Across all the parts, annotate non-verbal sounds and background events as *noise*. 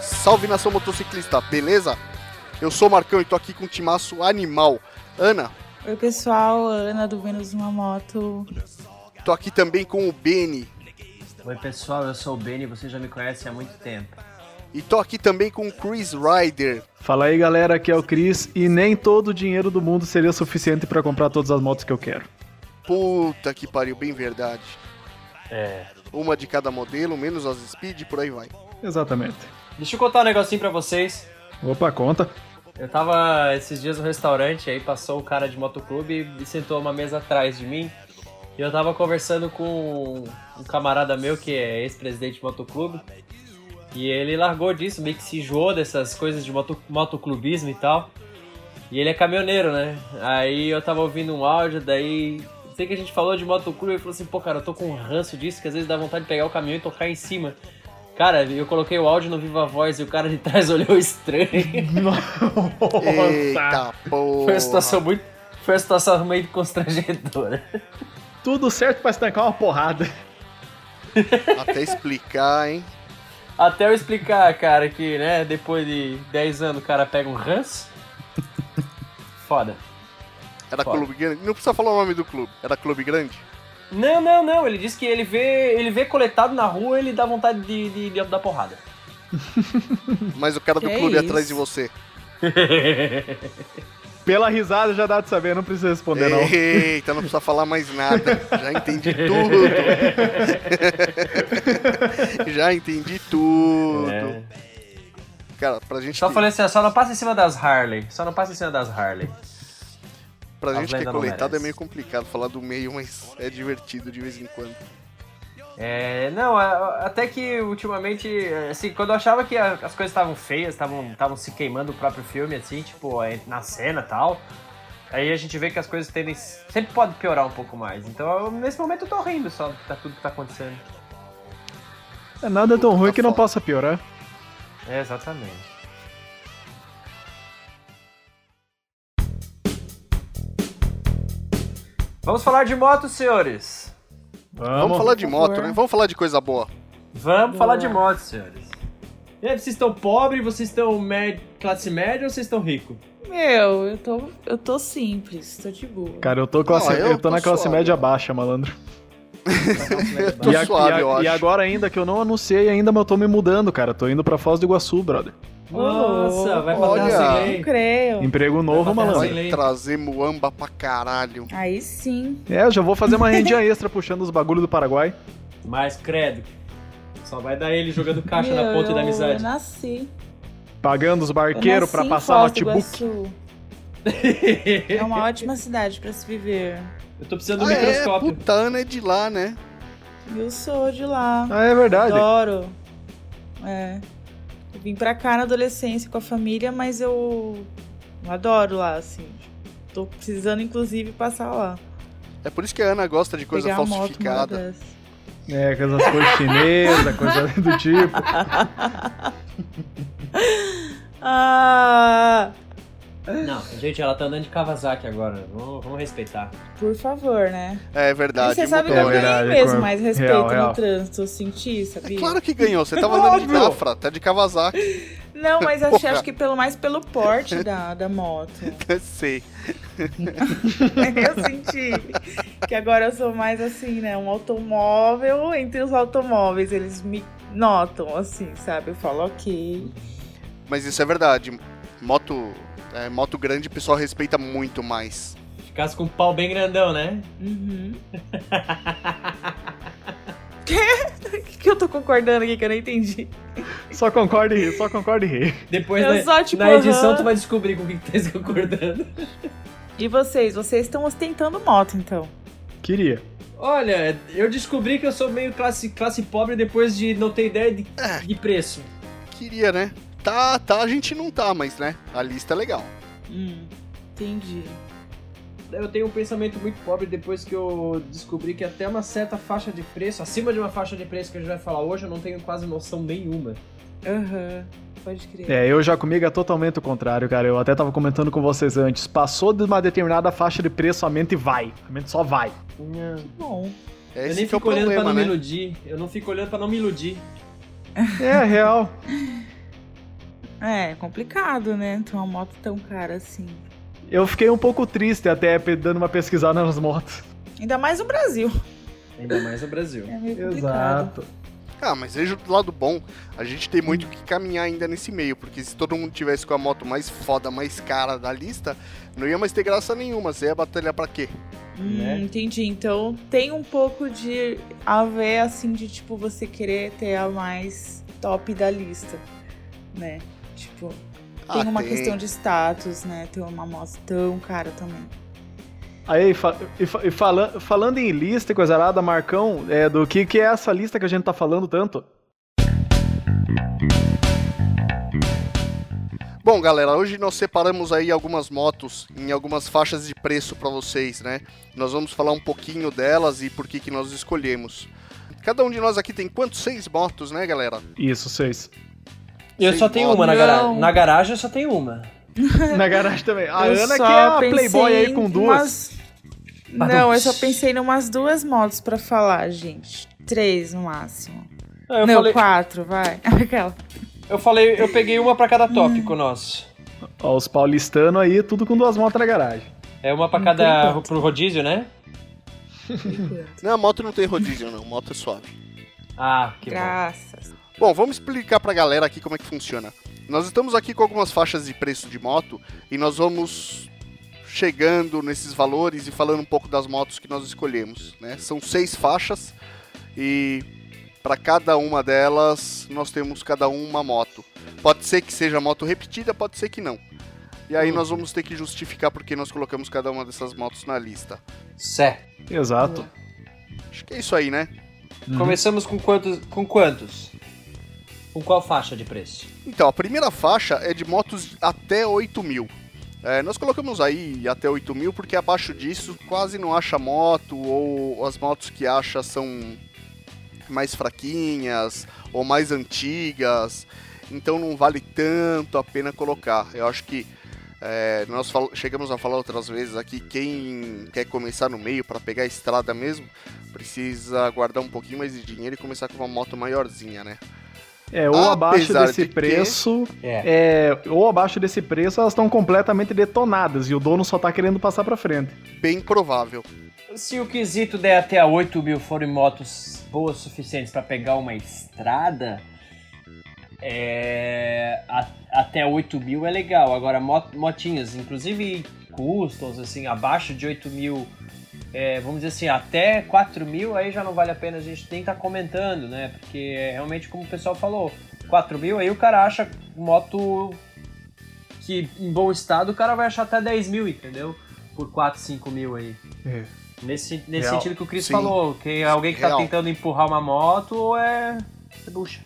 Salve nação motociclista, beleza? Eu sou o Marcão e tô aqui com o timaço animal. Ana, Oi, pessoal, Ana do Vênus Uma Moto. tô aqui também com o Beni. Oi pessoal, eu sou o Benny, vocês já me conhecem há muito tempo. E tô aqui também com o Chris Ryder. Fala aí galera, aqui é o Cris e nem todo o dinheiro do mundo seria suficiente pra comprar todas as motos que eu quero. Puta que pariu, bem verdade. É. Uma de cada modelo, menos as speed, por aí vai. Exatamente. Deixa eu contar um negocinho pra vocês. Opa, conta. Eu tava esses dias no restaurante, aí passou o cara de motoclube e sentou uma mesa atrás de mim. E eu tava conversando com um camarada meu que é ex-presidente de motoclube. E ele largou disso, meio que se enjoou dessas coisas de moto, motoclubismo e tal. E ele é caminhoneiro, né? Aí eu tava ouvindo um áudio, daí. Sei que a gente falou de motoclube, ele falou assim, pô, cara, eu tô com um ranço disso, que às vezes dá vontade de pegar o caminhão e tocar em cima. Cara, eu coloquei o áudio no Viva Voz e o cara de trás *laughs* olhou estranho. Eita porra. Foi uma situação muito. Foi uma situação meio constrangedora. *laughs* Tudo certo pra estancar uma porrada. Até explicar, hein? Até eu explicar, cara, que, né, depois de 10 anos o cara pega um ranço. *laughs* Foda. Era Fala. clube grande. Não precisa falar o nome do clube. Era clube *laughs* grande? Não, não, não. Ele disse que ele vê, ele vê coletado na rua ele dá vontade de, de, de dar porrada. Mas o cara do Que é clube isso? atrás de você. Pela risada já dá de saber, não precisa responder não. Eita, não precisa falar mais nada. Já entendi tudo. Já entendi tudo. Cara, pra gente, Só que, falei assim, ó, só não passa em cima das Harley. Só não passa em cima das Harley. pra a gente que lenda é não coletado é merece. meio complicado falar do meio, mas é divertido de vez em quando. É, não, a- a- até que ultimamente, assim, quando eu achava que a- as coisas estavam feias, estavam estavam se queimando o próprio filme, assim, tipo, é, na cena e tal, aí a gente vê que as coisas tendem, sempre pode piorar um pouco mais. Então, eu- nesse momento eu tô rindo só do que tá, tudo que tá acontecendo. É nada tão ruim que não Tá foda. possa piorar. É, exatamente. Vamos falar de motos, senhores! Vamos, Vamos falar de por favor. moto, né? Vamos falar de coisa boa. Vamos Boa. falar de moto, senhores. E aí, vocês estão pobres, vocês estão med- classe média ou vocês estão *laughs* ricos? Meu, eu tô, eu tô simples, tô de boa. Cara, eu tô, classe, Ah, eu eu tô na tô classe suave. média baixa, malandro. Tô e, a- suave, e a- eu acho. e agora ainda que eu não anunciei ainda, mas eu tô me mudando, cara. Tô indo pra Foz do Iguaçu, brother. Nossa, vai assim, pra Olha. Terra Não Sem Lei. É. creio. Emprego novo, Vai pra malandro. Vai Brasileiro. trazer muamba pra caralho. Aí sim. É, já vou fazer uma rendinha extra puxando os bagulho do Paraguai. Mas credo, só vai dar ele jogando caixa Meu, na ponte da Eu amizade. nasci. Pagando os Eu barqueiros nasci pra em passar Foz do notebook. Iguaçu. É uma *laughs* ótima cidade pra se viver. Eu tô precisando do Ah, é, microscópio. puta Ana é de lá, né? Eu sou de lá. Ah, é verdade. Adoro. É. Eu vim pra cá na adolescência com a família, mas eu eu adoro lá, assim. Tô precisando, inclusive, passar lá. É por isso que a Ana gosta de coisa pegar a moto uma hora falsificada. dessa. É, com essas coisas chinesas, coisa do tipo. Ah! Não, gente, ela tá andando de Kawasaki agora. Vamos, vamos respeitar. Por favor, né? É verdade, você sabe que mudou, eu né? é ganhei verdade, mesmo com- mais respeito real, no real. trânsito, eu senti, sabia? É claro que ganhou. Você tava andando de Óbvio. Zafra, tá de Kawasaki. *laughs* Não, mas achei, Porra. acho que pelo mais pelo porte da, da moto. *laughs* Sei. eu senti que agora eu sou mais assim, né? Um automóvel entre os automóveis. Eles me notam, assim, sabe? Eu falo, ok. Mas isso é verdade. Moto, é, moto grande o pessoal respeita muito mais. Ficasse com um pau bem grandão, né? *laughs* Uhum. Quê? O que, que eu tô concordando aqui que eu não entendi? Só concorda e ri, só concorda e ri. Depois Eu na, só, tipo, na edição aham. tu vai descobrir com o que, que tá se concordando. E vocês? Vocês estão ostentando moto, então. Queria. Olha, eu descobri que eu sou meio classe, classe pobre depois de não ter ideia de, É. de preço. Queria, né? Tá, tá, a gente não tá, mas né? A lista é legal. Hum, entendi. Eu tenho um pensamento muito pobre depois que eu descobri que até uma certa faixa de preço, acima de uma faixa de preço que a gente vai falar hoje, eu não tenho quase noção nenhuma. Aham, pode crer. É, eu já comigo é totalmente o contrário, cara. Eu até tava comentando com vocês antes. Passou de uma determinada faixa de preço, a mente vai. A mente só vai. Bom, Esse eu nem que é o fico olhando pra problema, não me né? iludir. Eu não fico olhando pra não me iludir. É, real. É, complicado, né? Ter uma moto tão cara assim. Eu fiquei um pouco triste até pe- dando uma pesquisada nas motos. Ainda mais no Brasil. Ainda mais no Brasil. *laughs* É meio complicado. Ah, mas veja do lado bom, a gente tem muito o que caminhar ainda nesse meio, porque se todo mundo tivesse com a moto mais foda, mais cara da lista, não ia mais ter graça nenhuma, você ia batalhar pra quê? Hum, né? Entendi. Então tem um pouco de a ver, assim, de tipo, você querer ter a mais top da lista, né? Tipo, Ah, tem uma questão de status, né? Ter uma moto tão cara também. Aí, fa- e, fa- e fala- falando em lista e coisa arada, Marcão, é, do que, que é essa lista que a gente tá falando tanto? Bom, galera, hoje nós separamos aí algumas motos em algumas faixas de preço pra vocês, né? Nós vamos falar um pouquinho delas e por que que nós escolhemos. Cada um de nós aqui tem quantos? Seis motos, né, galera? Isso, seis. E eu Sem só tenho uma na moto. garagem. Não. Na garagem eu só tenho uma. Na garagem também. A Eu Ana que só é a pensei playboy aí em com duas. umas- Não, eu só pensei em umas duas motos pra falar, gente. Três no máximo. Ah, Eu Não, falei, quatro, vai. *laughs* Aquela. eu falei, eu peguei uma pra cada tópico nosso. Ó, os paulistanos aí, tudo com duas motos na garagem. É uma pra Não tem cada tanto. pro rodízio, né? Não, a moto não tem rodízio, não. A moto é suave. Ah, que bom. Graças. Bom, vamos explicar pra galera aqui como é que funciona. Nós estamos aqui com algumas faixas de preço de moto e nós vamos chegando nesses valores e falando um pouco das motos que nós escolhemos, né? São seis faixas e para cada uma delas nós temos cada um uma moto. Pode ser que seja moto repetida, pode ser que não. E aí nós vamos ter que justificar porque nós colocamos cada uma dessas motos na lista. Certo. Exato. Acho que é isso aí, né? Uhum. Começamos com quantos? Com quantos? Com qual faixa de preço? Então, a primeira faixa é de motos até 8 mil. É, nós colocamos aí até 8 mil porque abaixo disso quase não acha moto ou as motos que acha são mais fraquinhas ou mais antigas. Então não vale tanto a pena colocar. Eu acho que é, nós fal- chegamos a falar outras vezes aqui, quem quer começar no meio para pegar a estrada mesmo, precisa guardar um pouquinho mais de dinheiro e começar com uma moto maiorzinha, né? É, ou abaixo Ah, Apesar desse de que- preço, É. é, ou abaixo desse preço, elas estão completamente detonadas e o dono só tá querendo passar pra frente. Bem provável. Se o quesito der até a 8 mil forem motos boas suficientes para pegar uma estrada, é, a- até 8 mil é legal. Agora, mo- motinhas, inclusive custos, assim, abaixo de 8 mil, é, vamos dizer assim, até 4 mil, aí já não vale a pena a gente nem estar comentando, né? Porque é realmente, como o pessoal falou, 4 mil, aí o cara acha moto que em bom estado, o cara vai achar até 10 mil, entendeu? Por 4, 5 mil aí. É. Nesse, nesse Real. sentido que o Chris Sim. falou, que alguém que tá Real. tentando empurrar uma moto é. é bucha.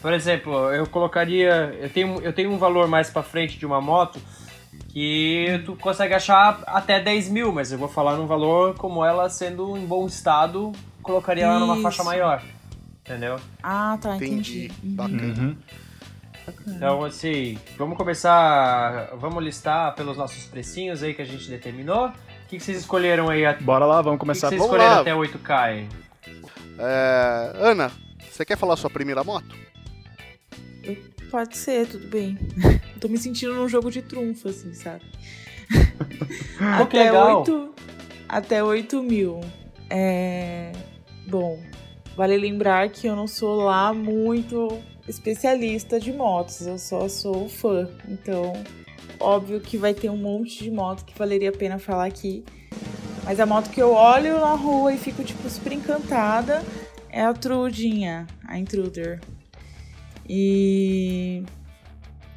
Por exemplo, eu colocaria. Eu tenho, eu tenho um valor mais pra frente de uma moto que tu consegue achar até 10 mil, mas eu vou falar num valor como ela sendo em bom estado, colocaria ela numa faixa Isso. maior. Entendeu? Ah, tá, Entendi. entendi. Uhum. Bacana. Então, assim, vamos começar. Vamos listar pelos nossos precinhos aí que a gente determinou. O que, que vocês escolheram aí? A, Bora lá, vamos o que, que começar. vocês Vamos escolheram lá. até 8K? hein? É, Ana, você quer falar sua primeira moto? Pode ser, tudo bem. *laughs* Tô me sentindo num jogo de trunfo, assim, sabe? Pô, que é legal. 8, até 8 mil. É... Bom, vale lembrar que eu não sou lá muito especialista de motos, eu só sou fã. Então, óbvio que vai ter um monte de moto que valeria a pena falar aqui. Mas a moto que eu olho na rua e fico, tipo, super encantada é a Trudinha, a Intruder. E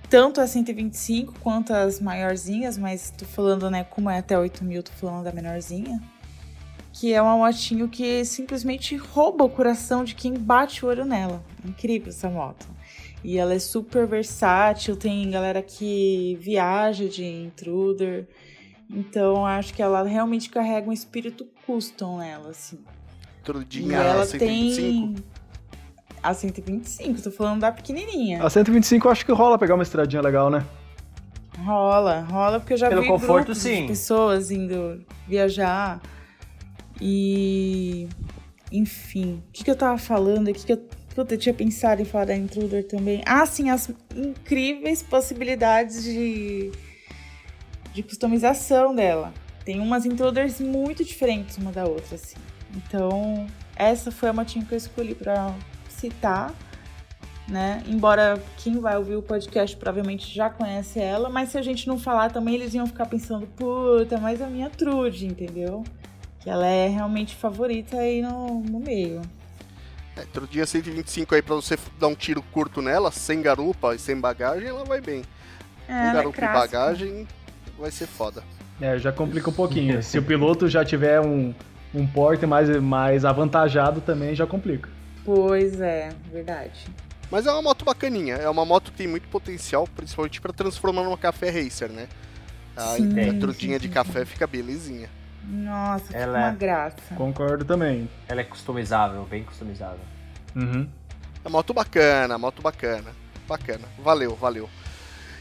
tanto a 125 quanto as maiorzinhas, mas tô falando, né, como é até 8 mil, tô falando da menorzinha. Que é uma motinho que simplesmente rouba o coração de quem bate o olho nela. Incrível essa moto. E ela é super versátil, tem galera que viaja de intruder. Então acho que ela realmente carrega um espírito custom nela, assim. E Trudinha ela 125? tem. A 125, tô falando da pequenininha. A 125 eu acho que rola pegar uma estradinha legal, né? Rola, rola, porque eu já Pelo vi conforto, grupos sim. de pessoas indo viajar e... Enfim, o que, que eu tava falando aqui que eu Puta, eu tinha pensado em falar da Intruder também. Ah, sim, as incríveis possibilidades de, de customização dela. Tem umas Intruders muito diferentes uma da outra, assim. Então, essa foi a motinha que eu escolhi pra citar, né? Embora quem vai ouvir o podcast provavelmente já conhece ela, mas se a gente não falar também, eles iam ficar pensando, puta, mas a minha Trude, entendeu? Que ela é realmente favorita aí no, no meio. É, outro dia 125 aí pra você dar um tiro curto nela, sem garupa e sem bagagem, ela vai bem. É, com ela é garupa e clássica. bagagem vai ser foda. É, já complica *laughs* um pouquinho. Se o piloto já tiver um, um porte mais, mais avantajado também, já complica. Pois é, verdade. Mas é uma moto bacaninha, é uma moto que tem muito potencial, principalmente pra transformar numa café racer, né? A, Sim, a trudinha sim, de sim, café fica belezinha. Nossa, Ela que é- uma graça. Concordo também. Ela é customizável, bem customizável. Uhum. É moto bacana, moto bacana. Bacana. Valeu, valeu.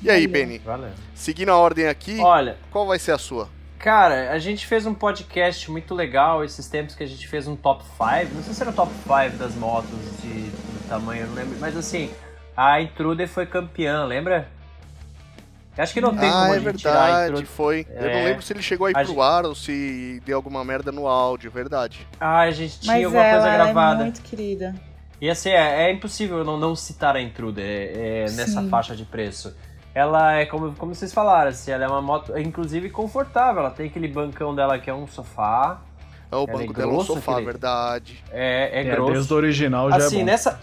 E aí, Valeu. Benny, Valeu. seguindo a ordem aqui, Olha, qual vai ser a sua? Cara, a gente fez um podcast muito legal esses tempos que a gente fez um top 5. Não sei se era o top 5 das motos de, do tamanho, eu não lembro. Mas assim, a Intruder foi campeã, lembra? Eu Acho que não tem ah, como é a gente tirar a verdade, Intruder. foi. Eu não É. lembro se ele chegou aí A pro gente- ar ou se deu alguma merda no áudio, é verdade. Ah, a gente tinha Mas alguma ela coisa ela gravada. é muito querida. E assim, é, é impossível eu não, não citar a Intruder é, é, nessa Sim. faixa de preço. Ela é, como, como vocês falaram, assim, ela é uma moto, é, inclusive, confortável. Ela tem aquele bancão dela que é um sofá. É o Ela é banco dela no grossa, sofá, querido? verdade. É, é, É, grosso. desde o original já Assim, é bom. nessa,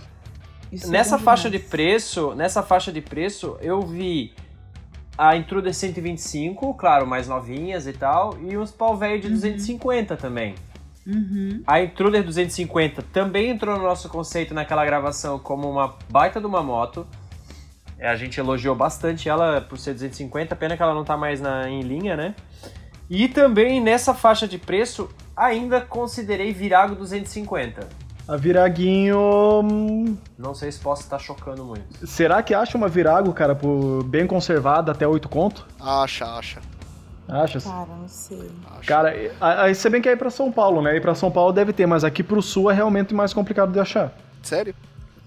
Isso é Nessa bom faixa de demais. preço, nessa faixa de preço, eu vi a Intruder 125, claro, mais novinhas e tal, e uns pau velho de 250 também. Uhum. A Intruder 250 também entrou no nosso conceito naquela gravação como uma baita de uma moto. É, A gente elogiou bastante ela por ser 250, pena que ela não tá mais na, em linha, né? E também nessa faixa de preço, ainda considerei Virago 250. A Viraguinho. hum, Não sei se posso estar chocando muito. Será que acha uma Virago, cara, por bem conservada até 8 conto? Acha, acha, Achas? Cara, não sei. acha. Cara, a- aí se bem que é ir pra São Paulo, né? Ir pra São Paulo deve ter, mas aqui pro sul é realmente mais complicado de achar. Sério?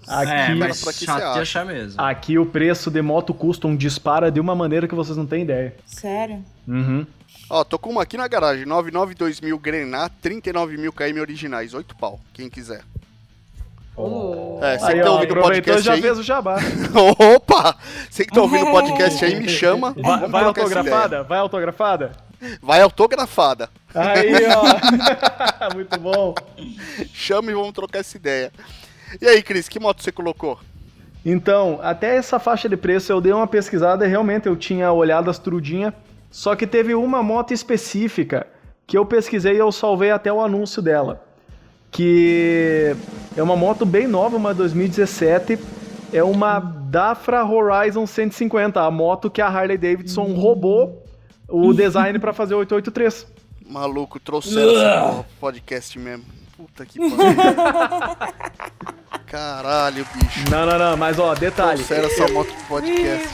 Aqui, É, mas Pra que você chato acha? de achar mesmo. aqui o preço de moto custom dispara de uma maneira que vocês não têm ideia. Sério? Uhum. Ó, tô com uma aqui na garagem, 992.000 Grená, 39 mil KM originais, 8 pau, quem quiser. Oh. Ô, É, você Aí, que tá ó, ouvindo o aproveitou e podcast já aí... fez o jabá. *laughs* Opa! Você que tá ouvindo o podcast aí, me chama. *laughs* Vai, Vamos vai trocar essa autografada? Vai autografada? ideia. Vai autografada. Aí, ó. *laughs* Muito bom. Chama e vamos trocar essa ideia. E aí, Cris, que moto você colocou? Então, até essa faixa de preço eu dei uma pesquisada e realmente eu tinha olhado as trudinhas. Só que teve uma moto específica que eu pesquisei e eu salvei até o anúncio dela. Que é uma moto bem nova, uma 2017. É uma Dafra Horizon 150, a moto que a Harley Davidson roubou o design para fazer o 883. Maluco, trouxeram essa porra pro podcast mesmo. Puta que pariu. Caralho, bicho. Não, não, não, mas ó, detalhe. Trouxeram essa moto pro podcast. Eu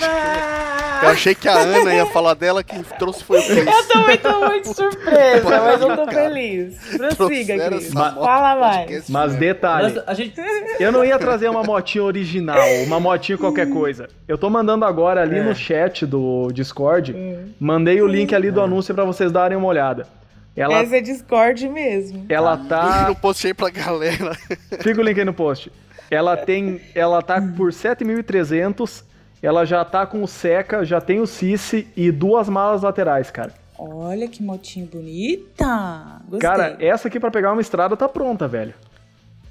Viva! achei que a Ana ia falar dela, quem trouxe foi o Cris. Também tô muito surpresa, mas eu tô Cara, feliz. Prossiga, trouxeram Cris. essa moto Fala pro mais. podcast Mas mesmo. detalhe. Mas a gente. Eu não ia trazer uma motinha original, uma motinha qualquer coisa. Eu tô mandando agora ali É. no chat do Discord. Mandei o link ali do anúncio pra vocês darem uma olhada. Ela, Essa é Discord mesmo. ela Deixa tá. no post aí pra galera. Fica o link aí no post. Ela tem. Ela tá por 7.300. Ela já tá com o Seca, já tem o Cici e duas malas laterais, cara. Olha que motinho bonita. Gostei. Cara, essa aqui pra pegar uma estrada tá pronta, velho.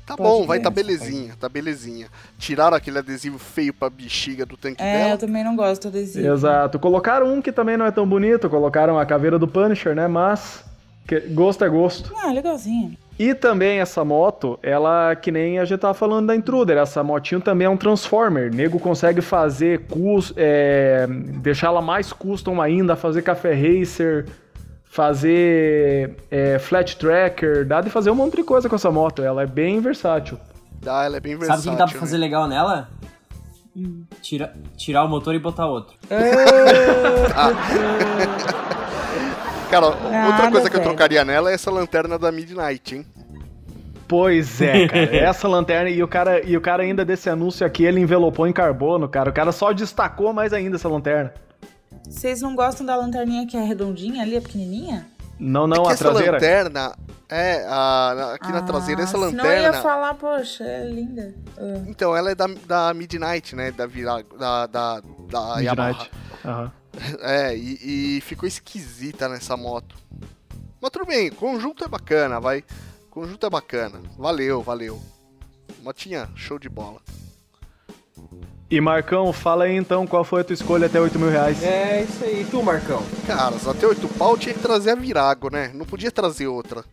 Tá Pode bom, vai tá criança, belezinha, tá belezinha. Tiraram aquele adesivo feio pra bexiga do tanque é, eu dela. também não gosto desse. Exato. Colocaram um que também não é tão bonito, colocaram a caveira do Punisher, né? Mas. que- gosto é gosto. Ah, legalzinho. E também essa moto, ela, que nem a gente tava falando da Intruder, essa motinho também é um Transformer. Nego consegue fazer cus, é, deixar ela mais custom ainda, fazer café racer, fazer é, flat tracker, dá de fazer um monte de coisa com essa moto. Ela é bem versátil. Dá, ela é bem Sabe o versátil. que dá pra fazer né? legal nela? Tira, tirar o motor e botar outro. Cara, outra Nada, coisa que eu velho. Ah, né, trocaria nela é essa lanterna da Midnight, hein? Pois *laughs* é, cara. Essa lanterna e o cara e o cara ainda desse anúncio aqui, ele envelopou em carbono, cara. O cara só destacou mais ainda essa lanterna. Vocês não gostam da lanterninha que é redondinha ali, a pequenininha? Não, não, é que a essa traseira. lanterna. É, a- na- aqui na traseira, é essa Não Ah, ia lanterna. falar, poxa, é linda. Ah. Então, ela é da, da Midnight, né? Da, vira, da, da, da Yamaha. Midnight. Aham. É, e, e ficou esquisita nessa moto. Mas tudo bem, conjunto é bacana, vai. Conjunto é bacana. Valeu, valeu. Motinha, show de bola. E Marcão, fala aí então qual foi a tua escolha até 8 mil reais. É isso aí. E tu, Marcão? Cara, até 8 pau tinha que trazer a Virago, né? Não podia trazer outra.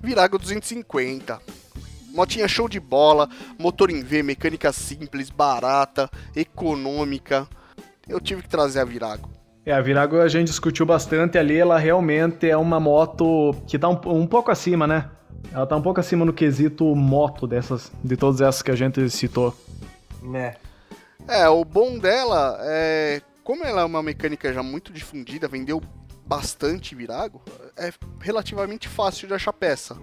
Virago 250. Motinha show de bola, motor em V, mecânica simples, barata, econômica. Eu tive que trazer a Virago. É, a Virago a gente discutiu bastante ali, ela realmente é uma moto que tá um, um pouco acima, né? Ela tá um pouco acima no quesito moto dessas, de todas essas que a gente citou. Né. É, o bom dela é. Como ela é uma mecânica já muito difundida, vendeu bastante Virago, é relativamente fácil de achar peça.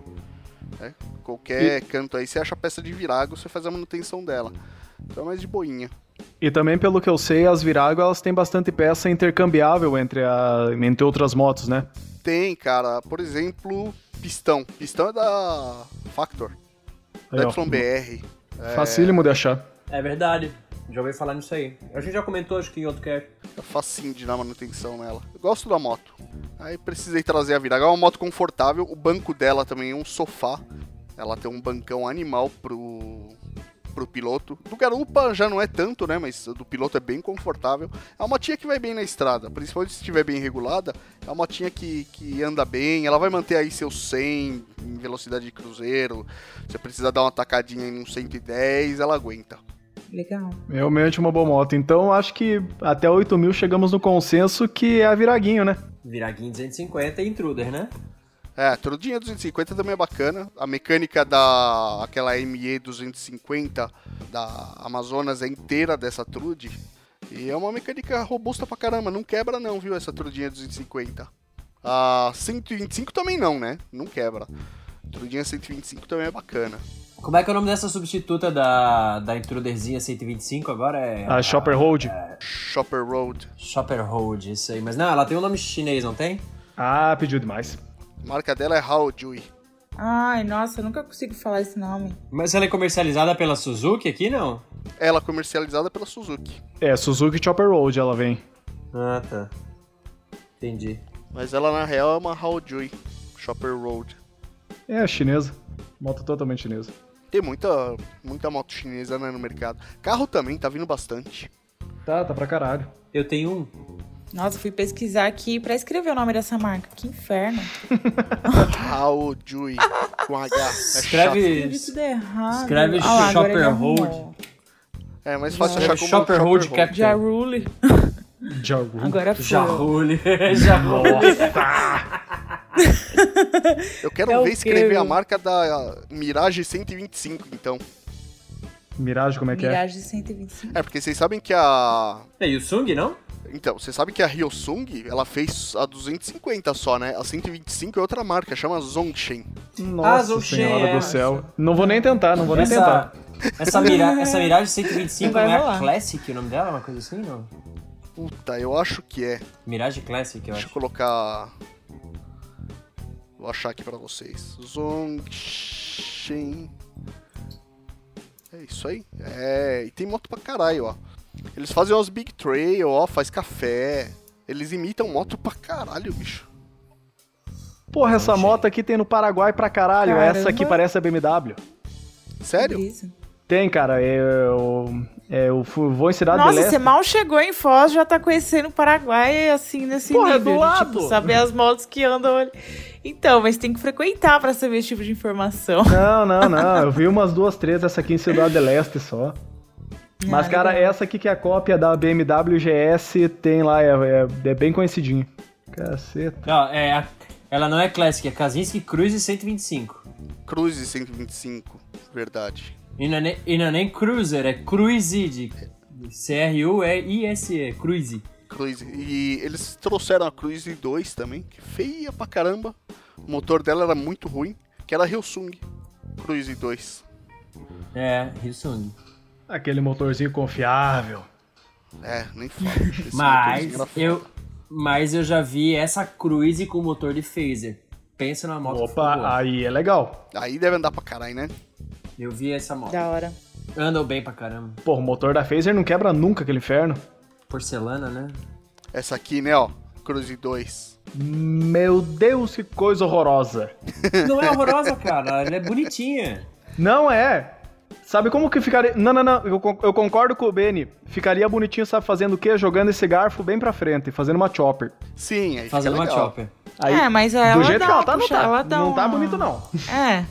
né? Qualquer canto aí, você acha peça de Virago, você faz a manutenção dela. Então é mais de boinha. E também, pelo que eu sei, as Virago elas têm bastante peça intercambiável entre, a, entre outras motos, né? Tem, cara, por exemplo, pistão. Pistão é da Factor, Aí, da ó, YBR. Facílimo de achar. É verdade. Já ouvi falar nisso aí. A gente já comentou, acho que em outro cast. É facinho de dar manutenção nela. Eu gosto da moto. Aí precisei trazer a Virago. É uma moto confortável. O banco dela também é um sofá. Ela tem um bancão animal pro, pro piloto. Do garupa já não é tanto, né? Mas do piloto é bem confortável. É uma motinha que vai bem na estrada. Principalmente se estiver bem regulada. É uma motinha que, que anda bem. Ela vai manter aí seus 100 em velocidade de cruzeiro. Se você precisar dar uma tacadinha em um 110, ela aguenta. Legal. Realmente uma boa moto. Então, acho que até 8 mil chegamos no consenso que é a Viraguinho, né? Viraguinho 250 e Intruder, né? É, Trudinha 250 também é bacana. A mecânica da aquela ME 250 da Amazonas é inteira dessa Trude. E é uma mecânica robusta pra caramba, não quebra não, viu, essa Trudinha 250. A 125 também não, né? Não quebra. Trudinha 125 também é bacana. Como é que é o nome dessa substituta da, da Intruderzinha 125 agora? É A Shopper Hold. Shopper Road, Shopper Hold, isso aí. Mas não, ela tem um nome chinês, não tem? Ah, pediu demais. a marca dela é Haojui. Ai, nossa, eu nunca consigo falar esse nome. Mas ela é comercializada pela Suzuki aqui, não? Ela é comercializada pela Suzuki, É, Suzuki Chopper Road ela vem. Ah, tá. Entendi. mas ela na real é uma Haojui Shopper Road. É, chinesa. Moto totalmente chinesa. Tem muita muita moto chinesa né, no mercado. Carro também tá vindo bastante. Tá, tá pra caralho. Eu tenho um. Nossa, fui pesquisar aqui pra escrever o nome dessa marca. Que inferno. Ao Jui com H. É, chato. Escreve. Escrevi tudo errado. Escreve lá, agora ele Shopper arrumou. Hold. é mais fácil achar Escreve como Shopper Road Shopper Captain. *laughs* Então. *laughs* Jaruli. Jaru. Agora foi. Jarulho. Jarulho. Eu quero É o ver escrever quê? a marca da Mirage 125, então. Mirage, como é que é? Mirage 125. É, porque vocês sabem que a. É Yusung, não? Então, vocês sabem que a Hyosung, ela fez a 250 só, né? A 125 é outra marca, chama Zongshin. Ah, Nossa Zou senhora Shen, é, do céu. Não vou nem tentar, não vou nem tentar. Essa, essa, mira, essa Mirage 125 não Vai é a rolar. Classic, o nome dela? Uma coisa assim, não? Puta, eu acho que é. Mirage Classic, eu Deixa eu acho. colocar. Vou achar aqui pra vocês. Zongshin. É isso aí. É, e tem moto pra caralho, ó. Eles fazem umas big trail, ó, faz café. Eles imitam moto pra caralho, bicho. Porra, essa moto aqui tem no Paraguai pra caralho. Caramba. Essa aqui parece a BMW. Sério? Brisa. Tem, cara. é, Eu, é, eu fu- vou em Cidade Nossa, é do Leste. você mal chegou em Foz, já tá conhecendo o Paraguai assim nesse Porra, é nível. do de, Tipo, lado. saber as motos que andam ali. Então, mas tem que frequentar pra saber esse tipo de informação. Não, não, não. Eu vi umas duas, três essa aqui em Cidade do Leste só. *laughs* Mas, Ah, cara, legal. essa aqui que é a cópia da BMW GS tem lá, é, é- é bem conhecidinho. Caceta. Não, é a- ela não é Classic, é Kazinski Cruise 125. Cruze 125, verdade. E não é nem, e não é nem Cruiser, é Cruise de C-R-U-E-I-S-E, Cruise. Cruze. E eles trouxeram a Cruze é 2 também, que feia pra caramba. O motor dela era muito ruim, que era a Hyosung. Cruze 2. É, Hyosung. Aquele motorzinho confiável. É, nem fala. *laughs* Esse Mas motorzinho era eu, mas eu já vi essa Cruze com motor de phaser. Pensa na moto. por favor. Opa, aí é legal. foda. Aí deve andar pra caralho, né? Eu vi essa é moto. Da hora. Andam bem pra caramba. Pô, o motor da Phaser não quebra nunca aquele inferno. Porcelana, né? Essa aqui, né, ó. Cruze 2. Meu Deus, que coisa horrorosa. Não é horrorosa, cara. Ela é *laughs* bonitinha. Não é. Sabe como que ficaria. Não, não, não. Eu, con- eu concordo com o Benny. Ficaria bonitinho, sabe, fazendo o quê? Jogando esse garfo bem pra frente, fazendo uma chopper. Sim, aí Fazendo fica uma legal. chopper. Aí, é, mas ela do jeito dá que ela uma tá, não puxa- tá. ela dá um- não tá uma- bonito, não. É.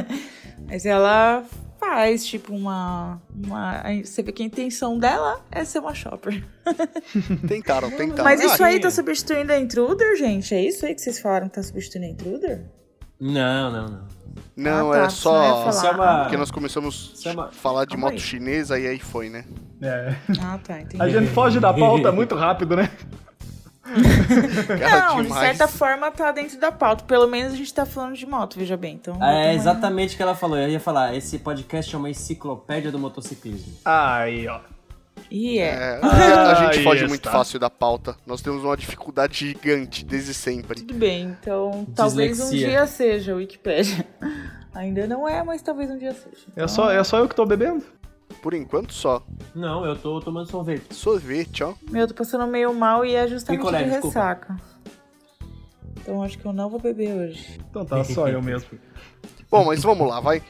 *laughs* mas ela faz, tipo, uma, uma. Você vê que a intenção dela é ser uma shopper. *laughs* Tentaram, tentaram. mas isso Ah, aí sim. tá substituindo a intruder, gente? É isso aí que vocês falaram que tá substituindo a intruder? Não, não, não. Não, Ah, tá, é senão eu ia só. Isso é uma- Porque nós começamos Isso é uma- a falar de Calma moto aí. chinesa e aí foi, né? É. Ah, tá, entendi. A gente foge da pauta muito rápido, né? Cara, *laughs* Não, de demais. certa forma tá dentro da pauta. Pelo menos a gente tá falando de moto, veja bem. Então, vai É tomar- exatamente o que ela falou. Eu ia falar, esse podcast é uma enciclopédia do motociclismo. Aí, ó. E é. É, a *laughs* gente Aí foge está. muito fácil da pauta. Nós temos uma dificuldade gigante desde sempre. Tudo bem, então talvez um Dislexia. dia seja o Wikipédia. *laughs* Ainda não é, mas talvez um dia seja. É só, é só eu que tô bebendo? Por enquanto só. Não, eu tô tomando sorvete. Sorvete, ó. Meu, eu tô passando meio mal e é justamente Picolé, de desculpa. ressaca. Então acho que eu não vou beber hoje. *laughs* Então tá, só eu mesmo. Bom, mas vamos lá, vai.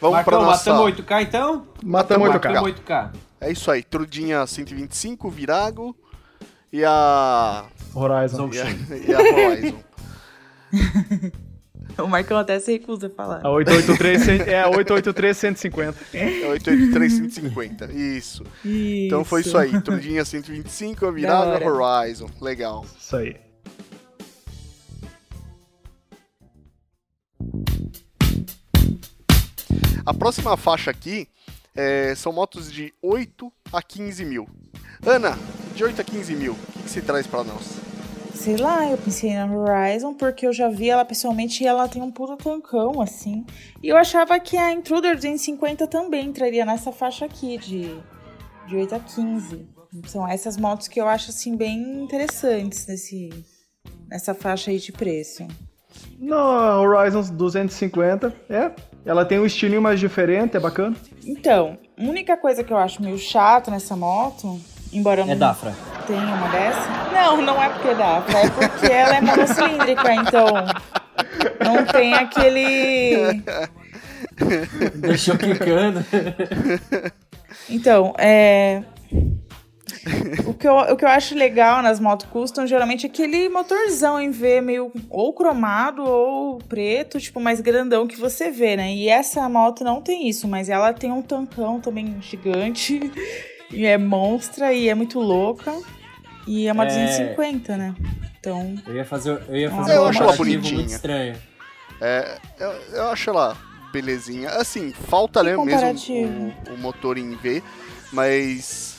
Vamos pra Marcão, nossa. matamos 8K então? Matamos Matamos o cara. K. Matamos 8K. É isso aí. Trudinha 125, Virago e a. Horizon. Zou- E a, e a Horizon. O Marcão até se recusa a falar. A 883 cen- é a 883 150. É 883 150. Isso. Então foi isso aí. Trudinha 125, a Virago e a Da Horizon. Legal. Isso aí. A próxima faixa aqui é, são motos de 8 a 15 mil. Ana, de 8 a 15 mil, o que, que você traz pra nós? Sei lá, eu pensei na Horizon porque eu já vi ela pessoalmente e ela tem um puta tancão, assim. E eu achava que a Intruder 250 também entraria nessa faixa aqui, de, de 8 a 15. São essas motos que eu acho, assim, bem interessantes nesse, nessa faixa aí de preço. No Horizon 250, é. Ela tem um estilinho mais diferente, é bacana. Então, a única coisa que eu acho meio chato nessa moto, embora eu É não Dafra. tenha uma dessa. Não, não é porque dá, é porque ela é monocilíndrica, então não tem aquele Deixou quicando. Então, é. O que, eu, o que eu acho legal nas motos custom geralmente é aquele motorzão em V meio ou cromado ou preto, tipo, mais grandão que você vê, né? E essa moto não tem isso, mas ela tem um tancão também gigante *laughs* e é monstra e é muito louca. E é uma É. 250, né? Então, *laughs* Eu ia fazer, eu ia Eu Ah, fazer um acho ela comparativo bonitinha. muito estranho. Eu, eu acho ela belezinha. Assim, falta Que né, mesmo comparativo. o, o motor em V, mas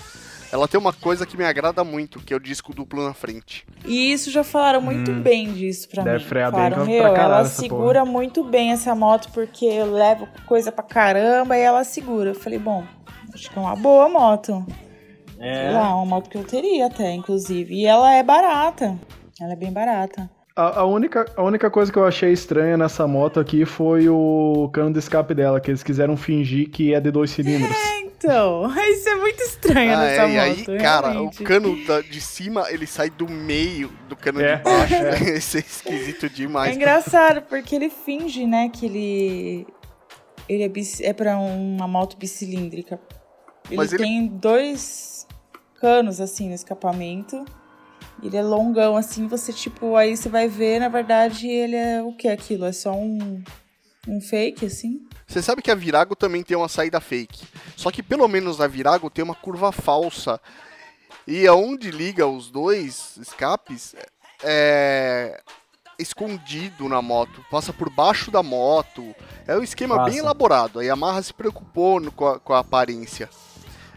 ela tem uma coisa que me agrada muito, que é o disco duplo na frente. E isso já falaram muito bem disso pra Deve mim. frear bem falaram, pra- meu, pra caralho ela essa segura muito bem essa moto porque eu levo coisa pra caramba e ela segura. Eu falei, bom, acho que é uma boa moto. Sei É. lá, uma moto que eu teria até, inclusive. E ela é barata. Ela é bem barata. A, a única, a única coisa que eu achei estranha nessa moto aqui foi o cano de escape dela, que eles quiseram fingir que é de dois cilindros. Então, *laughs* isso é muito estranho Ah, nessa é, e aí, moto. cara, realmente. o cano da- de cima, ele sai do meio do cano É. de baixo. *laughs* né? Isso é esquisito É demais. engraçado, porque ele finge, né, que ele. Ele é, bici- é pra uma moto bicilíndrica. Ele, Mas ele- tem dois canos, assim, no escapamento. Ele é longão, assim, você, tipo, aí você vai ver, na verdade, ele é o que aquilo? É só um. Um fake, assim? Você sabe que a Virago também tem uma saída fake. Só que pelo menos a Virago tem uma curva falsa. E aonde liga os dois escapes é escondido na moto, passa por baixo da moto. É um esquema Passa. bem elaborado. A Yamaha se preocupou no- com, a, com a aparência.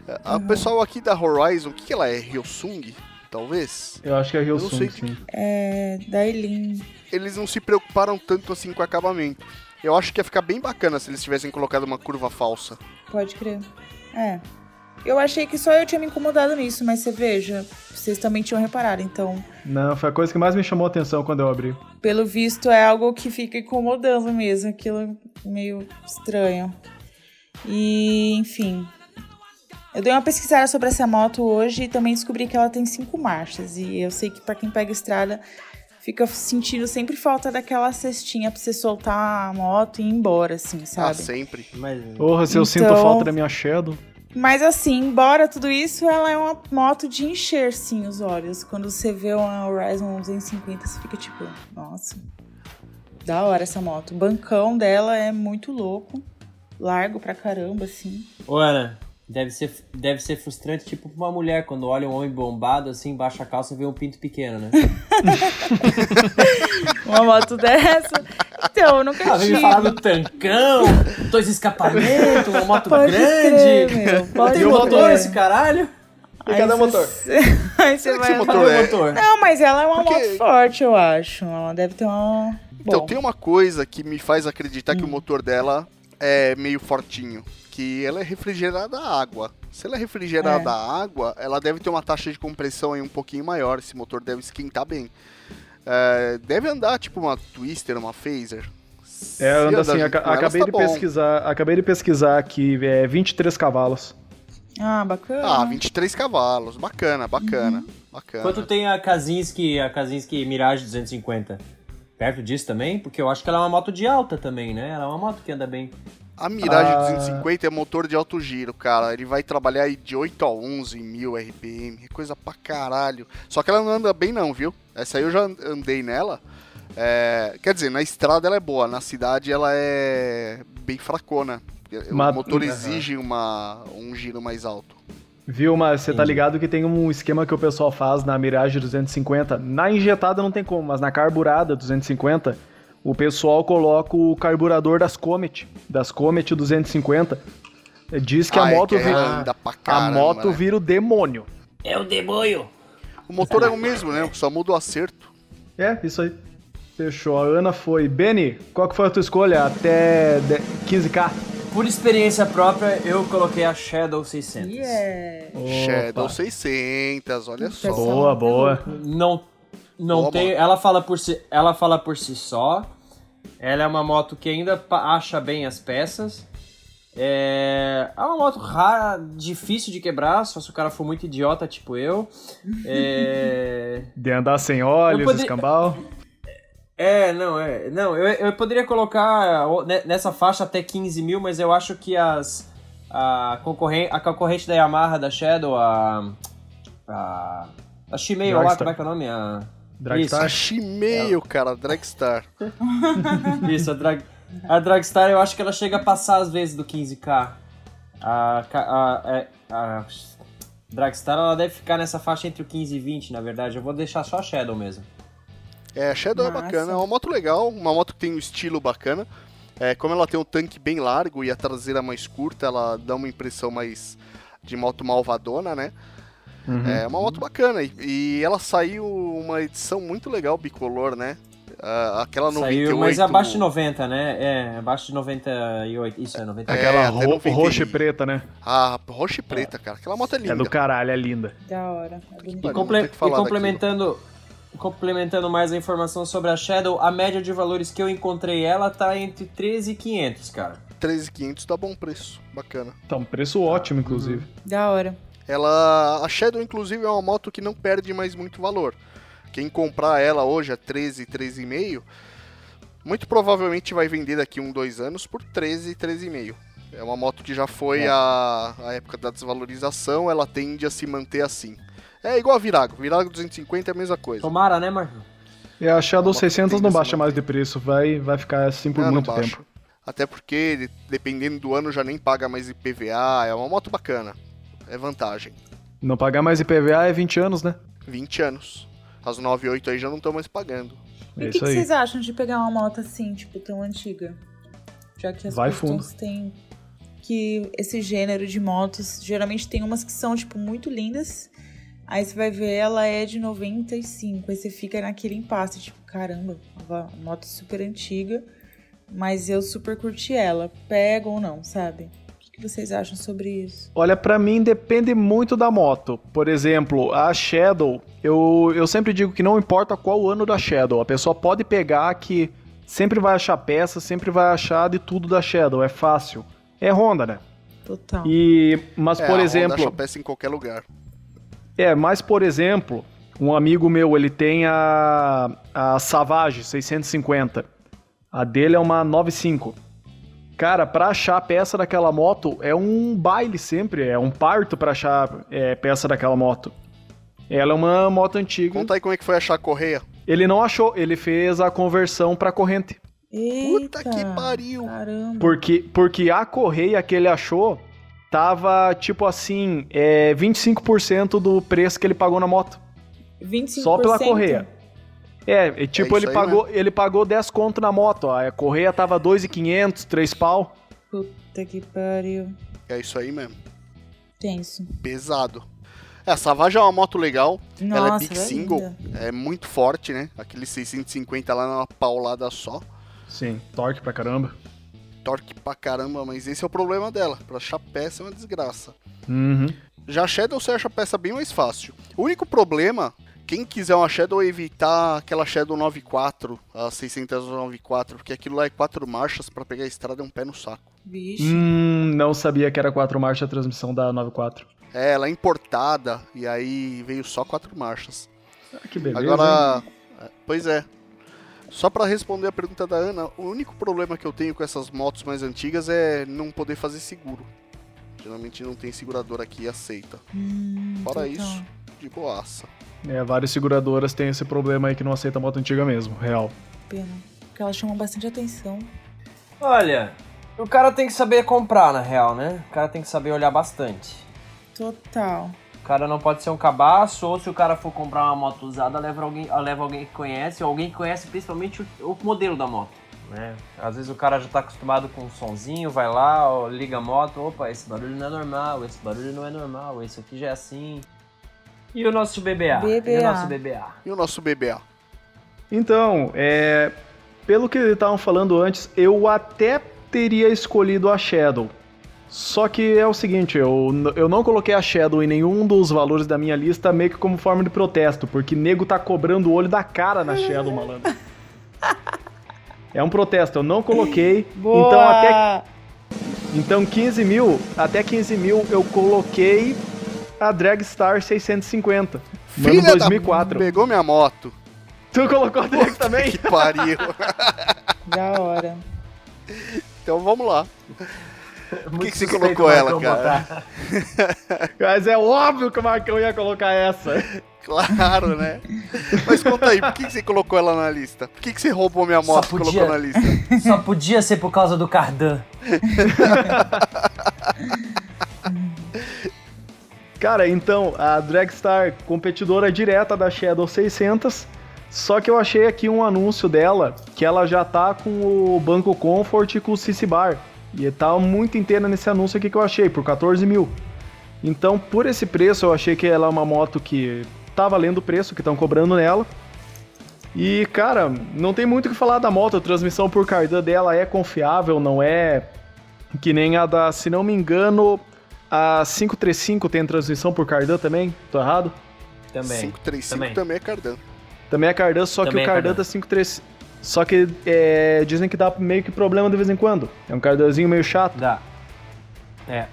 É, a- O pessoal aqui da Horizon, o que, que ela é? Hyosung? Talvez? Eu acho que é Rio não sei Sul, sim. É. Da Eileen. Eles não se preocuparam tanto assim com o acabamento. Eu acho que ia ficar bem bacana se eles tivessem colocado uma curva falsa. Pode crer. É. Eu achei que só eu tinha me incomodado nisso, mas você veja, vocês também tinham reparado, então. Não, foi a coisa que mais me chamou a atenção quando eu abri. Pelo visto, é algo que fica incomodando mesmo, aquilo é meio estranho. E, enfim. Eu dei uma pesquisada sobre essa moto hoje e também descobri que ela tem cinco marchas. E eu sei que para quem pega estrada fica sentindo sempre falta daquela cestinha pra você soltar a moto e ir embora, assim, Ah, sabe? sempre. Mas Porra, se eu sinto Então- falta da minha Shadow. Mas assim, embora tudo isso, ela é uma moto de encher, sim, os olhos. Quando você vê uma Horizon 250, você fica tipo, nossa, da hora essa moto. O bancão dela é muito louco, largo pra caramba, assim. Ô, Ana, deve ser, deve ser frustrante, tipo, pra uma mulher, quando olha um homem bombado, assim, baixa a calça e vê um pinto pequeno, né? Uma moto *laughs* dessa. Então, eu nunca Ah, vem tive. me falar do tancão, dois escapamentos, uma moto Pode grande. crer, meu. Não Pode tem o crer. motor esse caralho? *laughs* E Aí cadê o você- motor? Será que Aí você esse vai... motor Cadê é- o motor? Não, mas ela é uma Porque- moto forte, eu acho. Ela deve ter uma... Então, Bom, tem uma coisa que me faz acreditar que o motor dela é meio fortinho. Que ela é refrigerada a água. Se ela é refrigerada a água, ela deve ter uma taxa de compressão aí um pouquinho maior. Esse motor deve esquentar bem. É, deve andar tipo uma Twister, uma Phaser. Se É, anda assim, junto aca- com elas, acabei tá de bom. pesquisar, acabei de pesquisar aqui, é 23 cavalos. Ah, bacana. Ah, 23 cavalos. Bacana, bacana. Bacana. Quanto tem a Kazinski, a Kazinski Mirage 250? Perto disso também? Porque eu acho que ela é uma moto de alta também, né? Ela é uma moto que anda bem. A Mirage Ah. 250 é motor de alto giro, cara. Ele vai trabalhar aí de 8 a 11 mil RPM, é coisa pra caralho. Só que ela não anda bem não, viu? Essa aí eu já an- andei nela. É, quer dizer, na estrada ela é boa, na cidade ela é bem fracona. É, O Mas- motor Aham. exige uma, um giro mais alto. Viu, mas você tá Entendi. ligado que tem um esquema que o pessoal faz na Mirage 250. Na injetada não tem como, mas na carburada 250, o pessoal coloca o carburador das Comet, das Comet 250. Diz que Ah, a é moto que vira, anda pra a caramba, moto né? vira o demônio. É o demônio! O motor é o mesmo, né? Só muda o acerto. É, isso aí. Fechou. A Ana foi. Benny, qual que foi a tua escolha? Até de- 15k. Por experiência própria, eu coloquei a Shadow 600. Yeah. Shadow Opa. 600, olha só. Pessoal, Boa, tá boa. louco. Não, não Boa tem. moto. Ela fala por si, ela fala por si só. Ela é uma moto que ainda pa- acha bem as peças. É, é uma moto rara, difícil de quebrar, só se o cara for muito idiota, tipo eu. *laughs* É, De andar sem olhos, Eu poderia- escambau. É, não, é. Não, eu, eu poderia colocar o- ne- nessa faixa até 15 mil, mas eu acho que as. A concorrente, a concorrente da Yamaha, da Shadow, a. A. A Shimei, olha lá, Dragstar. como é que é o nome? A, Dragstar. A Shimeio, cara, Dragstar. isso, a, drag, a Dragstar, eu acho que ela chega a passar às vezes do 15k. A. ca- a, é, a, a Dragstar, ela deve ficar nessa faixa entre o 15 e 20, na verdade. Eu vou deixar só a Shadow mesmo. É, a Shadow é Massa. bacana, é uma moto legal, uma moto que tem um estilo bacana. É, como ela tem um tanque bem largo e a traseira mais curta, ela dá uma impressão mais de moto malvadona, né? É uma moto bacana. E, e ela saiu uma edição muito legal bicolor, né? Ah, aquela 98. Saiu, mas é abaixo de 90, né? É, abaixo de 98. Isso, é 98. Aquela É, até ro- não vi roxa e bem. preta, né? Ah, roxa e preta, cara. Aquela moto é linda. É do caralho, é linda. Da hora. É bonito. E, Tipo, Olha, comple- não tem o que falar e complementando, complementando mais a informação sobre a Shadow, a média de valores que eu encontrei ela tá entre 13 e 500, cara. 13,500 dá bom preço. Bacana. Tá um preço ótimo, inclusive. Da hora. Ela, a Shadow, inclusive, é uma moto que não perde mais muito valor. Quem comprar ela hoje é a 13, 13,5, muito provavelmente vai vender daqui um, dois anos por 13, 13,5. É uma moto que já foi É. a, a época da desvalorização, ela tende a se manter assim. É igual a Virago, Virago 250 é a mesma coisa. Tomara, né, Marco? E É, a Shadow Uma 600 não potência, baixa mais de preço, vai, vai ficar assim por Ah, não muito baixa. tempo. Até porque, de- dependendo do ano, já nem paga mais IPVA, é uma moto bacana. É vantagem. Não pagar mais IPVA é 20 anos, né? 20 anos. As 9,8 aí já não estão mais pagando. É E o que, isso que aí. vocês acham de pegar uma moto assim, tipo, tão antiga? Já que as Vai customs têm que esse gênero de motos, geralmente tem umas que são, tipo, muito lindas. Aí você vai ver, ela é de 95. Aí você fica naquele impasse, tipo, caramba, uma moto super antiga. Mas eu super curti ela. Pega ou não, sabe? O que, que vocês acham sobre isso? Olha, pra mim depende muito da moto. Por exemplo, a Shadow, eu, eu sempre digo que não importa qual ano da Shadow, a pessoa pode pegar que sempre vai achar peça, sempre vai achar de tudo da Shadow, é fácil. É Honda, né? Total. E, mas, É, a por Honda exemplo. acha peça em qualquer lugar. É, mas por exemplo, um amigo meu, ele tem a, a Savage 650. A dele é uma 95. Cara, pra achar a peça daquela moto é um baile sempre, é um parto pra achar é, peça daquela moto. Ela é uma moto antiga. Conta aí como é que foi achar a correia. Ele não achou, ele fez a conversão pra corrente. Puta Eita, que pariu. Caramba. Porque, porque a correia que ele achou tava tipo assim, é, 25% do preço que ele pagou na moto. 25%. Só pela correia. É, e tipo, É isso ele, aí pagou, ele pagou 10 conto na moto, ó. A correia tava 2,500, 3 pau. Puta que pariu. É isso aí mesmo. Tenso. Pesado. É, a Savage é uma moto legal. Nossa, ela é big ela é single. linda. É muito forte, né? Aquele 650 lá numa paulada só. Sim, torque pra caramba. Torque pra caramba, mas esse é o problema dela. Pra achar peça é uma desgraça. Uhum. Já a Shadow você acha a peça bem mais fácil. O único problema, quem quiser uma Shadow evitar aquela Shadow 94, a 694, porque aquilo lá é quatro marchas pra pegar a estrada é um pé no saco. Vixe. Hum, não sabia que era 4 marchas a transmissão da 94. É, ela é importada e aí veio só quatro marchas. Ah, que beleza. hein? Agora, pois é. Só pra responder a pergunta da Ana, o único problema que eu tenho com essas motos mais antigas é não poder fazer seguro. Geralmente não tem seguradora aqui e aceita. Hum, Fora total. isso, de boaça. É, várias seguradoras têm esse problema aí que não aceita moto antiga mesmo, real. Pena. Porque ela chamou bastante atenção. Olha, o cara tem que saber comprar, na real, né? O cara tem que saber olhar bastante. Total. O cara não pode ser um cabaço, ou se o cara for comprar uma moto usada, leva alguém, leva alguém que conhece, ou alguém que conhece principalmente o, o modelo da moto. Né? Às vezes o cara já tá acostumado com um sonzinho, vai lá, ó, liga a moto, opa, esse barulho não é normal, esse barulho não é normal, esse aqui já é assim. E o nosso BBA? E o BBA? nosso BBA? E o nosso BBA? Então, é, pelo que estavam falando antes, eu até teria escolhido a Shadow. Só que é o seguinte, eu, n- eu não coloquei a Shadow em nenhum dos valores da minha lista, meio que como forma de protesto, porque nego tá cobrando o olho da cara na Shadow, malandro. É um protesto, eu não coloquei. Então, até então 15 mil, até 15 mil eu coloquei a Dragstar 650. Mano, Filha 2004. Da... Pegou minha moto. Tu colocou a Drag também? *laughs* Que pariu. Da hora. então vamos lá. O que você colocou ela, cara? Mas é óbvio que o Marcão ia colocar essa. Claro, né? Mas conta aí, por que, que você colocou ela na lista? Por que, que você roubou minha Só moto e podia. colocou na lista? Só podia ser por causa do Cardan. Cara, então, a Dragstar, competidora direta da Shadow 600, só que eu achei aqui um anúncio dela que ela já tá com o Banco Comfort e com o CC Bar. E tá muito inteira nesse anúncio aqui que eu achei, por 14 mil. Então, por esse preço, eu achei que ela é uma moto que tá valendo o preço que estão cobrando nela. E, cara, não tem muito o que falar da moto. A transmissão por cardan dela é confiável, não é que nem a da, se não me engano, a 535 tem transmissão por cardan também? Tô errado? Também. 535 também, também. é cardan. Também é cardan, só Também é que o cardan cardan. da 535. Só que é, dizem que dá meio que problema de vez em quando. É um cardanzinho meio chato. Dá. É.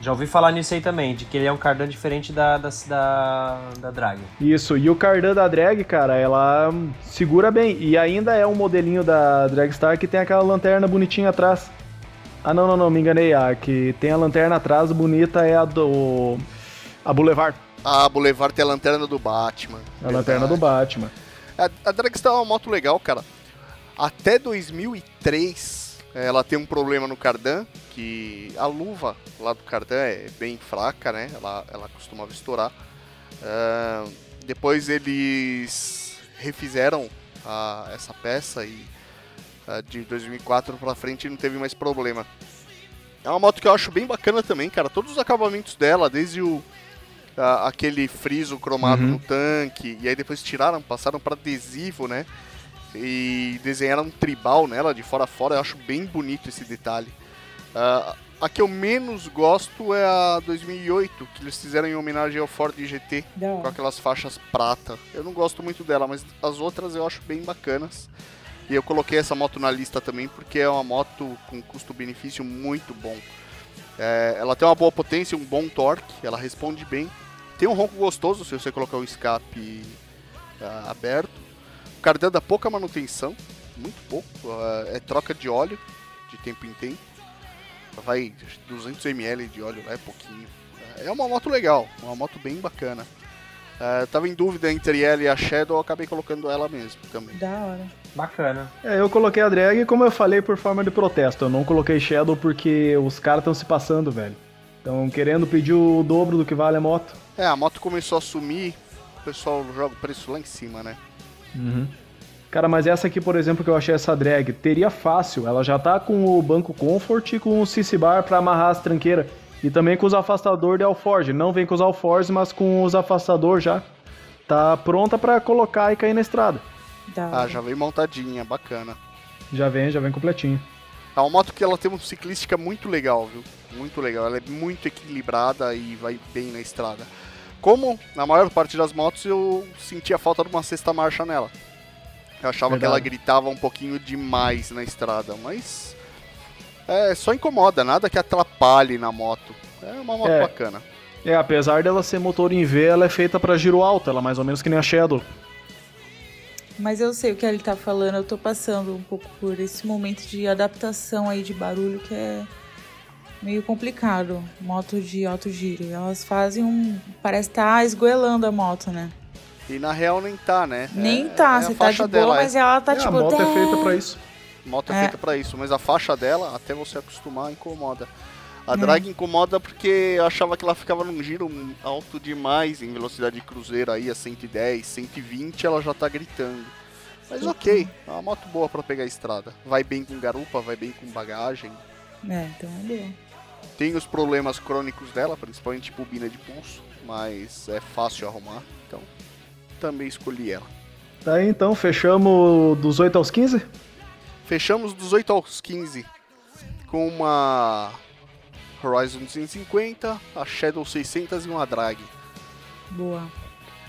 Já ouvi falar nisso aí também, de que ele é um cardan diferente da, da, da, da Dragon. Isso, e o cardan da drag, cara, ela hum, segura bem. E ainda é um modelinho da Dragstar que tem aquela lanterna bonitinha atrás. Ah, não, não, não, me enganei. A que tem a lanterna atrás bonita é a do. A Boulevard. Ah, Boulevard tem a lanterna do Batman. A lanterna do Batman. Batman. A, a Dragstar é uma moto legal, cara. Até 2003, ela tem um problema no cardan, que a luva lá do cardan é bem fraca, né? Ela, ela costumava estourar. Ah, depois eles refizeram a- essa peça e ah, de 2004 pra frente não teve mais problema. É uma moto que eu acho bem bacana também, cara. Todos os acabamentos dela, desde o a- aquele friso cromado Uhum. no tanque, e aí depois tiraram, passaram pra adesivo, né? e desenharam um tribal nela de fora a fora. Eu acho bem bonito esse detalhe. Ah, a que eu menos gosto é a 2008, que eles fizeram em homenagem ao Ford GT, Da com hora. aquelas faixas prata. Eu não gosto muito dela, mas as outras eu acho bem bacanas. E eu coloquei essa moto na lista também porque é uma moto com custo-benefício muito bom. É, ela tem uma boa potência, um bom torque, ela responde bem. Tem um ronco gostoso se você colocar o escape ah, aberto. O cardan dá pouca manutenção, muito pouco. ah, é troca de óleo de tempo em tempo. Vai 200 ml de óleo, lá é pouquinho. É uma moto legal, uma moto bem bacana. Ah, tava em dúvida entre ela e a Shadow, eu acabei colocando ela mesmo também. Da hora. Bacana. É, eu coloquei a drag, como eu falei, por forma de protesto. Eu não coloquei Shadow porque os caras estão se passando, velho. Estão querendo pedir o dobro do que vale a moto. É, a moto começou a sumir, o pessoal joga o preço lá em cima, né? Cara, mas essa aqui, por exemplo, que eu achei essa drag, teria fácil. Ela já tá com o banco Comfort e com o CC Bar pra amarrar as tranqueiras. E também com os afastador de Alforge. Não vem com os Alforge, mas com os afastador já. Tá pronta pra colocar e cair na estrada. Da hora. Ah, já veio montadinha, bacana. Já vem, já vem completinho. É uma moto que ela tem uma ciclística muito legal, viu? Muito legal. Ela é muito equilibrada e vai bem na estrada. Como na maior parte das motos eu sentia falta de uma sexta marcha nela. Eu achava que Verdade. ela gritava um pouquinho demais na estrada, mas é só incomoda, nada que atrapalhe na moto. É uma moto É. bacana. É, apesar dela ser motor em V, ela é feita pra giro alto. Ela é mais ou menos que nem a Shadow. Mas eu sei o que ele tá falando, eu tô passando um pouco por esse momento de adaptação aí de barulho que é meio complicado. Moto de alto giro. Elas fazem um. Parece que tá esgoelando a moto, né? E na real nem tá, né? Nem É- tá, é a você tá de faixa boa, dela, é. mas ela tá É, tipo. a moto tá- é feita pra isso. moto é, É. feita pra isso, mas a faixa dela, até você acostumar, incomoda. A drag incomoda porque eu achava que ela ficava num giro alto demais em velocidade de cruzeiro aí a 110, 120, ela já tá gritando. Mas ok, é uma moto boa pra pegar a estrada. Vai bem com garupa, vai bem com bagagem. É, então é boa. Tem os problemas crônicos dela, principalmente bobina de pulso, mas é fácil arrumar. Então, também escolhi ela. Tá aí, então, fechamos dos 8 aos 15? Fechamos dos 8 aos 15 com uma Horizon 250, a Shadow 600 e uma Drag. Boa.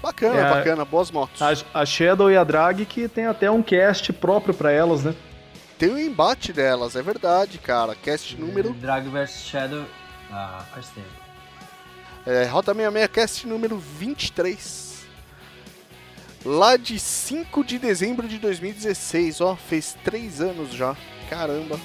Bacana, É, bacana, boas motos. A, a Shadow e a Drag, que tem até um cast próprio pra elas, né? Tem o embate delas, é verdade, cara. Cast Hum. número. Drag vs Shadow. Ah, faz tempo. É, Rota 66, cast número 23. Lá de 5 de dezembro de 2016, ó, fez 3 anos já. Caramba.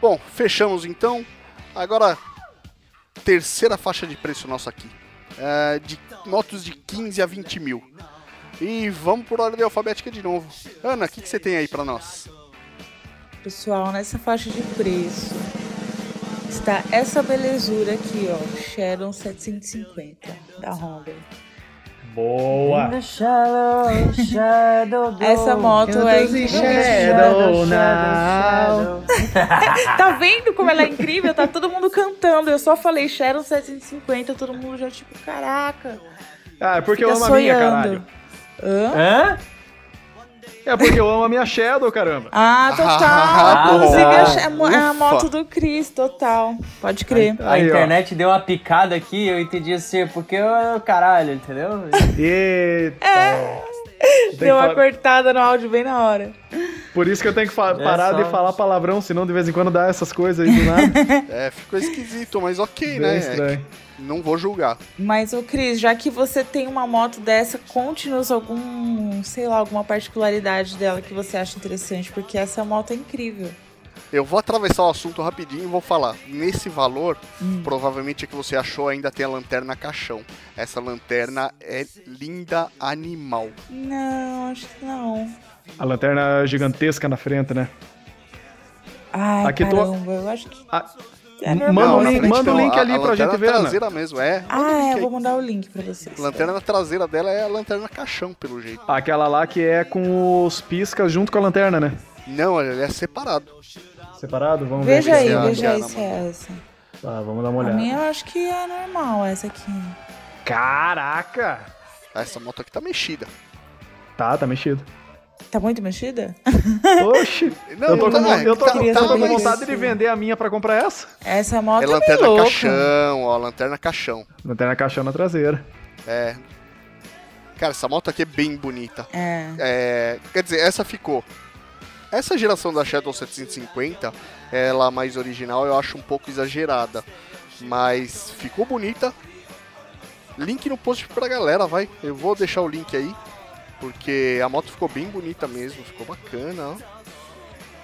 Bom, fechamos então. Agora, terceira faixa de preço nossa aqui. É, de motos de 15 a 20 mil. E vamos por ordem alfabética de novo. Ana, o que, que você tem aí pra nós? Pessoal, nessa faixa de preço está essa belezura aqui, ó. Sharon 750 da Honda. Boa! The Shadow, Shadow Go. *laughs* Essa Oh, moto é Shadow Shadow, Tá vendo como ela é incrível? Tá todo mundo cantando. Eu só falei Sharon 750, todo mundo já tipo, caraca. Ah, é porque fica eu amo a minha, sonhando. caralho. Hã? Hã? É porque eu amo a minha Shadow, caramba. Ah, total. *laughs* Ah, Inclusive, boa. a cha- é mo- é a Ufa. moto do Chris, total. Pode crer. Ai, A Aí, ó. internet deu uma picada aqui, eu entendi assim, porque eu, caralho, entendeu? *laughs* Eita! Tem que Deu uma falar- cortada no áudio bem na hora. Por isso que eu tenho que fa- parar só- de falar palavrão, senão de vez em quando dá essas coisas aí do nada. É, ficou esquisito, mas ok, Bem né? estranho. Não vou julgar. Mas, ô Cris, já que você tem uma moto dessa, conte-nos algum, sei lá, alguma particularidade dela que você acha interessante, porque essa moto é incrível. Eu vou atravessar o assunto rapidinho e vou falar. Nesse valor, Hum. provavelmente a que você achou ainda tem a lanterna caixão. Essa lanterna é linda animal. Não, acho que não. A lanterna gigantesca na frente, né? Ai, Aqui tô- caramba, eu acho que... Ah, É m- normal. Manda o na link- frente manda o não, link a- ali a pra lanterna gente ver, Ana. traseira mesmo, é. Manda o Ah, link é, aí. eu vou mandar o link pra vocês. Lanterna traseira dela é a lanterna caixão, pelo jeito. Aquela lá que é com os piscas junto com a lanterna, né? Não, ele é separado. Separado? Vamos Veja ver. aí, se é a veja aí Diana se é essa. Tá, vamos dar uma A olhada. minha eu acho que é normal essa aqui. Caraca! Ah, Essa moto aqui tá mexida. Tá, *laughs* tá mexido. Tá muito mexida? Oxi! Não, eu tô tá, com, é que eu tô, tá- eu tá, tô com mas- vontade de Tá vender a minha pra comprar essa. Essa moto É é, meio lanterna louca. caixão, ó, lanterna caixão. Lanterna caixona traseira. É. Cara, essa moto aqui é bem bonita. É. É, quer dizer, essa ficou. Essa geração da Shadow 750, ela mais original, eu acho um pouco exagerada. Mas ficou bonita. Link no post pra galera, vai. Eu vou deixar o link aí. Porque a moto ficou bem bonita mesmo, ficou bacana, ó.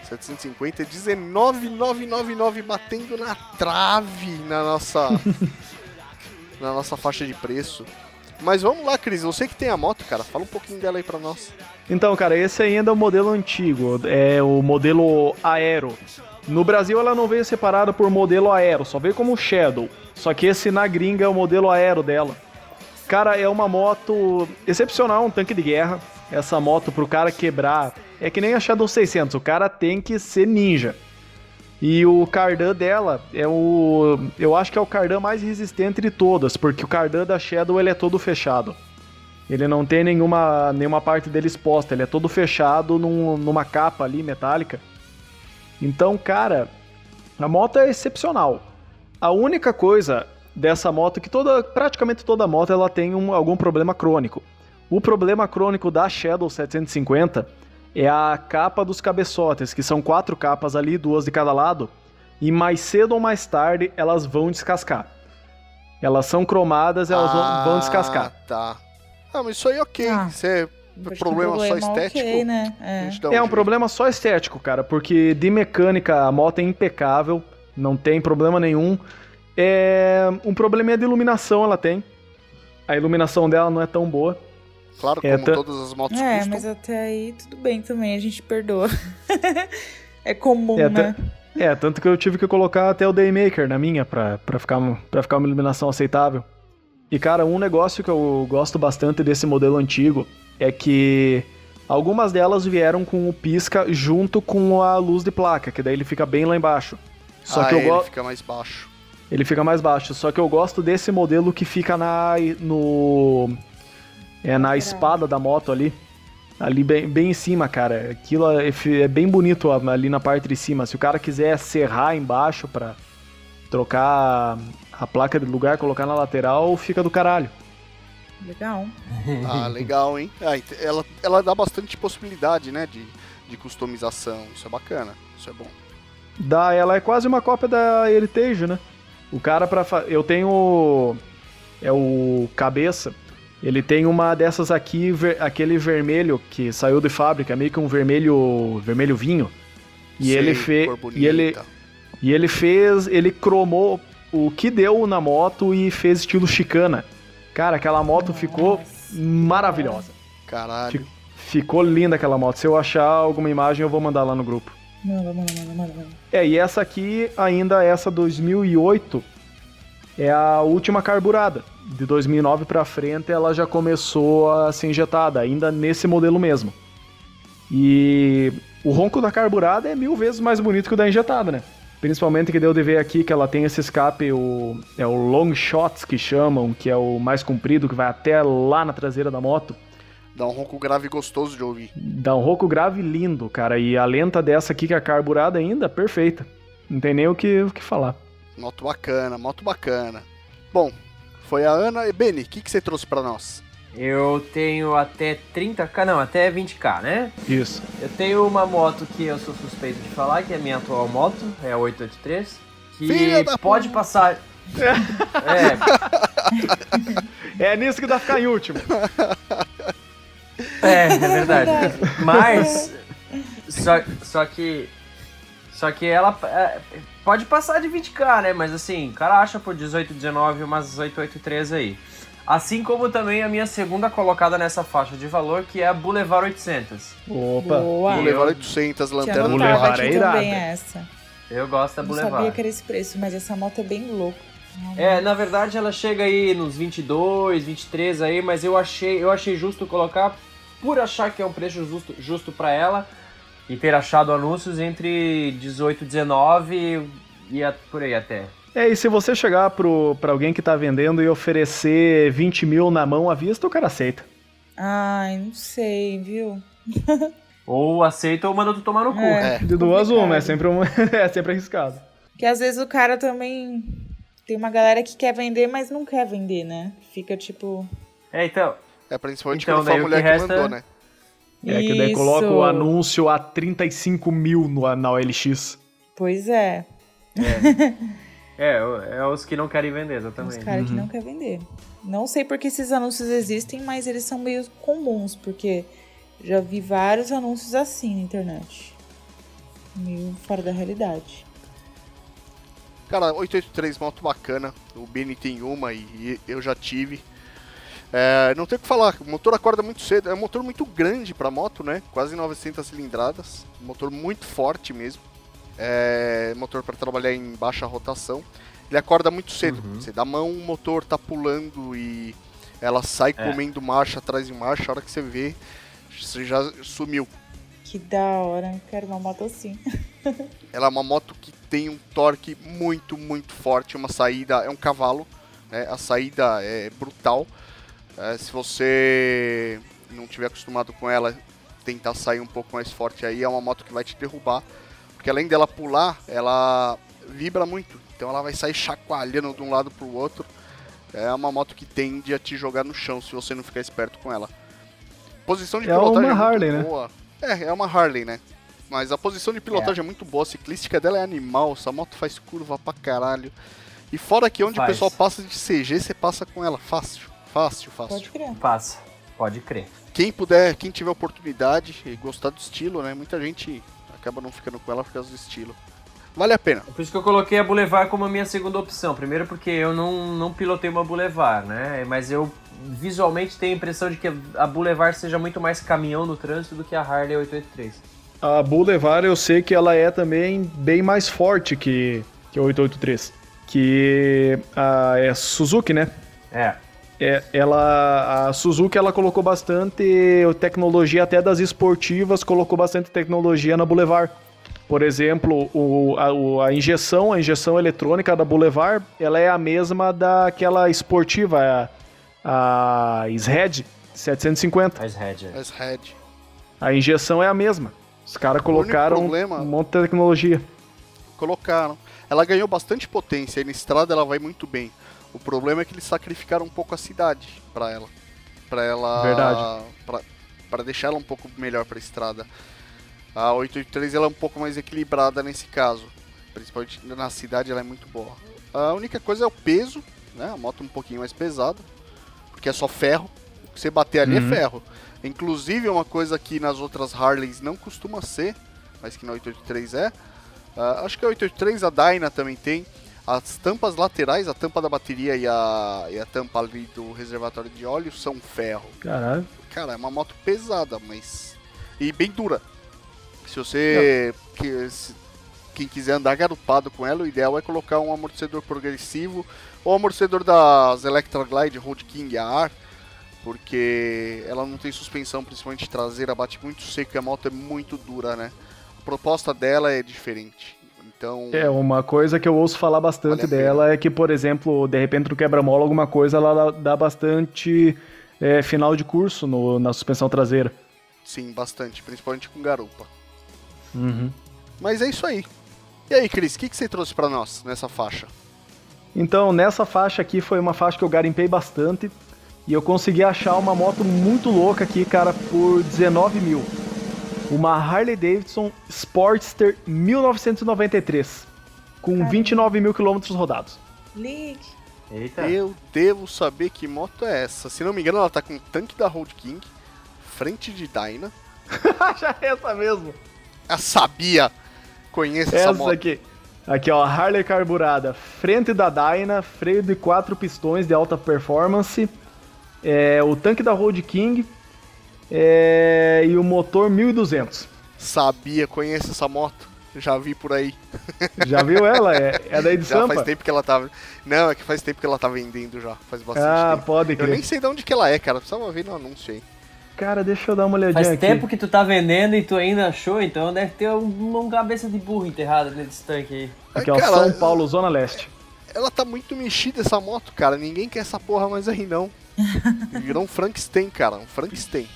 750 é 19,999 batendo na trave na nossa na nossa faixa de preço. Mas vamos lá, Cris, você que tem a moto, cara, fala um pouquinho dela aí pra nós. Então, cara, esse ainda é o modelo antigo, é o modelo Aero. No Brasil ela não veio separada por modelo Aero, só veio como Shadow. Só que esse na gringa é o modelo Aero dela. Cara, é uma moto excepcional, um tanque de guerra. Essa moto pro cara quebrar é que nem a Shadow 600, o cara tem que ser ninja. E o cardan dela é o. Eu acho que é o cardan mais resistente de todas, porque o cardan da Shadow ele é todo fechado. Ele não tem nenhuma, nenhuma parte dele exposta, ele é todo fechado num- numa capa ali metálica. Então, cara, a moto é excepcional. A única coisa dessa moto é que toda, praticamente toda moto ela tem um- algum problema crônico. O problema crônico da Shadow 750 é a capa dos cabeçotes, que são quatro capas ali, duas de cada lado, e mais cedo ou mais tarde elas vão descascar. Elas são cromadas, elas vão- vão descascar. Ah, tá. Ah, mas isso aí ok. Ah. Isso é Acho que é problema só ok, estético. né? A É. gente dá É um jeito. problema só estético, cara, porque de mecânica a moto é impecável, não tem problema nenhum. É um probleminha de iluminação ela tem. A iluminação dela não é tão boa. Claro, É, como tá- todas as motos É, custom. mas até aí tudo bem também, a gente perdoa. *laughs* é comum, É, né? É, tanto que eu tive que colocar até o Daymaker na minha pra, pra, ficar, um, pra ficar uma iluminação aceitável. E, cara, um negócio que eu gosto bastante desse modelo antigo é que algumas delas vieram com o pisca junto com a luz de placa, que daí ele fica bem lá embaixo. Só ah, que eu ele gosto. fica mais *laughs* baixo. Ele fica mais baixo. Só que eu gosto desse modelo que fica na no é na espada da moto ali. Ali bem, bem em cima, cara. Aquilo é, fi- é bem bonito ó, ali na parte de cima. Se o cara quiser serrar embaixo pra trocar a placa de lugar, colocar na lateral, fica do caralho. Legal. Ah, legal, hein? Ah, ent- ela, ela dá bastante possibilidade, né, de, de customização. Isso é bacana. Isso é bom. Dá, ela é quase uma cópia da Heritage, né? O cara pra fa... eu tenho é o cabeça. Ele tem uma dessas aqui, ver- aquele vermelho que saiu de fábrica, meio que um vermelho, vermelho vinho. E Sei, ele fez cor bonita. e ele e ele fez, ele cromou o que deu na moto e fez estilo chicana. Cara, aquela moto ficou Nossa. maravilhosa. Caralho. Ficou linda aquela moto. Se eu achar alguma imagem, eu vou mandar lá no grupo. Manda, manda, manda, manda, manda. É, e essa aqui, ainda essa 2008, é a última carburada. De 2009 pra frente, ela já começou a ser injetada, ainda nesse modelo mesmo. E o ronco da carburada é mil vezes mais bonito que o da injetada, né? Principalmente que deu de ver aqui que ela tem esse escape, o, é o long shots que chamam, que é o mais comprido, que vai até lá na traseira da moto. Dá um ronco grave gostoso de ouvir. Dá um ronco grave lindo, cara. E a lenta dessa aqui, que é a carburada ainda, perfeita. Não tem nem o que, o que falar. Moto bacana, moto bacana. Bom, foi a Ana. E Beni, o que, que você trouxe pra nós? Eu tenho até 30k, não, até 20k, né? Isso. Eu tenho uma moto que eu sou suspeito de falar, que é a minha atual moto, é a 883, que Filha da pode passar É, É nisso que dá ficar em último. é, é verdade. Mas, só, só que. Só que ela é, pode passar de 20k, né? Mas assim, o cara acha por 18, 19, umas 8, 8, 13 aí. Assim como também a minha segunda colocada nessa faixa de valor, que é a Boulevard 800. Opa. Vou Boa. E eu- levar 800 Tinha lanternas. Boulevard anotado é aqui irada. também essa. Eu gosto da Não sabia que Boulevard. era esse preço, mas essa moto é bem louca. É, na verdade ela chega aí nos 22, 23 aí, mas eu achei, eu achei justo colocar por achar que é um preço justo, justo para ela e ter achado anúncios entre 18, 19 e a- por aí até. É, e se você chegar pro, pra alguém que tá vendendo e oferecer 20 mil na mão à vista, o cara aceita. Ai, não sei, viu? Ou aceita ou manda tu tomar no cu. É. De duas, Complicado. uma. É sempre, um, *laughs* é sempre arriscado. Porque às vezes o cara também. Tem uma galera que quer vender, mas não quer vender, né? Fica tipo. É, então, É, principalmente Então, quando foi a daí o mulher que que, resta- mandou, né? É que daí coloca Isso. o anúncio a 35 mil no, na OLX. Pois é. é, é os que não querem vender, Os exatamente. caras Uhum. que não quer vender. Não sei porque esses anúncios existem, mas eles são meio comuns, porque já vi vários anúncios assim na internet. Meio fora da realidade. Cara, 883 moto bacana. O Bini tem uma e, e eu já tive. É, não tem o que falar, o motor acorda muito cedo. É um motor muito grande pra moto, né? Quase 900 cilindradas. Um motor muito forte mesmo. É, motor para trabalhar em baixa rotação. Ele acorda muito cedo. Uhum. Você dá mão, o motor tá pulando e ela sai É. comendo marcha atrás de marcha. A hora que você vê, você já sumiu. Que da hora, eu quero uma moto assim. Ela é uma moto que tem um torque muito, muito forte, uma saída, é um cavalo, né? a saída é brutal. É, se você não tiver acostumado com ela, tentar sair um pouco mais forte aí, é uma moto que vai te derrubar, porque além dela pular, ela vibra muito, então ela vai sair chacoalhando de um lado pro outro. É uma moto que tende a te jogar no chão se você não ficar esperto com ela. Posição de É pilotagem uma é muito Harley, né? boa. É, é uma Harley, né? Mas a posição de pilotagem é. muito boa, a ciclística dela é animal, essa moto faz curva pra caralho. E fora que onde Faz. o pessoal passa de CG, você passa com ela. Fácil, fácil, fácil. Pode crer. Passa, pode crer. Quem puder, quem tiver oportunidade e gostar do estilo, né? Muita gente acaba não ficando com ela por causa do estilo. Vale a pena. É Por isso que eu coloquei a Boulevard como a minha segunda opção. Primeiro porque eu não, não pilotei uma Boulevard, né? Mas eu visualmente tenho a impressão de que a Boulevard seja muito mais caminhão no trânsito do que a Harley 883. A Boulevard eu sei que ela é também bem mais forte que, que a 883. Que a, é Suzuki, né? É. É, ela, a Suzuki ela colocou bastante tecnologia, até das esportivas, colocou bastante tecnologia na Boulevard. Por exemplo, o, a, o- a injeção, a injeção eletrônica da Boulevard, ela é a mesma daquela esportiva, a, a SRED 750. Mas Red. né? Mas Red. A injeção é a mesma. Os caras colocaram problema- um monte de tecnologia. Colocaram. Ela ganhou bastante potência e na estrada ela vai muito bem. O problema é que eles sacrificaram um pouco a cidade pra ela. Pra ela. Verdade. Pra, pra deixar ela um pouco melhor pra estrada. A 883 ela é um pouco mais equilibrada nesse caso. Principalmente na cidade ela é muito boa. A única coisa é o peso, né? A moto um pouquinho mais pesada. Porque é só ferro. O que você bater ali é ferro. Inclusive é uma coisa que nas outras Harleys não costuma ser, mas que na 883 é. Ah, acho que a 883, a Dyna também tem. As tampas laterais, a tampa da bateria e a, e a tampa ali do reservatório de óleo são ferro. Caralho. Cara, é uma moto pesada, mas. E bem dura. Se você. que- se- quem quiser andar garupado com ela, o ideal é colocar um amortecedor progressivo ou amortecedor das Electra Glide Road King AR, porque ela não tem suspensão, principalmente traseira, bate muito seco e a moto é muito dura, né? A proposta dela é diferente. Então. É, uma coisa que eu ouço falar bastante Vale a pena. dela é que, por exemplo, de repente no quebra-mola alguma coisa, ela dá bastante é, final de curso no- na suspensão traseira. Sim, bastante, principalmente com garupa. Mas é isso aí. E aí, Cris, o que, que você trouxe pra nós nessa faixa? Então, nessa faixa aqui foi uma faixa que eu garimpei bastante e eu consegui achar uma moto muito louca aqui, cara, por 19 mil. Uma Harley Davidson Sportster 1993, com 29 mil quilômetros rodados. Leak. Tá. Eita. Eu devo saber que moto é essa. Se não me engano, ela tá com tanque da Road King, frente de Dyna. *laughs* Já é essa mesmo. Eu sabia! Conheço essa, Essa moto. aqui. Aqui, ó, Harley carburada, frente da Dyna, freio de quatro pistões de alta performance, é, o tanque da Road King é, e o motor 1200. Sabia, conheço essa moto. Já vi por aí. Já viu ela? É, é daí de *laughs* Já Sampa? faz tempo que ela tá. Não, é que faz tempo que ela tá vendendo já. Faz bastante ah, tempo. pode Eu crer. nem sei de onde que ela é, cara. Precisava ver no anúncio aí. Cara, deixa eu dar uma olhadinha Faz aqui. tempo que tu tá vendendo e tu ainda achou, então deve ter um, um cabeça de burro enterrada dentro desse tanque aí. Aqui, ó, Cara, São Paulo, Zona Leste. Ela tá muito mexida essa moto, cara. Ninguém quer essa porra mais aí, não. Virou um Frankenstein, cara. Um Frankenstein.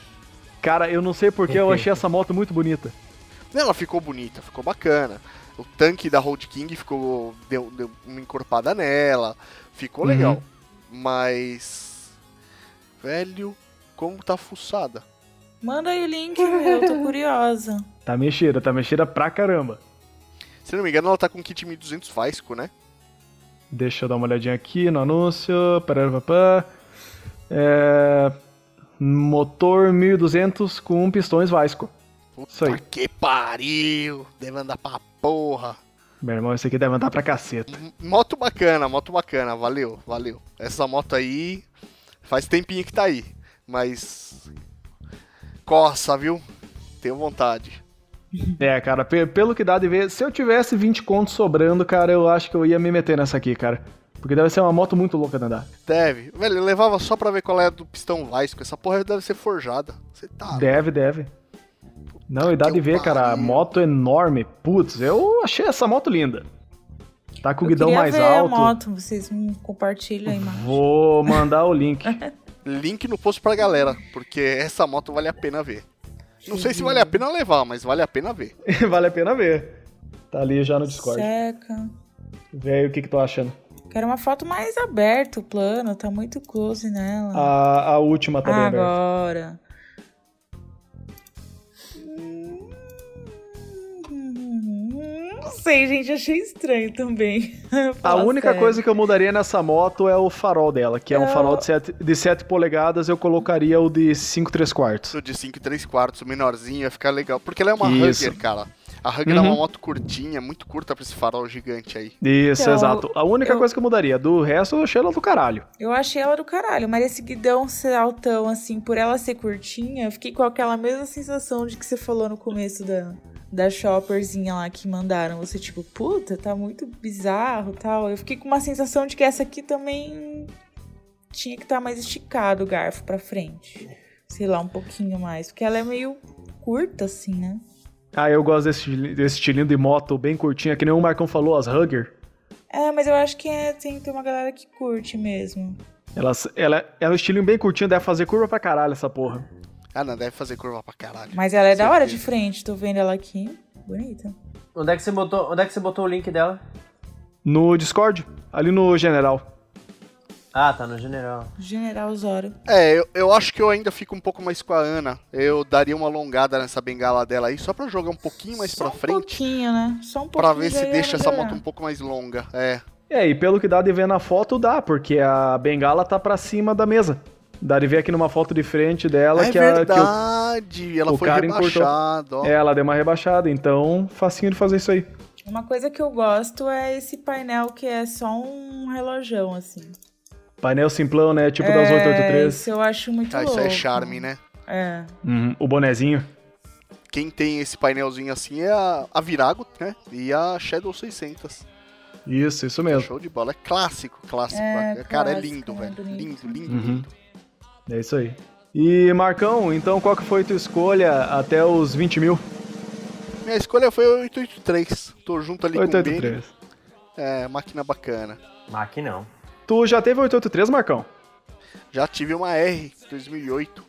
Cara, eu não sei porque eu achei essa moto muito bonita. Não, Ela ficou bonita, ficou bacana. O tanque da Road King ficou. deu, deu uma encorpada nela. Ficou Uhum. legal. Mas. Velho, como tá fuçada. Manda aí o link, meu, eu tô curiosa. Tá mexida, tá mexida pra caramba. Se não me engano, ela tá com kit 1200 Vasco, né? Deixa eu dar uma olhadinha aqui no anúncio. Pararapapá. É... Motor 1200 com pistões Vasco. Isso Puta aí. que pariu! Deve andar pra porra. Meu irmão, esse aqui deve andar pra caceta. M- Moto bacana, moto bacana. Valeu, valeu. Essa moto aí. Faz tempinho que tá aí. Mas. Coça, viu? Tenho vontade. Uhum. É, cara, pe- pelo que dá de ver, se eu tivesse 20 contos sobrando, cara, eu acho que eu ia me meter nessa aqui, cara. Porque deve ser uma moto muito louca de andar. Deve. Velho, eu levava só pra ver qual é a do pistão Vasco. Essa porra deve ser forjada. Você Ah, tá. Deve, deve. Não, e dá que de ver, cara, a pariu. moto enorme. Putz, eu achei essa moto linda. Tá com o Eu guidão queria mais ver alto. a moto, vocês me compartilham a imagem. Vou mandar o link. *laughs* Link no post pra galera, porque essa moto vale a pena ver. Não sei se vale a pena levar, mas vale a pena ver. *laughs* vale a pena ver. Tá ali já no Discord. Seca. Vê aí o que, que tu tá achando. Quero uma foto mais aberta, o plano, tá muito close nela. A, a última tá bem aberta. Ah. Agora. Não sei, gente, achei estranho também. *laughs* A Falar única sério. coisa que eu mudaria nessa moto é o farol dela, que é um Eu- farol de 7, de sete polegadas, eu colocaria o de 5 3 quartos. Isso de 5 e 3 quartos, o menorzinho, ia ficar legal. Porque ela é uma Isso. Hugger, cara. A Hugger é Uhum. uma moto curtinha, muito curta pra esse farol gigante aí. Isso, Então, exato. A única eu- coisa que eu mudaria, do resto eu achei ela do caralho. Eu achei ela do caralho, mas esse guidão ser altão, assim, por ela ser curtinha, eu fiquei com aquela mesma sensação de que você falou no começo da, da shopperzinha lá que mandaram. Você, tipo, puta, tá muito bizarro tal. Eu fiquei com uma sensação de que essa aqui também tinha que estar mais esticado o garfo pra frente. Sei lá, um pouquinho mais. Porque ela é meio curta, assim, né? Ah, eu gosto desse, desse estilinho de moto bem curtinha, que nem o Marcão falou, as Hugger. É, mas eu acho que é, tem, tem uma galera que curte mesmo. Elas, ela, ela é um estilinho bem curtinho, deve fazer curva pra caralho essa porra. Ah, não, deve fazer curva pra caralho. Mas ela é da hora de Certeza. frente, tô vendo ela aqui. Bonita. Onde é que você botou, onde é que você botou o link dela? No Discord, ali no General. Ah, tá no general. General Zoro. É, eu, eu acho que eu ainda fico um pouco mais com a Ana. Eu daria uma alongada nessa bengala dela aí, só pra jogar um pouquinho mais Só pra um frente. pouquinho, né? Só um pouquinho. Pra ver já se ia deixa essa melhorar. moto um pouco mais longa. É. É, e pelo que dá de ver na foto, dá, porque a bengala tá pra cima da mesa. Dá de ver aqui numa foto de frente dela é que, a, que o- verdade, ela o foi cara encurtou. É. rebaixada, ó. ela deu uma rebaixada, então facinho de fazer isso aí. Uma coisa que eu gosto é esse painel que é só um relojão, assim. Tipo Painel simplão, né? Tipo das É, 883. Isso eu acho muito Ah, isso louco. é charme, né? É. Uhum, o bonezinho. Quem tem esse painelzinho assim é a, a Virago, né? E a Shadow 600. Isso, isso mesmo. Show de bola. É clássico, clássico. É, Cara, é clássico, lindo, né? velho. Bonito. Lindo, lindo, Uhum. lindo. É isso aí. E Marcão, então qual que foi tua escolha até os 20 mil? Minha escolha foi o 883. Tô junto ali com o Benny. 883. É, máquina bacana. Mas Ah, aqui não. Tu já teve 883, Marcão? Já tive uma R 2008.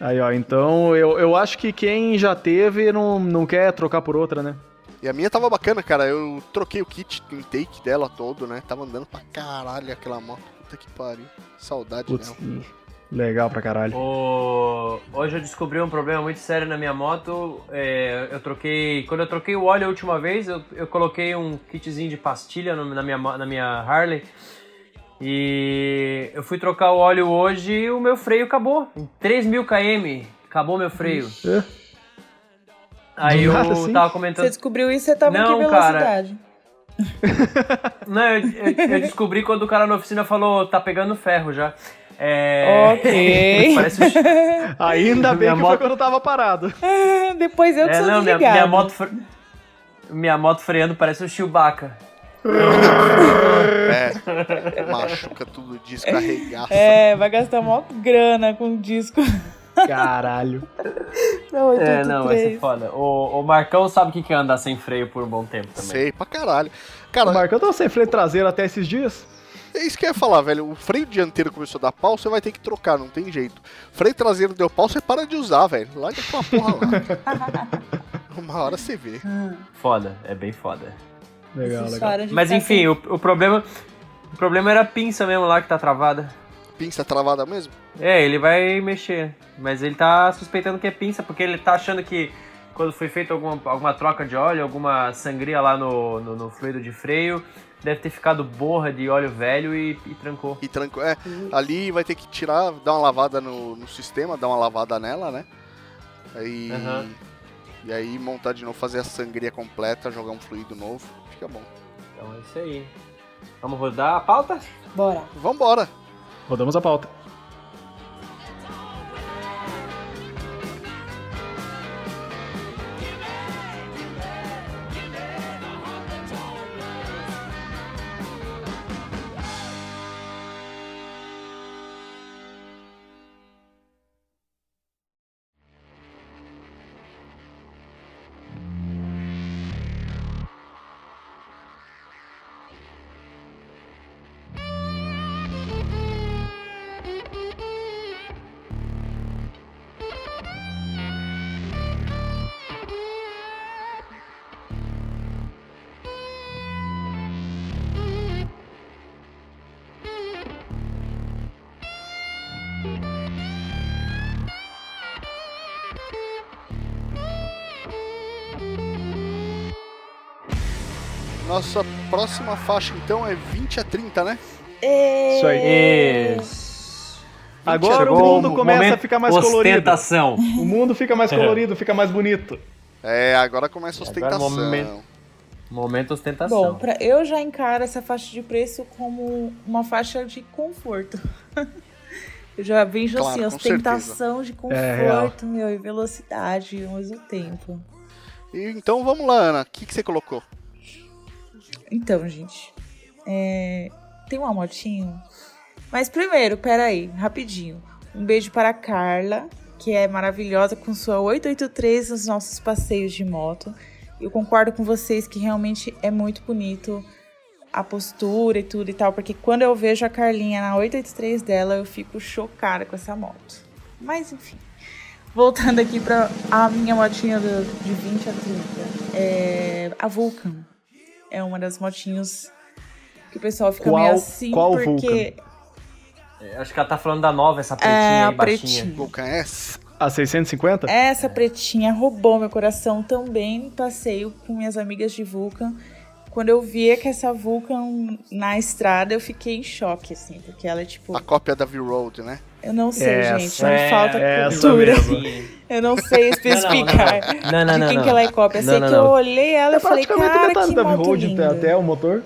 Aí, ó, então eu, eu acho que quem já teve não, não quer trocar por outra, né? E a minha tava bacana, cara. Eu troquei o kit do intake dela todo, né? Tava andando pra caralho aquela moto. Puta que pariu. Saudade Putz, dela. legal pra caralho. O- Hoje eu descobri um problema muito sério na minha moto. É, eu troquei. Quando eu troquei o óleo a última vez, eu, eu coloquei um kitzinho de pastilha no- na, minha, mo- na minha Harley. E eu fui trocar o óleo hoje e o meu freio acabou. Em 3 mil km, acabou meu freio. É. Aí Do eu nada, assim? tava Você comentando. descobriu isso, você tava em Não, que cara. velocidade? Não, eu, eu- eu descobri quando o cara na oficina falou, tá pegando ferro já. É... Ok. *laughs* Parece um chi- *laughs* Ainda bem Minha que foi moto- quando eu tava parado. *laughs* Depois *laughs* eu que É, sou não, minha, desligada. minha moto fre- minha moto freando parece um Chewbacca. É. Machuca tudo, descarregar. É, vai gastar mó grana com o disco. *laughs* Caralho. Não, É, não, vai ser 883. foda. O, o Marcão sabe o que que é andar sem freio por um bom tempo também. Sei pra caralho. Cara, Ô, Marco, eu tava sem freio traseiro até esses dias. é isso que eu ia falar, velho. O freio dianteiro começou a dar pau, você vai ter que trocar, não tem jeito. Freio traseiro deu pau, você para de usar, velho. Larga tua porra lá. Uma hora você vê. Foda, é bem foda. Legal, Esses legal. faros de Mas ficar enfim, o, o problema o problema era a pinça mesmo lá que tá travada. Pinça travada mesmo? É, ele vai mexer, mas ele tá suspeitando que é pinça, porque ele tá achando que quando foi feita alguma, alguma troca de óleo, alguma sangria lá no, no, no fluido de freio, deve ter ficado borra de óleo velho e, e trancou. E tranco. É, ali vai ter que tirar, dar uma lavada no, no sistema, dar uma lavada nela, né? Aí. Aham. E aí montar de novo, fazer a sangria completa, jogar um fluido novo. Fica bom. Então é isso aí. Vamos rodar a pauta? sem- Bora. Vambora! Rodamos a pauta. Nossa próxima faixa então é 20 a 30, né? Isso É, aí. Isso. Agora o Chegou mundo começa momento a ficar mais colorido. ostentação. O mundo fica mais É. colorido, fica mais bonito. É, agora começa a Agora é o ostentação. momento. Momento ostentação. Bom, pra, eu já encaro essa faixa de preço como uma faixa de conforto. *laughs* eu já vejo Claro, assim, com ostentação de É, real. conforto, meu, e velocidade ao mesmo tempo. E, então vamos lá, Ana. O que, que você colocou? Então, gente, é, tem uma motinho. Mas primeiro, peraí, rapidinho. Um beijo para a Carla, que é maravilhosa com sua 883 nos nossos passeios de moto. Eu concordo com vocês que realmente é muito bonito a postura e tudo e tal, porque quando eu vejo a Carlinha na 883 dela, eu fico chocada com essa moto. Mas enfim. Voltando aqui para a minha motinha do- de 20 a 30, é a Vulcan é uma das motinhos que o pessoal fica Qual- meio assim, qual porque Acho que ela tá falando da nova, essa pretinha é a aí, baixinha. pretinha. Vulcan S? A 650? Essa pretinha roubou meu coração também. Passeio com minhas amigas de Vulcan. Quando eu via que essa Vulcan na estrada, eu fiquei em choque, assim, porque ela é tipo, A cópia da V-Road, né? eu não sei, Essa. gente, não É, falta essa cultura. mesmo. Eu não sei especificar Não, não, de não. quem não. que ela é cópia. Eu Não, sei não, que não. eu olhei ela e falei, cara, que É da moto road linda. até o motor.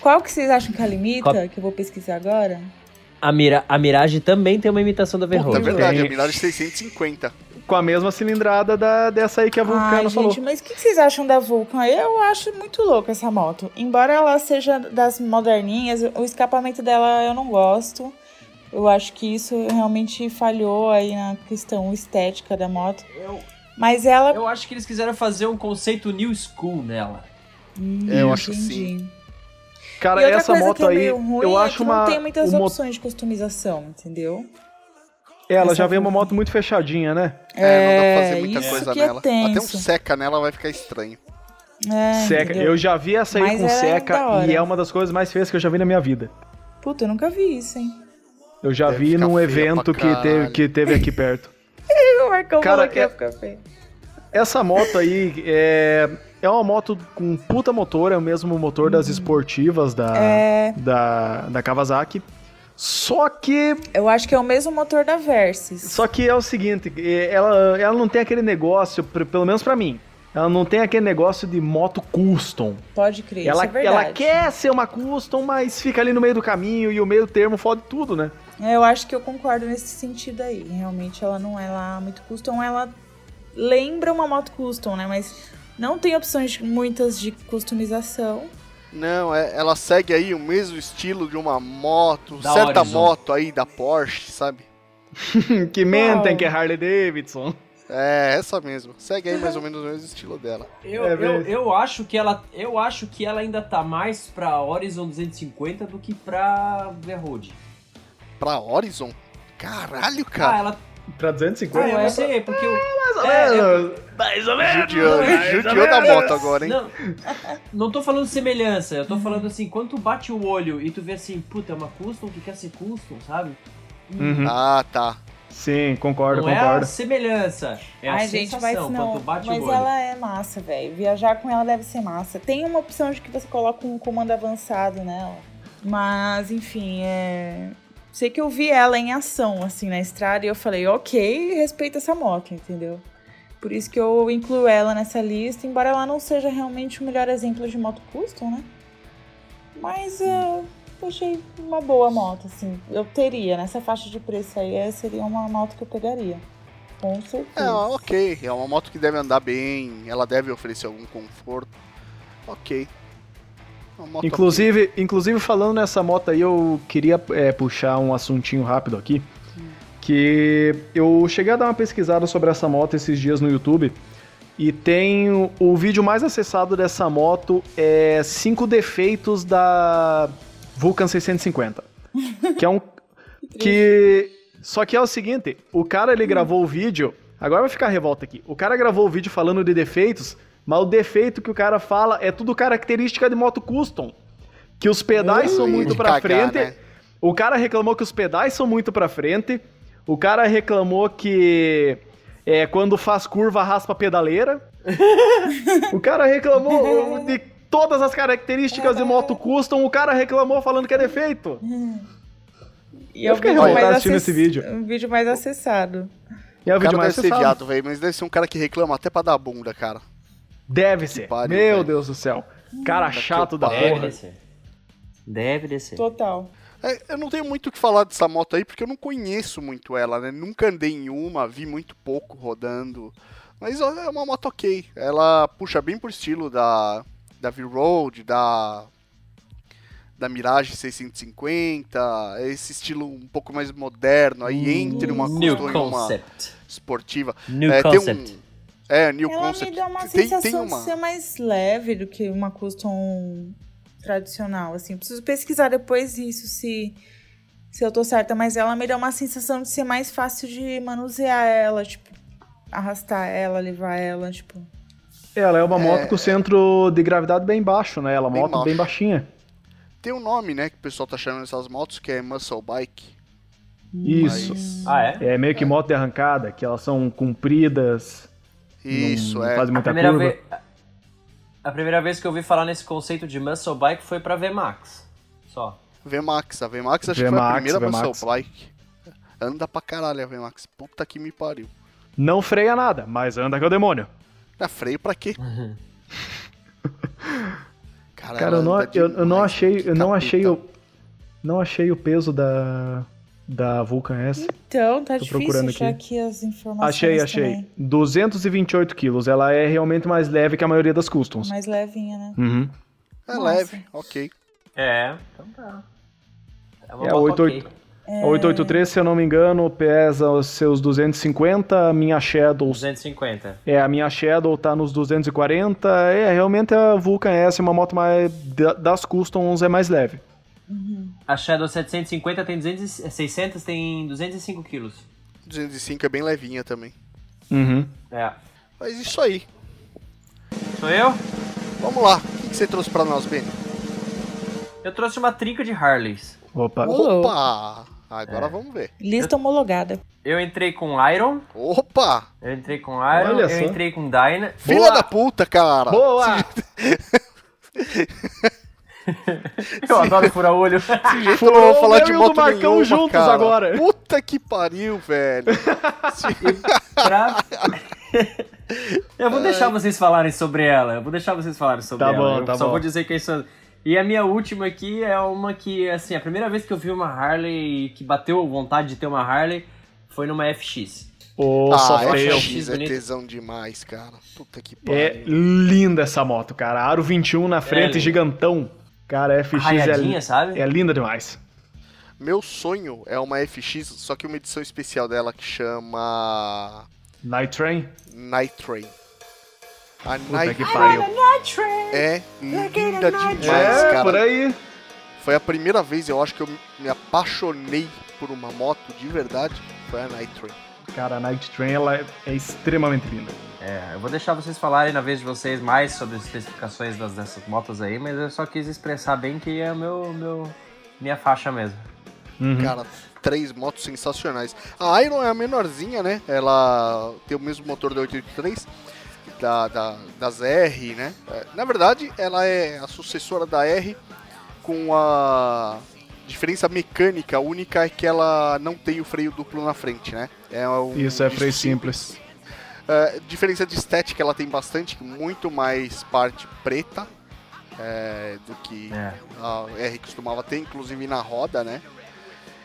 Qual que vocês acham que ela limita, Cópia. que eu vou pesquisar agora? A, Mira, a Mirage também tem uma imitação da Puta, é Verhoeven. verdade, Tem. a Mirage 650. Com a mesma cilindrada da, dessa aí que a Vulcano Ai, gente, falou. mas o que que vocês acham da Vulcan? Eu acho muito louca essa moto. Embora ela seja das moderninhas, o escapamento dela eu não gosto. Eu acho que isso realmente falhou aí na questão estética da moto. Eu, Mas ela. eu acho que eles quiseram fazer um conceito new school nela. Hum, É, eu acho que entendi. Cara, e outra essa coisa moto que é aí, meio ruim eu é acho que uma. não tem muitas o mo- opções de customização, entendeu? Ela essa já veio uma Vulcan. moto muito fechadinha, né? É, não dá pra fazer muita isso coisa que nela. É tenso. Até um seca nela vai ficar estranho. É, seca. entendeu? Eu já vi essa aí Mas com ela é da seca hora. e é uma das coisas mais feias que eu já vi na minha vida. Puta, eu nunca vi isso, hein? Eu já Deve vi ficar num feia pra evento que teve, caralho. que teve aqui perto. O Marcão Cara, falou que ia é- ficar feio. Essa moto aí é, é uma moto com puta motor, é o mesmo motor das esportivas da, Uhum. É. da, da Kawasaki. Só que Eu acho que é o mesmo motor da Versys. Só que é o seguinte, eh, ela, ela não tem aquele negócio, pre- pelo menos pra mim, ela não tem aquele negócio de moto custom. Pode crer, isso ela, é verdade. ela quer ser uma custom, mas fica ali no meio do caminho e o meio termo fode tudo, né? É, Eu acho que eu concordo nesse sentido aí. Realmente ela não é lá muito custom, ela lembra uma moto custom, né? Mas não tem opções de- muitas de customização. Não, é- ela segue aí o mesmo estilo de uma moto, Da certa Horizon. moto aí da Porsche, sabe? *laughs* que mentem Uau. que é Harley Davidson. É, essa mesmo. Segue aí mais ou menos o mesmo estilo dela. Eu, É eu, mesmo. eu, acho que ela, eu acho que ela ainda tá mais pra Horizon 250 do que pra The Road. Pra Horizon? Caralho, Ah, cara. ela. Pra Ah, 250? eu não sei, porque o. mais ou é, menos. Tá mais ou menos. judiou mais ou judiou da menos. moto agora, hein? Não, *laughs* não tô falando semelhança, eu tô falando assim, quando tu bate o olho e tu vê assim, puta, é uma custom que quer ser custom, sabe? Uhum. Ah, tá. Sim, concordo, não é a concordo. semelhança, é a Ai, gente, sensação mas não. quando tu bate mas o olho. ela é massa, velho. Viajar com ela deve ser massa. Tem uma opção de que você coloca um comando avançado nela. Mas, enfim, é. Sei que eu vi ela em ação, assim, na estrada, e eu falei, ok, respeita essa moto, entendeu? Por isso que eu incluo ela nessa lista, embora ela não seja realmente o melhor exemplo de moto custom, né? Mas é, eu achei uma boa moto, assim. Eu teria, nessa faixa de preço aí, é- seria uma moto que eu pegaria. Com certeza. É, ok. É uma moto que deve andar bem, ela deve oferecer algum conforto. Ok. É Uma moto Inclusive, inclusive falando nessa moto aí, eu queria é, puxar um assuntinho rápido aqui. Que eu cheguei a dar uma pesquisada sobre essa moto esses dias no YouTube. E tem o, o vídeo mais acessado dessa moto é 5 defeitos da Vulcan 650. Que é um. que. Só que é o seguinte, o cara Hum. ele gravou o vídeo. Agora vai ficar a revolta aqui. O cara gravou o vídeo falando de defeitos, mas o defeito que o cara fala é tudo característica de moto custom. Que os pedais Ui, são muito de pra cagar, frente. né? O cara reclamou que os pedais são muito pra frente. O cara reclamou que é, quando faz curva raspa *laughs* a pedaleira. o cara reclamou de todas as características de moto custom. O cara reclamou falando que é defeito. E Eu é o fiquei vídeo mais revoltado assistindo acess- esse vídeo. O vídeo mais acessado. E é o O cara vídeo deve mais ser acessado. viado, velho, mas deve ser um cara que reclama até pra dar bunda, cara. Deve ser. pariu, Meu velho. Deus do céu. Cara chato da pariu. Deve porra. descer. Deve descer. Total. É, eu não tenho muito o que falar dessa moto aí, porque eu não conheço muito ela, né? Nunca andei em uma, vi muito pouco rodando. Mas ó, é uma moto ok. Ela puxa bem por estilo da, da V-Road, da, da Mirage 650, esse estilo um pouco mais moderno aí, entre uma New custom e uma concept. esportiva. New é, concept. Tem um, é, New Ela Concept. me dá uma tem, sensação tem uma... de ser mais leve do que uma custom tradicional, assim. Eu preciso pesquisar depois isso, se, se eu tô certa, mas ela me dá uma sensação de ser mais fácil de manusear ela, tipo, arrastar ela, levar ela, tipo. Ela é uma moto com o centro de gravidade bem baixo, né? Ela é uma Bem moto bem baixo. baixinha. Tem um nome, né, que o pessoal tá chamando essas motos, que é Muscle Bike. Isso. Hum, Mas- Ah, é? É meio que moto de arrancada, que elas são compridas. Isso, não é. Fazem A muita primeira, curva. vez, a primeira vez que eu ouvi falar nesse conceito de muscle bike foi pra VMAX. Só. VMAX. A VMAX acho que foi a VMAX, primeira VMAX. muscle bike. Anda pra caralho a VMAX. Puta que me pariu. Não freia nada, mas anda que é o demônio. Tá freio pra *laughs* quê? Cara, Cara, eu ela não, anda eu, eu não demais, achei, que eu não capeta. achei o, não achei o peso da da Vulcan S. Então, tá Tô difícil procurando achar aqui. aqui as informações Achei, achei. também. 228 quilos. Ela é realmente mais leve que a maioria das customs. Mais levinha, né? Uhum. É Nossa. leve, ok. É. Então tá. É uma É, moto 88. ok. A 883, se eu não me engano, pesa os seus 250. A minha Shadow 250. É, a minha Shadow tá nos 240. É, realmente a Vulcan S é uma moto mais da- das customs é mais leve. A Shadow 750 tem 200, e- 600 tem 205 quilos. 205 é bem levinha também. Uhum. É. Mas isso aí. Sou eu? Vamos lá. O que que você trouxe pra nós, Ben? Eu trouxe uma trinca de Harleys. Opa. Ô, Opa! Agora É. vamos ver. Lista homologada. Eu entrei com Iron. Opa! Eu entrei com Iron. Olha eu só. entrei com Dyna. Filha da puta, cara! Boa! Eu adoro furar *laughs* olho. Desse jeito eu Furou não o vou falar meu de e o do moto Marcão nenhuma, juntos cara. agora. Puta que pariu, velho. Pra- eu vou deixar vocês falarem sobre ela. Eu vou deixar vocês falarem sobre Tá ela. bom, eu tá só bom. vou dizer quem são. E a minha última aqui é uma que, assim, a primeira vez que eu vi uma Harley que bateu vontade de ter uma Harley foi numa FX. Ô, Ah, só feio. FX é Bonito. tesão demais, cara. Puta que É pariu. linda essa moto, cara. Aro 21 na frente, É linda. gigantão. Cara, a FX é, Raiadinha, assim, né? li- sabe? é linda demais. Meu sonho é uma FX, só que uma edição especial dela que chama Night Train. Night Train. A Puta Night que pariu. é linda demais, é, por cara. aí. Foi a primeira vez, eu acho, que eu me apaixonei por uma moto de verdade. Foi a Night Train. Cara, a Night Train ela é, é extremamente linda. É, eu vou deixar vocês falarem na vez de vocês mais sobre as especificações das, dessas motos aí, mas eu só quis expressar bem que é meu, meu, minha faixa mesmo. Uhum. Cara, três motos sensacionais. A Iron é a menorzinha, né? Ela tem o mesmo motor da 883, da, da, das R, né? É, Na verdade, ela é a sucessora da R, com a diferença mecânica única é que ela não tem o freio duplo na frente, né? É um Isso é freio disco simples. é, diferença de estética ela tem bastante, muito mais parte preta é, do que É. a Ah, R costumava ter, inclusive na roda, né?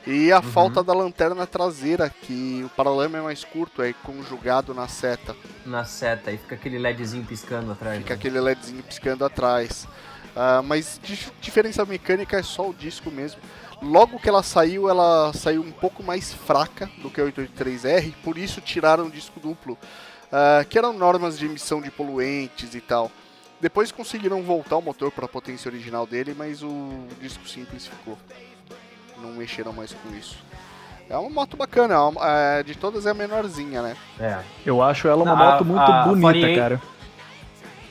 E a falta da lanterna traseira, que o paralama é mais curto, é conjugado na seta, Na seta, aí fica aquele LEDzinho piscando atrás. fica né? aquele LEDzinho piscando atrás. Ah, mas dif- diferença mecânica é só o disco mesmo. Logo que ela saiu, ela saiu um pouco mais fraca do que a 883R, por isso tiraram o disco duplo. ah, que eram normas de emissão de poluentes e tal. Depois conseguiram voltar o motor para a potência original dele, mas o disco simples ficou. Não mexeram mais com isso. É uma moto bacana, é uma- é, de todas é a menorzinha, né? É. Eu acho ela uma A- moto muito a bonita, 48. cara.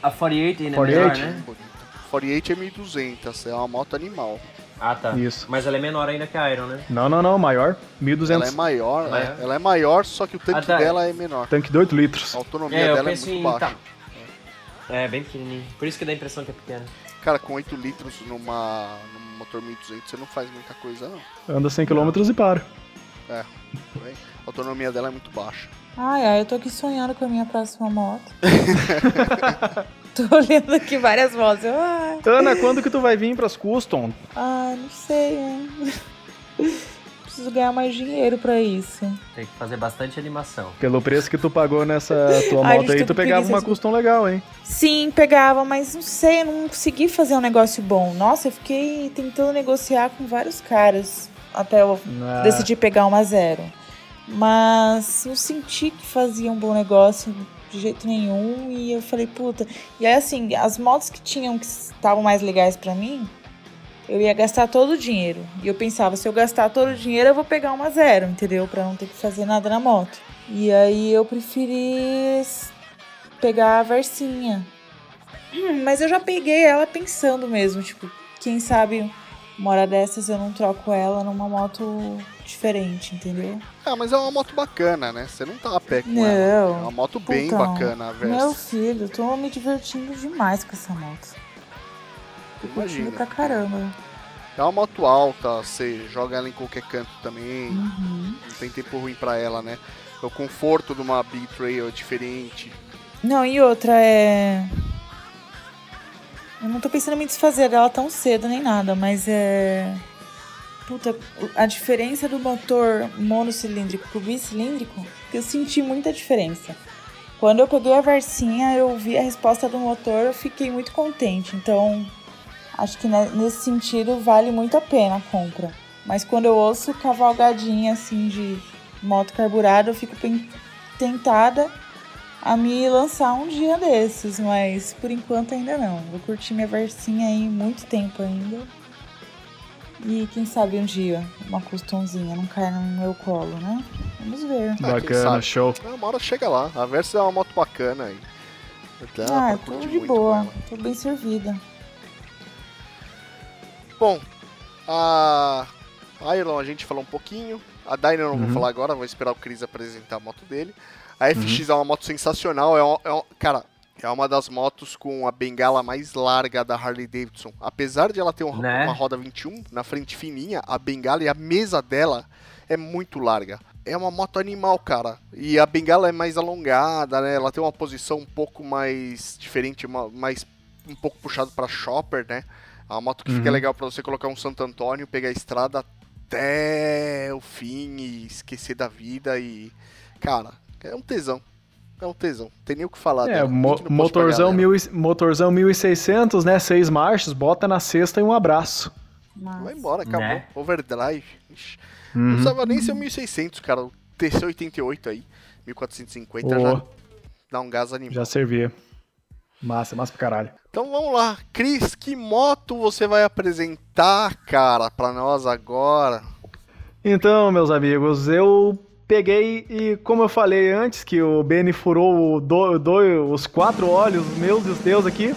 A 48 ainda 48? é melhor, né? Bonita. 48 é 1200, é uma moto animal. Ah, tá. Isso. Mas ela é menor ainda que a Iron, né? Não, não, não, maior. Ela é 1200. maior, Maior. é, ela é maior, só que o tanque Ah, tá. dela é menor. Tanque de 8 litros. A autonomia É, eu dela é penso muito em. baixa. tá. É, bem pequenininho. Por isso que dá a impressão que é pequena. Cara, com 8 litros numa, num motor 1200 você não faz muita coisa, não. Anda 100 km e para. Tudo bem? A autonomia dela é muito baixa. Ai, ai, eu tô aqui sonhando com a minha próxima moto. *laughs* tô olhando aqui várias motos. Eu, ai, Ana, quando que tu vai vir pras custom? ai, não sei, hein? *laughs* Preciso ganhar mais dinheiro pra isso. Tem que fazer bastante animação. Pelo preço que tu pagou *laughs* nessa tua Ai, moto gente, aí, tô tu com pegava preguiça uma de- custom legal, hein? Sim, pegava, mas não sei, eu não consegui fazer um negócio bom. Nossa, eu fiquei tentando negociar com vários caras até eu Ah, decidi pegar uma zero. Mas não senti que fazia um bom negócio de jeito nenhum e eu falei, puta. E aí, assim, as motos que tinham, que estavam mais legais pra mim, eu ia gastar todo o dinheiro. E eu pensava, se eu gastar todo o dinheiro, eu vou pegar uma zero, entendeu? Pra não ter que fazer nada na moto. E aí eu preferi s- pegar a Versinha. Hum, mas eu já peguei ela pensando mesmo, tipo, quem sabe uma hora dessas eu não troco ela numa moto diferente, entendeu? Ah, mas é uma moto bacana, né? Você não tá a pé com Não. ela. É uma moto bem Então, bacana, a Versa. Meu filho, tô me divertindo demais com essa moto. Tô curtindo Imagina. pra caramba. É uma moto alta, você joga ela em qualquer canto também. Uhum. Não tem tempo ruim pra ela, né? O conforto de uma B-Trail é diferente. Não, e outra é. Eu não tô pensando em me desfazer dela tão cedo nem nada, mas é. Puta, a diferença do motor monocilíndrico pro bicilíndrico, que eu senti muita diferença. Quando eu peguei a Versinha, eu vi a resposta do motor, eu fiquei muito contente. Então, acho que ne- nesse sentido vale muito a pena a compra. Mas quando eu ouço cavalgadinha assim de moto carburada, eu fico pen- tentada a me lançar um dia desses, mas por enquanto ainda não. Vou curtir minha versinha aí muito tempo ainda. E quem sabe um dia uma customzinha não cai no meu colo, né? Vamos ver. Ah, quem Bacana, sabe? show. É, Uma hora chega lá. A Versa é uma moto bacana aí. Então, é Dá Ah, pra tô curtir de muito né? com boa, ela. tô bem servida. Bom, a Iron a gente falou um pouquinho. A Dyna eu não Uhum. vou falar agora, vou esperar o Chris apresentar a moto dele. A FX é uma moto sensacional. É um, é um- cara, É uma das motos com a bengala mais larga da Harley Davidson. Apesar de ela ter um- Né? uma roda 21 na frente fininha, a bengala e a mesa dela é muito larga. É uma moto animal, cara. E a bengala é mais alongada, né? Ela tem uma posição um pouco mais diferente, ma- mais um pouco puxado pra shopper, né? É uma moto que fica Uhum. legal pra você colocar um Santo Antônio, pegar a estrada até o fim e esquecer da vida e cara, é um tesão. É um tesão. Tem nem o que falar. né? É, dela. mo- Link no post pra motorzão, galera. mil, e- motorzão 1600, né? Seis marchas, bota na sexta e um abraço. Mas... Vai embora, acabou. Né? Overdrive. Ixi, Não Uhum. precisava nem ser um o 1600, cara. O TC88 aí, 1450 Ô, já dá um gás animal. já servia. Massa, massa pra caralho. Então vamos lá. Cris, que moto você vai apresentar, cara, pra nós agora? Então, meus amigos, eu peguei e, como eu falei antes, que o Benny furou o do- do- os quatro olhos, meus e os teus aqui,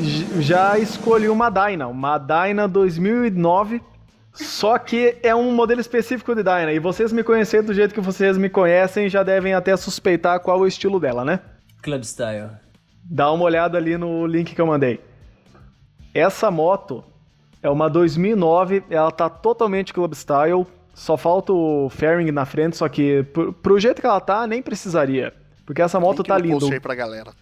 j- já escolhi uma Dyna, uma Dyna 2009, só que é um modelo específico de Dyna, e vocês me conhecendo do jeito que vocês me conhecem, já devem até suspeitar qual é o estilo dela, né? Club Style. Dá uma olhada ali no link que eu mandei. Essa moto é uma 2009, ela tá totalmente club style, só falta o fairing na frente, só que pro, pro jeito que ela tá, nem precisaria, porque essa moto Link tá no post linda. aí pra galera.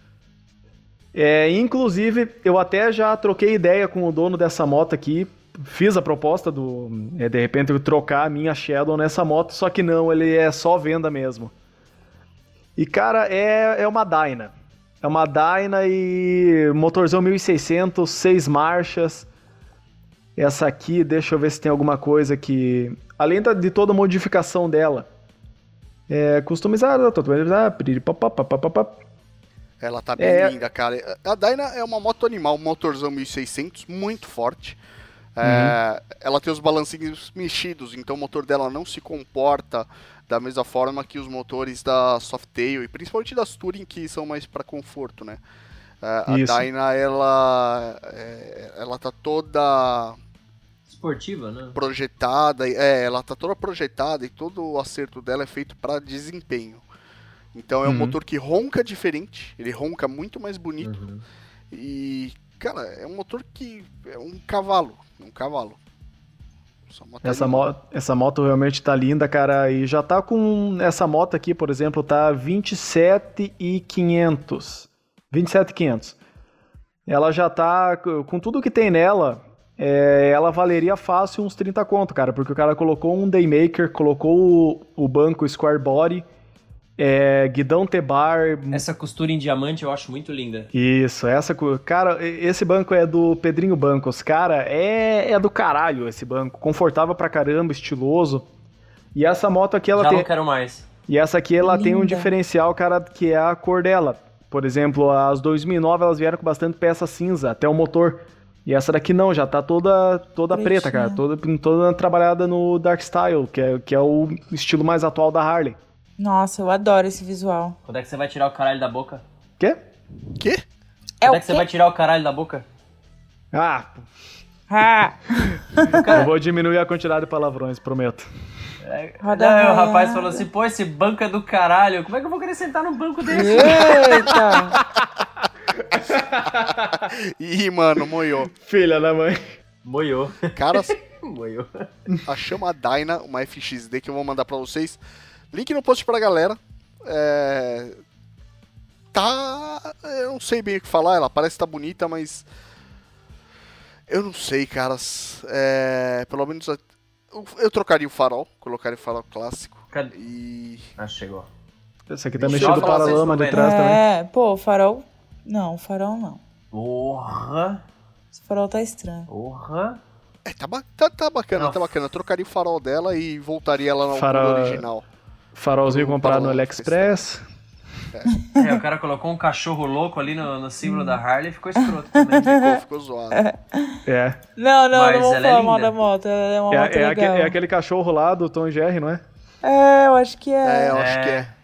É, inclusive, eu até já troquei ideia com o dono dessa moto aqui, fiz a proposta do, é, de repente, eu trocar a minha Shadow nessa moto, só que não, ele é só venda mesmo. E, cara, é, é uma Dyna. É uma Dyna e motorzão 1600, seis marchas. Essa aqui, deixa eu ver se tem alguma coisa que... Além da- de toda a modificação dela, é ah, customizada, tatuada, piripapapapapapap. Ela tá bem É. linda, cara. A Dyna é uma moto animal, um motorzão 1600, muito forte. Uhum. É, ela tem os balancinhos mexidos, então o motor dela não se comporta da mesma forma que os motores da Softail e principalmente das Touring, que são mais para conforto, né? É, a Isso. Dyna, ela, é, ela tá toda Esportiva, né? projetada, é, ela tá toda projetada e todo o acerto dela é feito para desempenho. Então é um Uhum. motor que ronca diferente, ele ronca muito mais bonito. Uhum. E, cara, é um motor que é um cavalo, é um cavalo. Só uma Essa, moto mo- essa moto realmente tá linda, cara, e já tá com essa moto aqui, por exemplo, tá 27,500. 27,500. Ela já tá c- com tudo que tem nela, é, ela valeria fácil uns 30 conto, cara, porque o cara colocou um daymaker, colocou o, o banco square body, é, guidão T-bar, Essa costura em diamante eu acho muito linda. isso, essa. co- Cara, e- esse banco é do Pedrinho Bancos. Cara, é, é do caralho esse banco. Confortável pra caramba, estiloso. E essa moto aqui, ela Já tem. não quero mais. E essa aqui, ela tem um Linda. diferencial, cara, que é a cor dela. Por exemplo, as 2009 elas vieram com bastante peça cinza, até o motor. E essa daqui não, já tá toda, toda preta, Pretinha. né? cara. Toda, toda trabalhada no Dark Style, que é, que é o estilo mais atual da Harley. Nossa, eu adoro esse visual. Quando é que você vai tirar o caralho da boca? Quê? Quê? É Quando é, o que quê? você vai tirar o caralho da boca? *laughs* Ah, Ah, eu vou diminuir a quantidade de palavrões, prometo. roda Não, o raiada. rapaz falou assim, pô, esse banco é do caralho. Como é que eu vou querer sentar num banco desse? É. *laughs* Eita! *laughs* Ih, mano, moiou. Filha da mãe. Moiou. *laughs* Cara, Moiou. achamos a Dyna, uma FXD que eu vou mandar pra vocês. Link no post pra galera. É... Tá. Eu não sei bem o que falar, ela parece que tá bonita, mas. Eu não sei, caras. É... Pelo menos. a- eu- Eu trocaria o farol, colocaria o farol clássico. Cadê? E. Ah, chegou. Esse aqui tá Deixa mexendo eu o falar, vocês paralama não de vêm, trás também. é, pô, o farol. Não, o farol não. Porra. Esse farol tá estranho. Porra. É, tá, ba- tá, tá bacana, Não. tá bacana. Eu trocaria o farol dela e voltaria ela no Farol- original. Farolzinho Tudo comprado no paralama, AliExpress. É, o cara colocou um cachorro louco ali no, no símbolo da Harley e ficou *laughs* escroto também. Ficou, ficou zoado. É. Não, não, Mas não vou ela é falar mal linda. da moto. Ela é uma É, moto é aque- é legal. aquele, cachorro lá do Tom e Jerry, não é? É, eu acho que é. É, eu acho É. que é.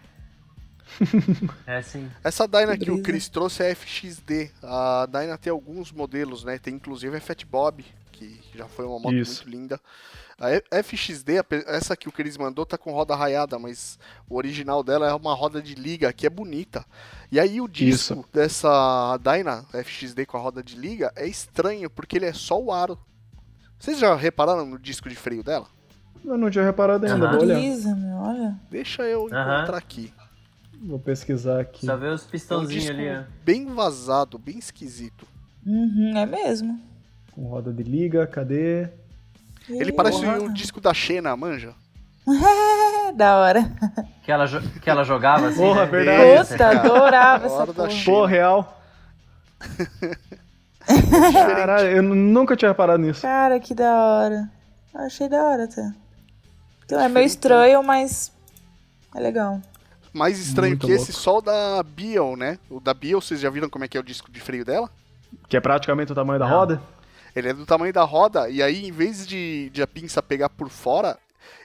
É assim. Essa Dyna que o Brisa. Chris trouxe é a FXD. A Dyna tem alguns modelos, né? Tem inclusive a Fat Bob, que já foi uma moto Isso. muito linda. A E- FXD, a pe- essa que o Cris mandou, tá com roda raiada, mas o original dela é uma roda de liga que é bonita. E aí o disco Isso. dessa Dyna FXD com a roda de liga é estranho, porque ele é só o aro. Vocês já repararam no disco de freio dela? Eu não tinha reparado ainda, Aham. vou olhar. Lisa, meu, olha. Deixa eu Aham. encontrar aqui. Vou pesquisar aqui. Só vê os pistãozinhos É um ali, disco ó. Bem vazado, bem esquisito. Uhum, é mesmo. Com roda de liga, cadê? Ele Ih, parece porra. *laughs* um disco da Xena, manja? É, da hora. Que ela, jo- que ela jogava assim. né? Porra, verdade. Esse, Puta, É cara. adorava essa Hora da porra. China. Pô, real. Caralho, eu nunca tinha reparado nisso. Cara, que da hora. Eu achei da hora até. Então é meio Diferente, estranho, mas é legal. Mais estranho Muito que louco. esse só o da Beal, né? O da Beal, vocês já viram como é que é o disco de freio dela? Que é praticamente o tamanho da Não. roda. Ele é do tamanho da roda, e aí em vez de, de a pinça pegar por fora,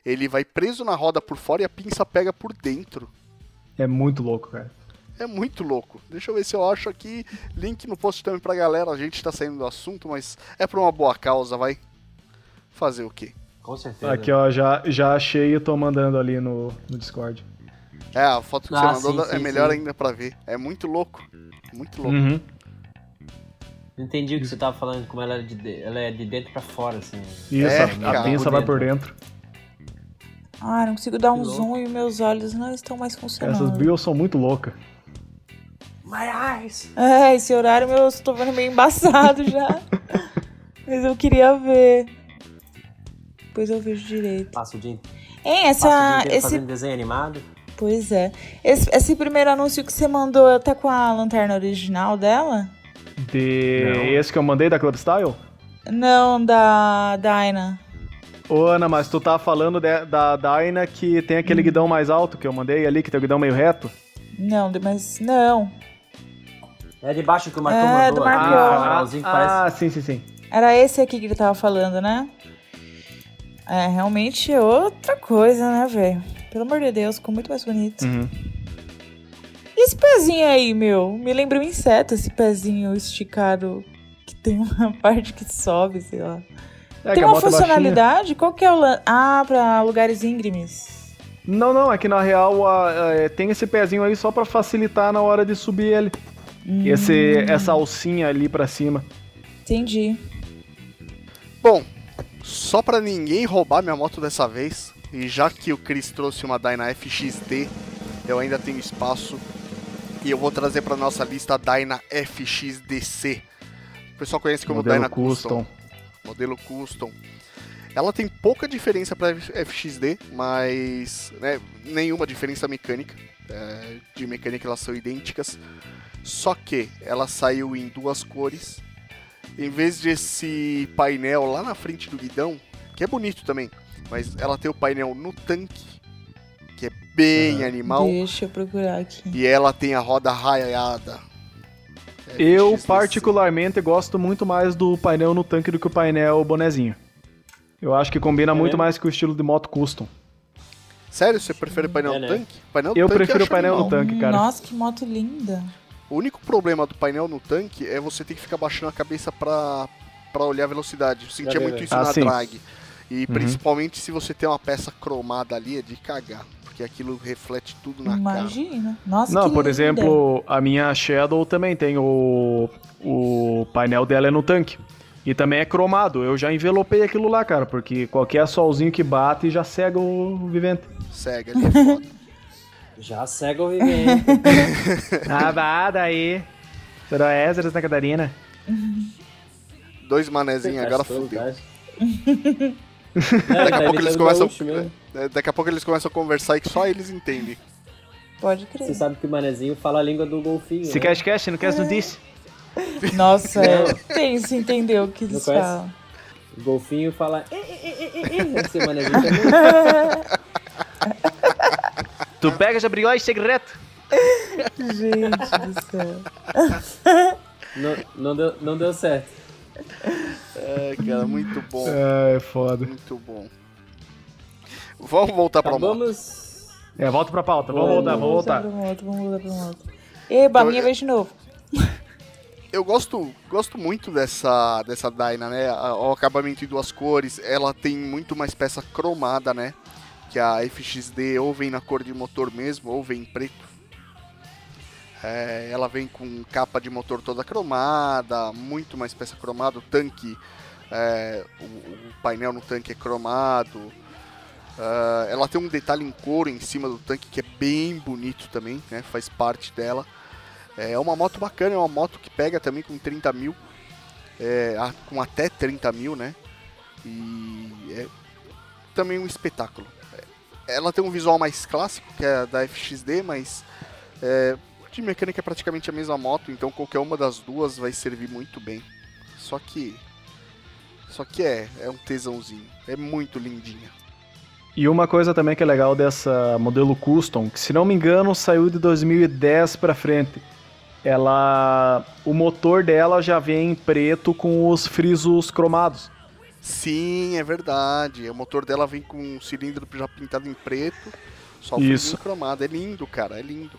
ele vai preso na roda por fora e a pinça pega por dentro. É muito louco, cara. É muito louco. Deixa eu ver se eu acho aqui. Link no post também pra galera. A gente tá saindo do assunto, mas é por uma boa causa, vai. Fazer o quê? né? Com É certeza. Aqui, ó, já, já achei e tô mandando ali no, no Discord. É, a foto que Ah, você mandou sim, é sim, melhor sim. ainda pra ver. É muito louco. Muito louco. Uhum. Entendi o que você tava falando, como ela é de, de- ela é de dentro pra fora, assim. Isso, É, a- cara. a pinça vai por dentro. Ah, não consigo dar um Que louco. zoom e meus olhos não estão mais Tá funcionando. Essas bills são muito loucas. My eyes! É, esse horário meu, eu tô vendo meio embaçado já. Mas eu queria ver. Depois eu vejo direito. Passa o dia, Hein, passa o dia essa, inteiro Tá, esse. fazendo desenho animado. Pois é. Esse, esse primeiro anúncio que você mandou tá com a lanterna original dela? De Não. esse que eu mandei da Club Style? Não, da Dyna. Ô, Ana, mas tu tá falando de- da Dyna que tem aquele guidão mais alto que eu mandei ali, que tem o guidão meio reto? Não, mas. Não. É de baixo que o Marcão É, mandou. do aqui, Marcão. Ah, o farolzinho que parece... ah, sim, sim, sim. Era esse aqui que ele tava falando, né? É, realmente é outra coisa, né, velho? Pelo amor de Deus, ficou muito mais bonito. Uhum. E esse pezinho aí, meu? Me lembra um inseto, esse pezinho esticado que tem uma *laughs* parte que sobe, sei lá. É que tem a uma moto é baixinha. funcionalidade? Qual que é o lan... Ah, pra lugares íngremes. Não, não, é que na real a- é, tem esse pezinho aí só pra facilitar na hora de subir ele. Hum. Esse, essa alcinha ali pra cima. Entendi. Bom, só pra ninguém roubar minha moto dessa vez, e já que o Chris trouxe uma Dyna FXT, eu ainda tenho espaço e eu vou trazer pra nossa lista a Dyna FXDC. O pessoal conhece como tá modelo Dyna custom. modelo custom. Ela tem pouca diferença para FXD, mas né, nenhuma diferença mecânica. É, de mecânica elas são idênticas. Só que ela saiu em duas cores. Em vez desse painel lá na frente do guidão, que é bonito também, mas ela tem o painel no tanque, que é bem animal, Deixa eu procurar aqui. e ela tem a roda raiada. É Eu FXDC. particularmente gosto muito mais do painel no tanque do que o painel bonezinho. Eu acho que combina É muito mesmo? mais com o estilo de moto custom. Sério, você prefere o painel É, no né? tanque? Painel no Eu tanque prefiro o acho painel no animal. tanque, cara. Nossa, que moto linda. O único problema do painel no tanque é você ter que ficar baixando a cabeça pra, pra olhar a velocidade. Eu sentia Pra ver, muito né? isso Ah, na sim. drag. E Uhum. principalmente se você tem uma peça cromada ali, é de cagar. Porque aquilo reflete tudo na cara. Imagina. Nossa, Não, que por linda. exemplo, a minha Shadow também tem o, o painel dela é no tanque. E também é cromado. Eu já envelopei aquilo lá, cara, porque qualquer solzinho que bate já cega o vivente. Cega ali é foda. Já cega o vivente. *laughs* *laughs* Ah, vá, daí. Será Ezra Santa Catarina? Dois manezinhos, agora fudeu. *laughs* Daqui pouco eles começam- É, Daqui a pouco eles começam a conversar e que só eles entendem. Pode crer. Você sabe que o manezinho fala a língua do golfinho. Se né? quer, esquece, não quer, É. não disse. Nossa, *laughs* é tenso entender o que Não eles conhece? falam. O golfinho fala. "Ê, ê, ê, ê, ê, ê". né? Esse manezinho também. Tu pega já brigou e chega reto. Gente do céu. não, não, deu, não deu certo. É, cara, muito bom. É, foda. Muito bom. Vamos voltar pra moto. *laughs* Acabamos. É, volta pra pauta, vamos Vamos Vamos voltar, vamos voltar. mudar pra um outro, vamos mudar pra um outro. Eba, Então, minha eu- vez de novo. eu gosto, gosto muito dessa, dessa Dyna, né? A- O acabamento em duas cores, ela tem muito mais peça cromada, né? Que a FXD ou vem na cor de motor mesmo, ou vem em preto. É, ela vem com capa de motor toda cromada, muito mais peça cromada, o tanque, é, o, o painel no tanque é cromado. Ah, ela tem um detalhe em couro em cima do tanque que é bem bonito também, né? Faz parte dela. É uma moto bacana, é uma moto que pega também com 30 mil, é, a- com até 30 mil, né? E é também um espetáculo. É, Ela tem um visual mais clássico que é a da FXD, mas é, de mecânica é praticamente a mesma moto, então qualquer uma das duas vai servir muito bem. Só que. Só que é, é um tesãozinho. É muito lindinha. E uma coisa também que é legal dessa modelo custom, que se não me engano saiu de 2010 pra frente. Ela, o motor dela já vem em preto com os frisos cromados. Sim, é verdade. O motor dela vem com um cilindro já pintado em preto, só o frisinho Isso. cromado. É lindo, cara, é lindo.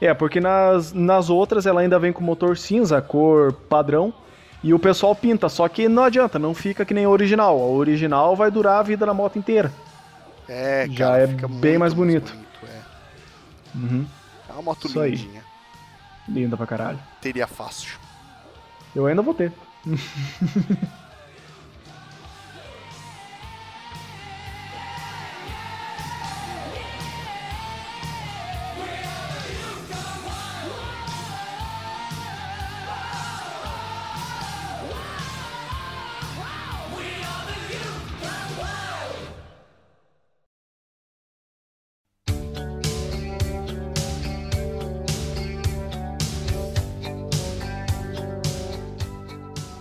É, porque nas, nas outras ela ainda vem com motor cinza, cor padrão, e o pessoal pinta, só que não adianta, não fica que nem a original. A original vai durar a vida da moto inteira. É, Já cara, é fica bem muito mais bonito. é. Uhum, É uma moto Isso aí. lindinha. linda pra caralho. Teria fácil. Eu ainda vou ter.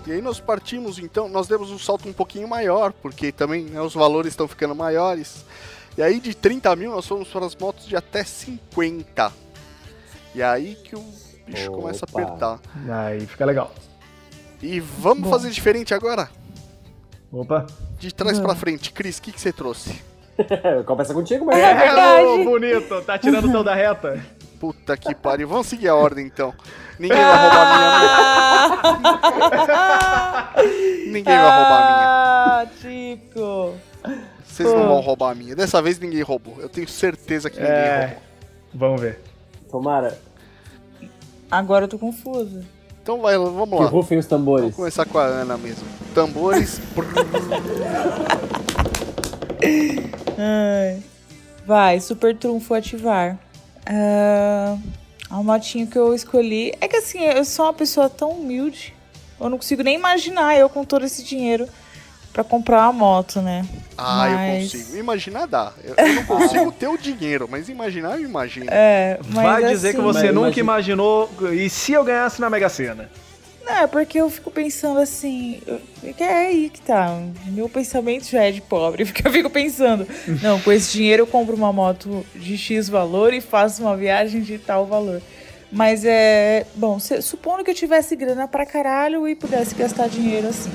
E aí nós partimos, então, nós demos um salto um pouquinho maior, porque também né, os valores estão ficando maiores. E aí de 30 mil nós fomos para as motos de até 50. E aí que o bicho começa a Opa. apertar. Aí fica legal. E vamos Bom. fazer diferente agora? Opa. De trás Vamos. pra frente. Cris, o que, que você trouxe? Começa contigo, É mas. verdade. Ô, bonito, tá tirando o teu da reta. Puta que pariu. Vamos seguir a ordem então. Ninguém vai roubar a minha. *laughs* Ninguém vai roubar a minha. Ah, Tico. Vocês não vão roubar a minha. Dessa vez ninguém roubou. Eu tenho certeza que ninguém É. roubou. Vamos ver. Tomara Agora eu tô confusa. Então vai, vamos que lá. rufem os Vamos tambores. começar com a Ana mesmo. *laughs* Tambores. Ai. Vai, super trunfo ativar. Ah, a motinha que eu escolhi. É que assim, eu sou uma pessoa tão humilde. Eu não consigo nem imaginar eu com todo esse dinheiro pra comprar uma moto, né? ah, eu Mas- Ah. consigo. Imaginar dá. Eu, eu não consigo ter o dinheiro, mas imaginar eu imagino. É, mas Vai dizer assim- que você Mas nunca imagina- imaginou. E se eu ganhasse na Mega Sena? Não, é porque eu fico pensando assim. eu- é que É aí que tá. Meu pensamento já é de pobre, *laughs* porque eu fico pensando. Não, com esse dinheiro eu compro uma moto de X valor e faço uma viagem de tal valor. Mas é. Bom, se- supondo que eu tivesse grana pra caralho e pudesse gastar dinheiro assim.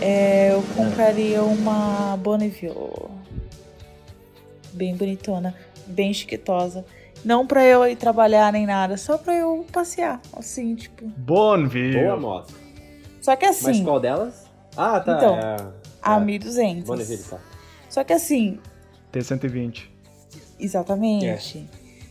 é, eu compraria uma Bonneville. Bem bonitona, bem chiquitosa. Não pra eu ir trabalhar nem nada, só pra eu passear, assim, tipo. Bonville. Boa moto. Só que Mas assim, qual delas? Ah, tá. Então, é a é, 1.200. Bonneville, tá. Só que assim, T120. exatamente.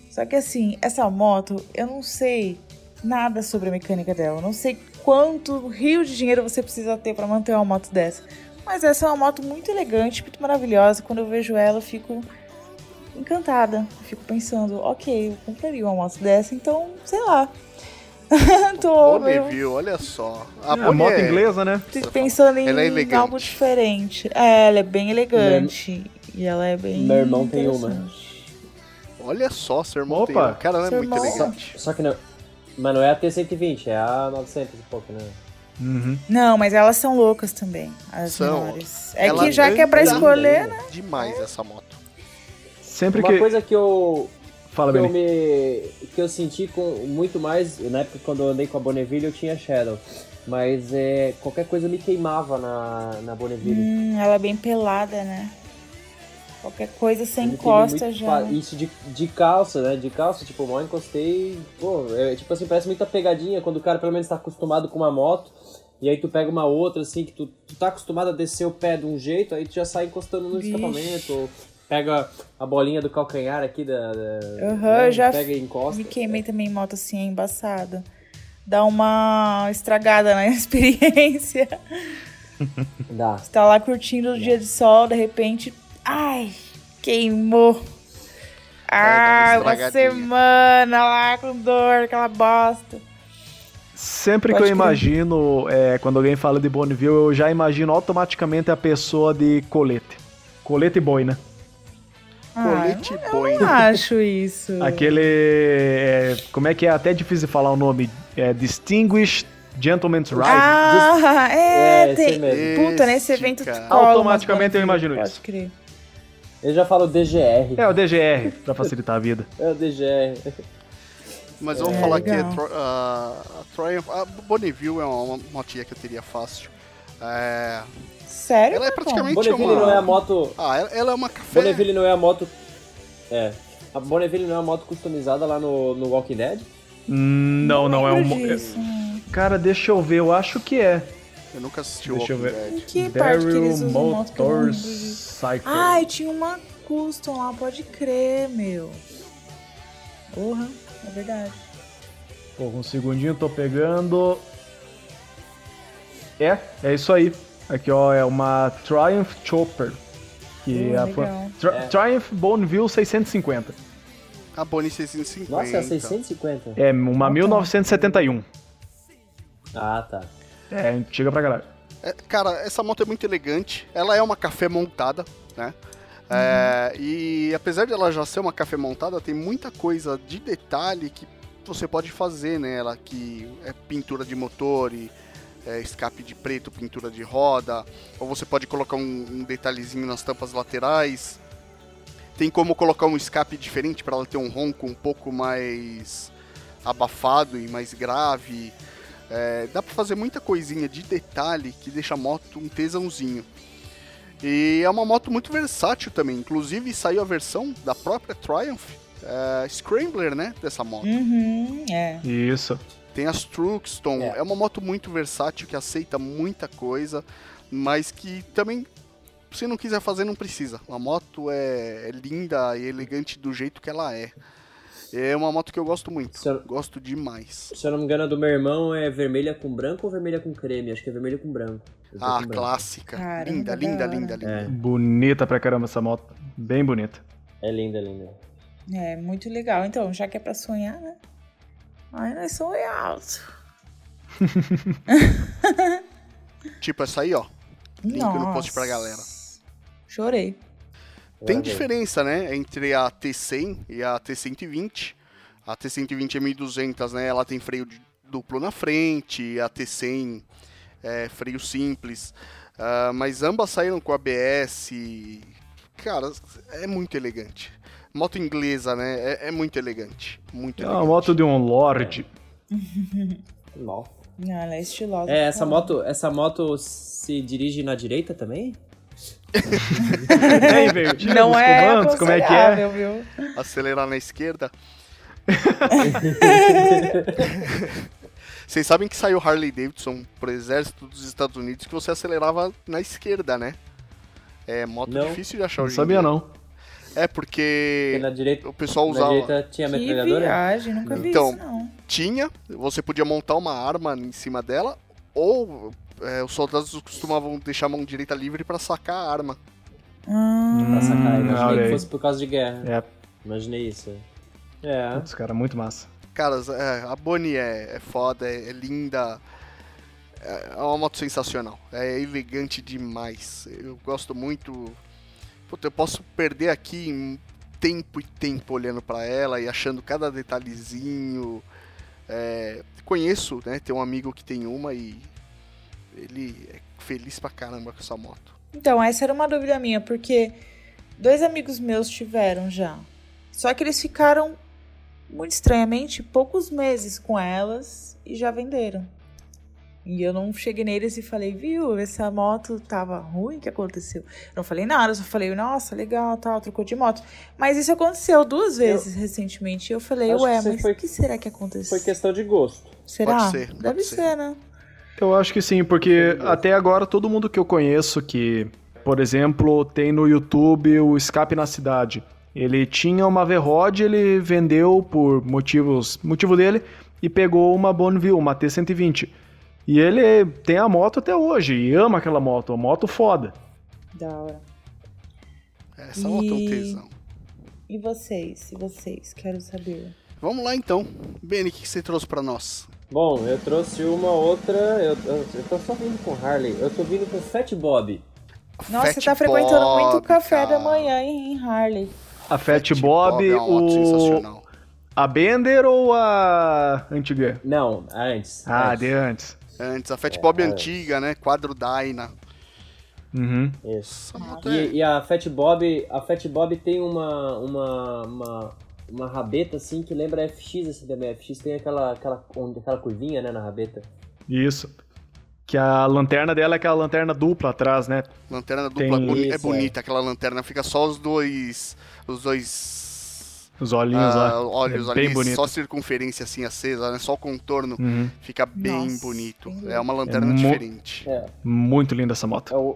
Só que assim, essa moto, eu não sei nada sobre a mecânica dela. Eu não sei quanto rio de dinheiro você precisa ter pra manter uma moto dessa. Mas essa é uma moto muito elegante, muito maravilhosa. Quando eu vejo ela, eu fico encantada. Eu fico pensando, ok, eu compraria uma moto dessa, então, sei lá. *laughs* Tô meio- Bonneville, olha só. A A Bonnie moto é- inglesa, né? pensando em Ela é elegante. algo diferente. É, ela é bem elegante. E ela é bem. Meu irmão tem uma. interessante. Olha só, seu irmão Opa. tem. O cara ela é Seu muito irmão- elegante. Só que não. Mas não é a T120, é a 900 e pouco, né? Uhum. Não, mas elas são loucas também, as São. menores. É Ela que já que é pra anda escolher, né? Demais essa moto. Sempre Uma que. coisa que eu, Fala, que eu Benny. me que eu senti com muito mais na época quando eu andei com a Bonneville eu tinha Shadow mas é, qualquer coisa me queimava na, na Bonneville Hum, ela é bem pelada, né? Qualquer coisa você Ele teve encosta muito já. né? fa- Isso de, de calça, né? De calça, tipo, mal encostei. Pô, é, tipo assim, parece muita pegadinha quando o cara pelo menos tá acostumado com uma moto. E aí tu pega uma outra, assim, que tu, tu tá acostumado a descer o pé de um jeito, aí tu já sai encostando no Bicho. escapamento. Ou pega a bolinha do calcanhar aqui da. da- Aham, né? eu já Pega e encosta. Me queimei também em moto assim, é embaçado. Dá uma estragada na *laughs* experiência. Dá. Você tá lá curtindo o dia de sol, de repente. Ai, queimou. Ah, Vai dar uma uma estragadinha. semana lá com dor, aquela bosta. Sempre que Pode eu crer. imagino, é, quando alguém fala de Bonneville, eu já imagino automaticamente a pessoa de colete. Colete e boina. Ah, Colete eu boina. não acho Hum. isso. Aquele. é, como é que é? Até difícil de falar o nome. É, Distinguished Gentleman's Ride. Ah, é, É, esse tem. mesmo. Puta, nesse Este, evento cara. cola umas Automaticamente eu imagino Pode isso. crer. Eu já falo DGR. É o DGR, pra facilitar a vida. É o DGR. Mas vamos É, falar legal. que a Tro- a, a Triumph. A Bonneville é uma motinha que eu teria fácil. É, Sério? ela Tá é Marcão? praticamente Bonneville uma. não é a moto. Ah, ela, ela é uma café. Bonneville não é a moto. É. A Bonneville não é a moto customizada lá no, no Walking Dead? Hum, Não, não, é um. Lembro disso. Cara, deixa eu ver, eu acho que é. Eu nunca assisti Deixa o eu Walking ver. Dead. Que parte que Daryl eles usam moto que eu não lembro disso. Motorcycle. Ah, eu tinha uma custom lá, pode crer, meu. Porra, é verdade. Pô, um segundinho, tô pegando. É, é isso aí. Aqui, ó, é uma Triumph Chopper. Que Pô, é a Hum, legal. Tri- É. Triumph Bonneville 650. A Bonnie 650. Nossa, é a 650? É, uma 1971. Ah, tá. É, antiga pra caralho. É, cara, essa moto é muito elegante. Ela é uma café montada, né? É, e apesar de ela já ser uma café montada, tem muita coisa de detalhe que você pode fazer nela, que é pintura de motor e é, escape de preto, pintura de roda, ou você pode colocar um, um detalhezinho nas tampas laterais. Tem como colocar um escape diferente para ela ter um ronco um pouco mais abafado e mais grave. É, dá pra fazer muita coisinha de detalhe que deixa a moto um tesãozinho. E é uma moto muito versátil também. Inclusive saiu a versão da própria Triumph é, Scrambler, né? Dessa moto. Uhum, é. Isso. Tem as Truxton. É. É. uma moto muito versátil que aceita muita coisa, mas que também, se não quiser fazer, não precisa. A moto é, é linda e elegante do jeito que ela é. É uma moto que eu gosto muito. Se eu- Gosto demais. Se eu não me engano, a do meu irmão é vermelha com branco ou vermelha com creme? Acho que é vermelha com branco. Vermelha Ah, com branco. clássica. Caramba, linda, da linda, hora. linda, linda. É. Bonita pra caramba essa moto. Bem bonita. É linda, é linda. É, muito legal. Então, já que é pra sonhar, né? Ai, nós sonhamos. Tipo essa aí, ó. Link Nossa. no post pra galera. Chorei. Tem Maravilha. diferença, né? Entre a T100 e a T120. A T120 é 1200, né? Ela tem freio de- duplo na frente. A T100 é freio simples. Ah, mas ambas saíram com ABS. Cara, é muito elegante. Moto inglesa, né? É, é muito elegante. Muito É elegante. uma moto de *laughs* um Lorde. Nossa. Não, ela é estilosa. É, essa Caramba. moto, essa moto se dirige na direita também? É invertido Não os é comandos, como é que é? aconselhável, viu? acelerar na *laughs* esquerda. Vocês sabem que saiu Harley Davidson pro exército dos Estados Unidos que você acelerava na esquerda, né? É moto Não. difícil de achar Não hoje em sabia dia. não. É Porque porque na direita, o pessoal na usava. direita tinha Que metralhadora? viagem, nunca vi Então, isso, não. Tinha, você podia montar uma arma em cima dela, ou é, os soldados costumavam deixar a mão direita livre pra sacar a arma. Ah, Pra sacar, Hum, olha imaginei que aí. fosse por causa de guerra. É, Imaginei isso. É. putz, cara, muito massa. Cara, é, a Bonnie é, é foda, é, é linda. É é uma moto sensacional. É elegante demais. Eu gosto muito. Puta, eu posso perder aqui em tempo e tempo olhando pra ela e achando cada detalhezinho. É, conheço, né? Tem um amigo que tem uma e ele é feliz pra caramba com essa moto. Então, essa era uma dúvida minha, porque dois amigos meus tiveram já. Só que eles ficaram, muito estranhamente, poucos meses com elas e já venderam. E eu não cheguei neles e falei, viu, essa moto tava ruim, o que aconteceu? Não falei nada, só falei, nossa, legal, tal, trocou de moto. Mas isso aconteceu duas vezes recentemente. E eu falei, Acho ué, que você mas o foi- que será que aconteceu? Foi questão de gosto. Será? Pode ser, Deve pode ser. ser. né? Eu acho que sim, porque até agora todo mundo que eu conheço que, por exemplo, tem no YouTube o Escape na Cidade. Ele tinha uma Verrod, ele vendeu por motivos, motivo dele e pegou uma Bonneville, uma T120. E ele tem a moto até hoje e ama aquela moto, uma moto foda. Da hora. Essa moto é um E- tesão. E vocês? E vocês? Quero saber. Vamos lá então. Beni, o que que você trouxe pra nós? Bom, eu trouxe uma outra. Eu, eu, eu tô só vindo com Harley. Eu tô vindo com Fat Bob. Nossa, Fat você tá frequentando Bob, muito o café cara. da manhã hein, em Harley. A Fat, Bob, é uma moto o... sensacional. a Bender ou a antiga? Não, antes. Ah, antes. de antes. É, Antes, a É. Fat Bob antiga, né? Quadro Dyna. Uhum. Isso. Essa moto é... E, e a Fat Bob, a Fat Bob tem uma, uma, uma, uma rabeta assim que lembra a FX assim também. A FX tem aquela, aquela, onde- aquela curvinha né, na rabeta. Isso. Que a lanterna dela é aquela lanterna dupla atrás, né? Lanterna Tem dupla boni- é isso, bonita aquela lanterna, fica só os dois. Os dois. Os olhinhos ah, lá. olhos é ali, bem bonito. só circunferência assim acesa, né? Só o contorno. Uhum. Fica bem Nossa, bonito. bem É uma lanterna É mu- diferente. É, Muito linda essa moto. é, o,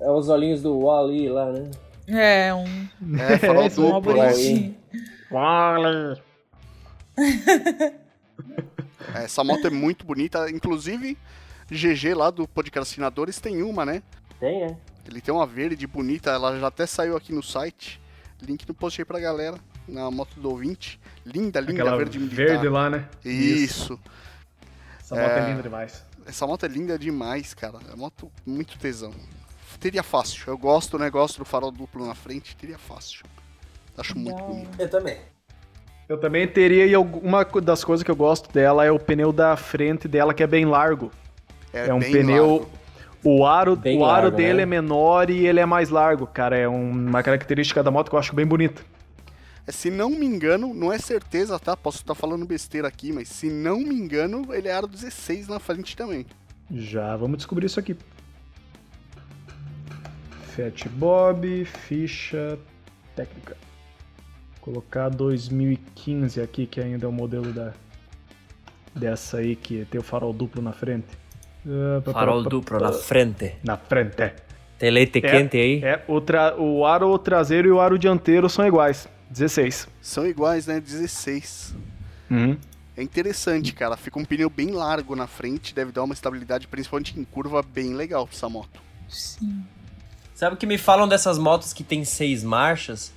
é os olhinhos do Wally lá, né? É, um, *laughs* É, farol isso é um duplo. né? bonitinho. Essa moto é muito bonita. Inclusive, GG lá do Podcastinadores tem uma, né? Tem, é? Ele tem uma verde bonita, ela já até saiu aqui no site. Link no post aí pra galera, na moto do ouvinte. Linda, linda, Aquela verde verde, militar. lá, né? Isso. Essa moto é... linda demais. Essa moto é linda demais, cara. É uma moto muito tesão. Teria fácil. Eu gosto, né? Gosto do farol duplo na frente. Teria fácil. Acho muito Legal. bonito. Eu também. Eu também teria, e algum- uma co- das coisas que eu gosto dela é o pneu da frente dela, que é bem largo. É, um bem pneu. largo. O aro, Bem o aro largo, dele né? é menor e ele é mais largo, cara. É um- uma característica da moto que eu acho bem bonita. É, Se não me engano, não é certeza, tá? Posso estar falando besteira aqui, mas se não me engano, ele é aro 16 na frente também. Já vamos descobrir isso aqui. Fat Bob, ficha técnica. Colocar 2015 aqui, que ainda é o modelo da dessa aí que tem o farol duplo na frente. Ah, pá, pá, Farol pá, duplo pá. na frente. na frente. Tem leite quente aí? É, o, tra- o aro traseiro e o aro dianteiro são iguais, 16. São iguais, né? 16. Uhum. É interessante, cara. Fica um pneu bem largo na frente, deve dar uma estabilidade, principalmente em curva, bem legal pra essa moto. Sim. Sabe o que me falam dessas motos que tem seis marchas?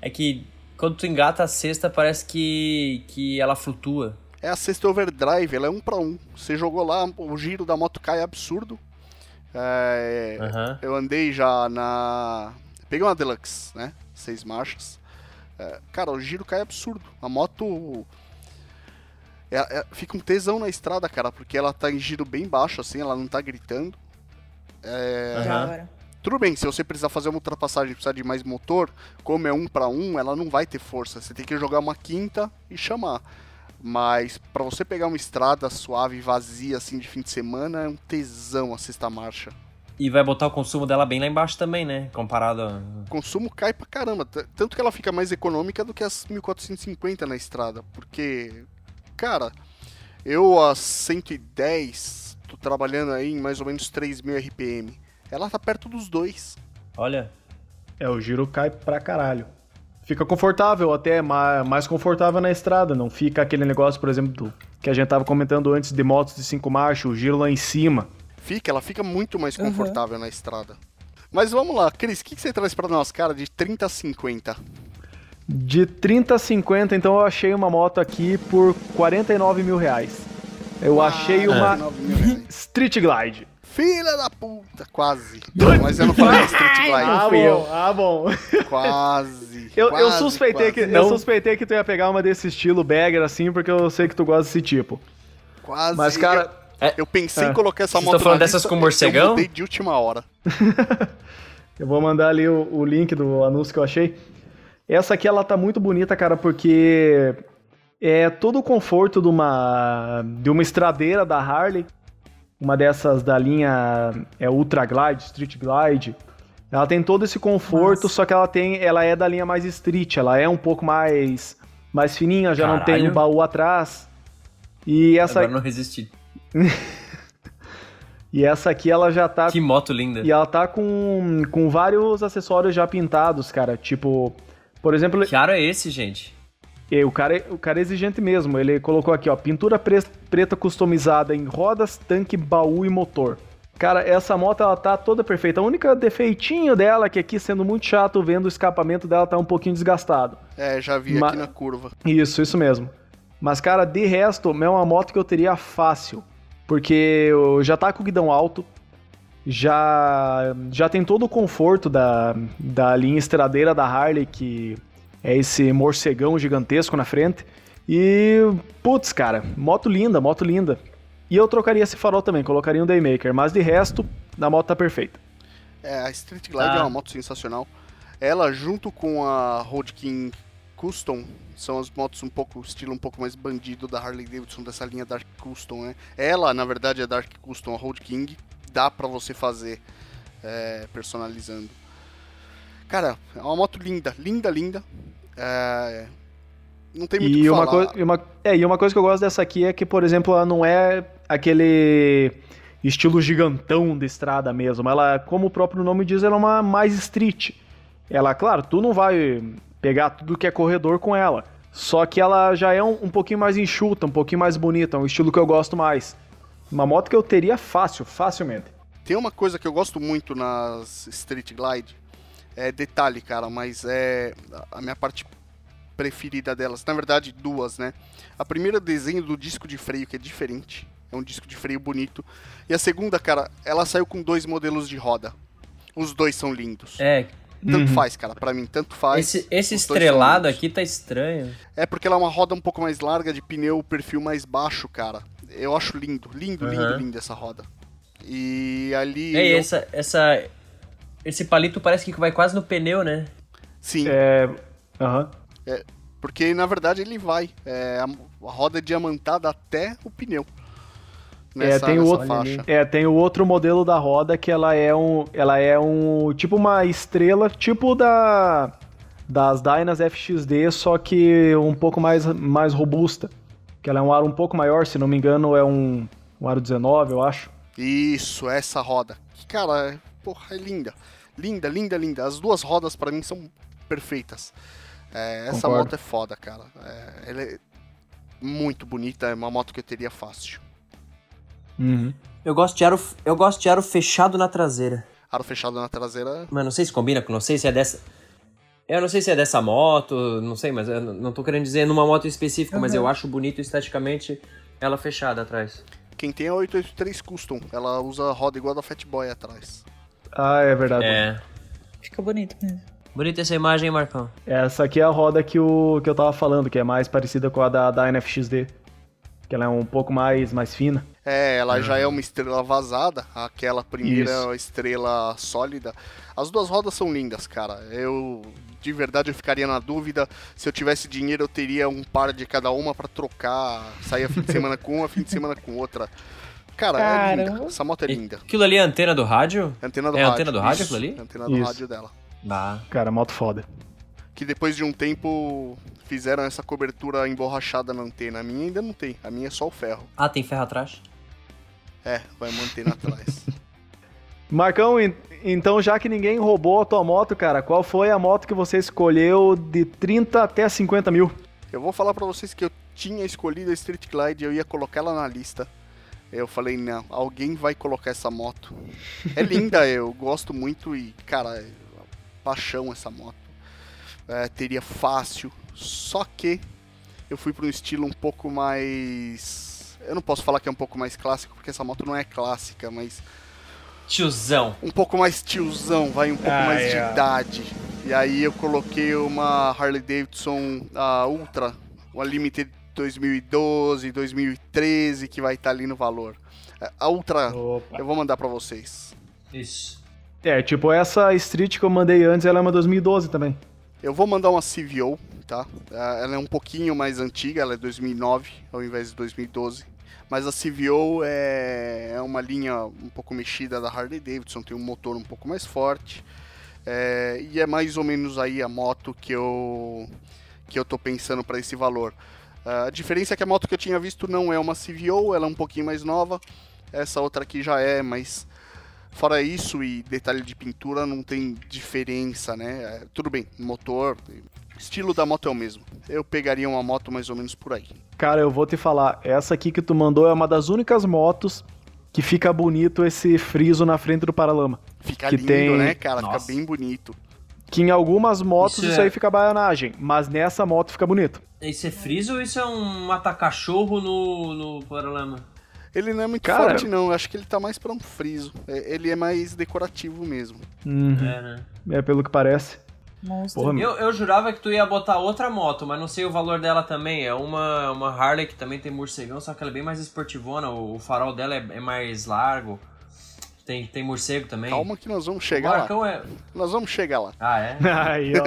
É que quando tu engata a sexta, parece que, que ela flutua. É a sexta overdrive, ela é um pra um. Você jogou lá, o giro da moto cai absurdo. É, Aham. Eu andei já na. Peguei uma Deluxe, né? Seis marchas. É, cara, o giro cai absurdo. A moto. é- é- fica um tesão na estrada, cara, porque ela tá em giro bem baixo, assim, ela não tá gritando. Da É. aham. hora. Tudo bem, se você precisar fazer uma ultrapassagem, precisar de mais motor, como é um pra um, ela não vai ter força. Você tem que jogar uma quinta e chamar. Mas pra você pegar uma estrada suave, vazia, assim, de fim de semana, é um tesão a sexta marcha. E vai botar o consumo dela bem lá embaixo também, né? Comparado a... O consumo cai pra caramba. T- Tanto que ela fica mais econômica do que as 1450 na estrada. Porque, cara, eu a 110 tô trabalhando aí em mais ou menos 3000 RPM. Ela tá perto dos dois. Olha, É, o giro cai pra caralho. Fica confortável até, ma- mais confortável na estrada, não fica aquele negócio, por exemplo, do, que a gente tava comentando antes de motos de cinco marchas, o giro lá em cima. Fica, ela fica muito mais Uhum. confortável na estrada. Mas vamos lá, Cris, o que, que você traz pra nós, cara, de 30 a 50? De 30 a 50, então eu achei uma moto aqui por 49 mil reais. Eu achei uma 49 Ah, mil reais. Street Glide. Filha da puta, quase. Mas eu não falei Street Glide. ah, fui eu. bom, ah, bom. Quase. Eu, eu quase, suspeitei quase. que, eu suspeitei que tu ia pegar uma desse estilo bagger assim, porque eu sei que tu gosta desse tipo. Quase. Mas, é cara, Eu pensei É. em colocar essa Vocês moto estão falando na dessas lista, com morcegão? Eu mudei de última hora. Eu vou mandar ali o, o link do anúncio que eu achei. Essa aqui ela tá muito bonita, cara, porque é todo o conforto de uma de uma estradeira da Harley uma dessas da linha é Ultra Glide, Street Glide. Ela tem todo esse conforto, Nossa. só que ela tem, ela é da linha mais street, ela é um pouco mais mais fininha, já não tem Caralho. o baú atrás. E essa Agora não resisti. e essa aqui ela já tá Que moto linda. E ela tá com, com vários acessórios já pintados, cara. Tipo, por exemplo, Que aro é esse, gente? eh, o cara, o cara é exigente mesmo. Ele colocou aqui, ó, pintura pres- preta customizada em rodas, tanque, baú e motor. Cara, essa moto ela tá toda perfeita. A única defeitinho dela é que aqui, sendo muito chato, vendo o escapamento dela tá um pouquinho desgastado. É, já vi Ma- aqui na curva. Isso, isso mesmo. Mas, cara, de resto, é uma moto que eu teria fácil. Porque eu- já tá com o guidão alto, já, já tem todo o conforto da, da linha estradeira da Harley, que é esse morcegão gigantesco na frente. E, putz, cara, moto linda, moto linda. E eu trocaria esse farol também, colocaria um Daymaker. Mas de resto, a moto tá perfeita. É, a Street Glide Ah. Tá. é uma moto sensacional. Ela junto com a Road King Custom são as motos um pouco estilo um pouco mais bandido da Harley Davidson dessa linha Dark Custom, né? Ela, na verdade, é Dark Custom, a Road King dá pra você fazer é, personalizando. Cara, é uma moto linda, linda, linda. É, não tem muito o E que uma, falar. coi- e uma- é, e uma coisa que eu gosto dessa aqui é que, por exemplo, ela não é aquele estilo gigantão de estrada mesmo. Ela, como o próprio nome diz, ela é uma mais street. Ela, claro, tu não vai pegar tudo que é corredor com ela. Só que ela já é um, um pouquinho mais enxuta, um pouquinho mais bonita, um estilo que eu gosto mais. Uma moto que eu teria fácil, facilmente. Tem uma coisa que eu gosto muito nas Street Glide, é detalhe, cara, mas é a minha parte preferida delas. Na verdade, duas, né? A primeira é o desenho do disco de freio, que é diferente. É um disco de freio bonito. E a segunda, cara, ela saiu com dois modelos de roda. Os dois são lindos. É, Tanto Uhum. faz, cara, pra mim, tanto faz. esse, é esse Os dois são estrelado lindos. aqui tá estranho. É porque ela é uma roda um pouco mais larga, de pneu, perfil mais baixo, cara. Eu acho lindo, lindo, lindo, Uhum. lindo essa roda. E ali. É, eu- essa, essa. Esse palito parece que vai quase no pneu, né? Sim. É, Aham. Porque na verdade ele vai. É, a, a roda é diamantada até o pneu. É, tem o outro- faixa. É, tem o outro modelo da roda que ela é um, ela é um tipo uma estrela, tipo da das Dynas FXD, só que um pouco mais mais robusta. Que ela é um aro um pouco maior, se não me engano, é um, um aro 19, eu acho. Isso, essa roda. Que, cara, é- porra, é linda. Linda, linda, linda. As duas rodas pra mim são perfeitas. É, essa Concordo. moto é foda, cara. É, ela é muito bonita, é uma moto que eu teria fácil. Eu gosto de aro, eu gosto de aro fechado na traseira. Aro fechado na traseira. Mas não sei se combina com, não sei se é dessa. Eu não sei se é dessa moto, não sei, mas eu n- não tô querendo dizer numa moto específica, mas eu acho bonito esteticamente ela fechada atrás. Quem tem é a 883 Custom. Ela usa a roda igual a da Fat Boy atrás. Ah, é verdade. É. Fica bonito mesmo. Bonita essa imagem, hein, Marcão? Essa aqui é a roda que, o, que eu tava falando, que é mais parecida com a da Dyna FXD. Que ela é um pouco mais, mais fina. É, ela já é uma estrela vazada, aquela primeira é uma estrela sólida. As duas rodas são lindas, cara. Eu de verdade eu ficaria na dúvida. Se eu tivesse dinheiro, eu teria um par de cada uma pra trocar. Saía *laughs* fim de semana com uma, fim de semana com outra. Cara, é linda. Caramba. Essa moto é linda. Aquilo ali é a antena do rádio? Antena do É a rádio. antena do rádio Isso, aquilo ali? a Antena do Isso. rádio dela. Ah. Cara, moto foda. Que depois de um tempo fizeram essa cobertura emborrachada na antena. A minha ainda não tem. A minha é só o ferro. Ah, tem ferro atrás? É, vai manter na *laughs* atrás. Marcão, en- então já que ninguém roubou a tua moto, cara, qual foi a moto que você escolheu de 30 até 50 mil? Eu vou falar pra vocês que eu tinha escolhido a Street Glide, eu ia colocar ela na lista. Eu falei, não, alguém vai colocar essa moto. É linda, *laughs* eu gosto muito e, cara, é uma paixão essa moto. É, teria fácil, só que eu fui pra um estilo um pouco mais. Eu não posso falar que é um pouco mais clássico, porque essa moto não é clássica, mas Tiozão. um pouco mais tiozão, vai, um pouco Ah, mais é. de idade. E aí eu coloquei uma Harley Davidson a Ultra, uma Limited 2012, 2013, que vai estar ali no valor. É, A Ultra, eu vou mandar pra vocês. Isso. É, tipo, essa Street que eu mandei antes, ela é uma 2012 também. Eu vou mandar uma CVO, tá? Ah, Ela é um pouquinho mais antiga, ela é 2009 ao invés de 2012. Mas a CVO é, é uma linha um pouco mexida da Harley Davidson, tem um motor um pouco mais forte. É, e é mais ou menos aí a moto que eu, que eu tô pensando para esse valor. Ah, a diferença é que a moto que eu tinha visto não é uma CVO, ela é um pouquinho mais nova. Essa outra aqui já é, mas fora isso e detalhe de pintura não tem diferença, né? É, tudo bem, motor, estilo da moto é o mesmo. Eu pegaria uma moto mais ou menos por aí. Cara, eu vou te falar, essa aqui que tu mandou é uma das únicas motos que fica bonito esse friso na frente do paralama. Fica Que lindo, tem- né, cara? Nossa. Fica bem bonito. Que em algumas motos Isso isso, é- aí fica baianagem, mas nessa moto fica bonito. Isso é friso ou isso é um matacachorro no, no Paralama? Ele não é muito Cara- forte, não. Eu acho que ele tá mais pra um friso. É, Ele é mais decorativo mesmo. Uhum, É, né? é. pelo que parece. Monstro. Porra, meu. Eu, eu jurava que tu ia botar outra moto, mas não sei o valor dela também. É uma, uma Harley que também tem morcegão, só que ela é bem mais esportivona. O, o farol dela é, é mais largo. Tem, tem morcego também. Calma que nós vamos o chegar lá. Marcão é. Nós vamos chegar lá. Ah, é? *laughs* *laughs* Aí, ó.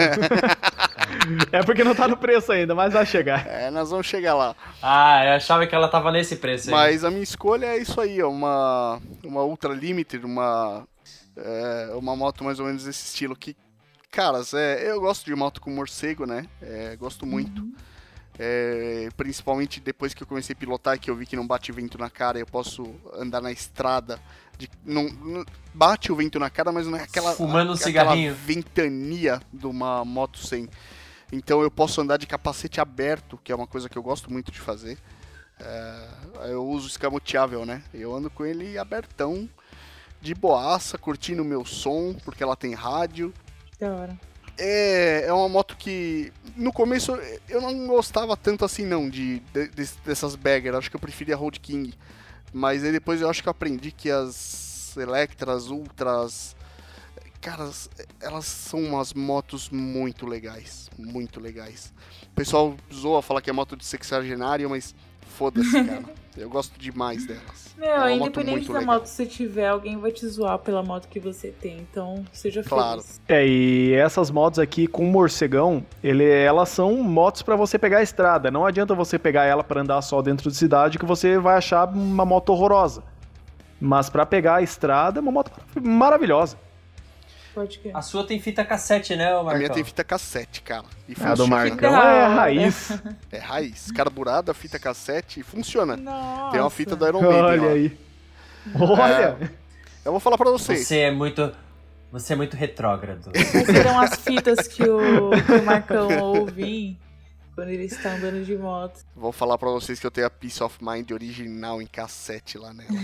*laughs* é porque não tá no preço ainda, mas vai chegar. É, nós vamos chegar lá. Ah, eu achava que ela tava nesse preço aí. Mas a minha escolha é isso aí, ó. Uma, uma Ultra Limited, uma, é, uma moto mais ou menos desse estilo. Que, caras, é, eu gosto de moto com morcego, né? É, gosto muito. É, principalmente depois que eu comecei a pilotar, que eu vi que não bate vento na cara, eu posso andar na estrada. de- não, não- bate o vento na cara, mas não é aquela, Fumando um aquela cigarrinho. ventania de uma moto sem. Então eu posso andar de capacete aberto, que é uma coisa que eu gosto muito de fazer. É, eu uso escamoteável, né? Eu ando com ele abertão, de boaça, curtindo o meu som, porque ela tem rádio. Que da hora. É, é uma moto que no começo eu não gostava tanto assim não de, de- des- dessas bagger, acho que eu preferia a Road King. Mas aí depois eu acho que eu aprendi que as Electras, Ultras, caras, elas são umas motos muito legais, muito legais. O pessoal zoa falar que é moto de sexagenário, mas foda-se, *laughs* cara. eu gosto demais delas. Meu, é uma moto independente muito da legal. moto que você tiver, alguém vai te zoar pela moto que você tem. Então, seja Claro. feliz. É, e essas motos aqui com morcegão, ele, elas são motos pra você pegar a estrada. Não adianta você pegar ela pra andar só dentro de cidade que você vai achar uma moto horrorosa. Mas pra pegar a estrada, é uma moto maravilhosa. Pode que. Ah, A sua tem fita cassete, né, ô A Marcão? minha tem fita cassete, cara. E então. A do funciona. Marcão da é hora. raiz. *laughs* É raiz, carburada, fita cassete e funciona. Nossa. Tem uma fita do Iron Maiden. Olha ó. aí. É. Olha! Eu vou falar pra vocês. Você é muito. Você é muito retrógrado. Quais serão as fitas que o, que o Marcão *laughs* ouve quando ele está andando de moto? Vou falar pra vocês que eu tenho a Peace of Mind original em cassete lá nela.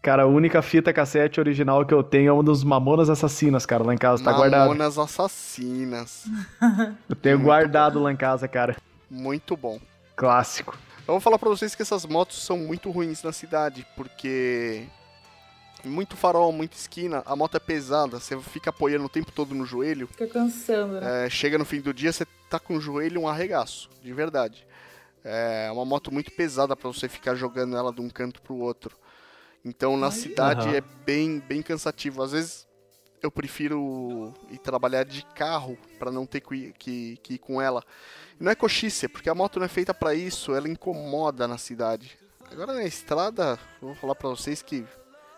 Cara, a única fita cassete original que eu tenho é uma dos Mamonas Assassinas, cara, lá em casa. Tá guardado. Mamonas Assassinas. Eu tenho Muito guardado lá em casa, cara. Muito bom. Clássico. Eu vou falar pra vocês que essas motos são muito ruins na cidade, porque muito farol, muita esquina, a moto é pesada, você fica apoiando o tempo todo no joelho. Fica cansando, né? É, chega no fim do dia, você tá com o joelho um arregaço, de verdade. É uma moto muito pesada pra você ficar jogando ela de um canto pro outro. Então na cidade Aham. é bem, bem cansativo. Às vezes eu prefiro ir trabalhar de carro pra não ter que, ir- que, que ir com ela. Não é coxice, porque a moto não é feita pra isso, ela incomoda na cidade. Agora na estrada, eu vou falar pra vocês que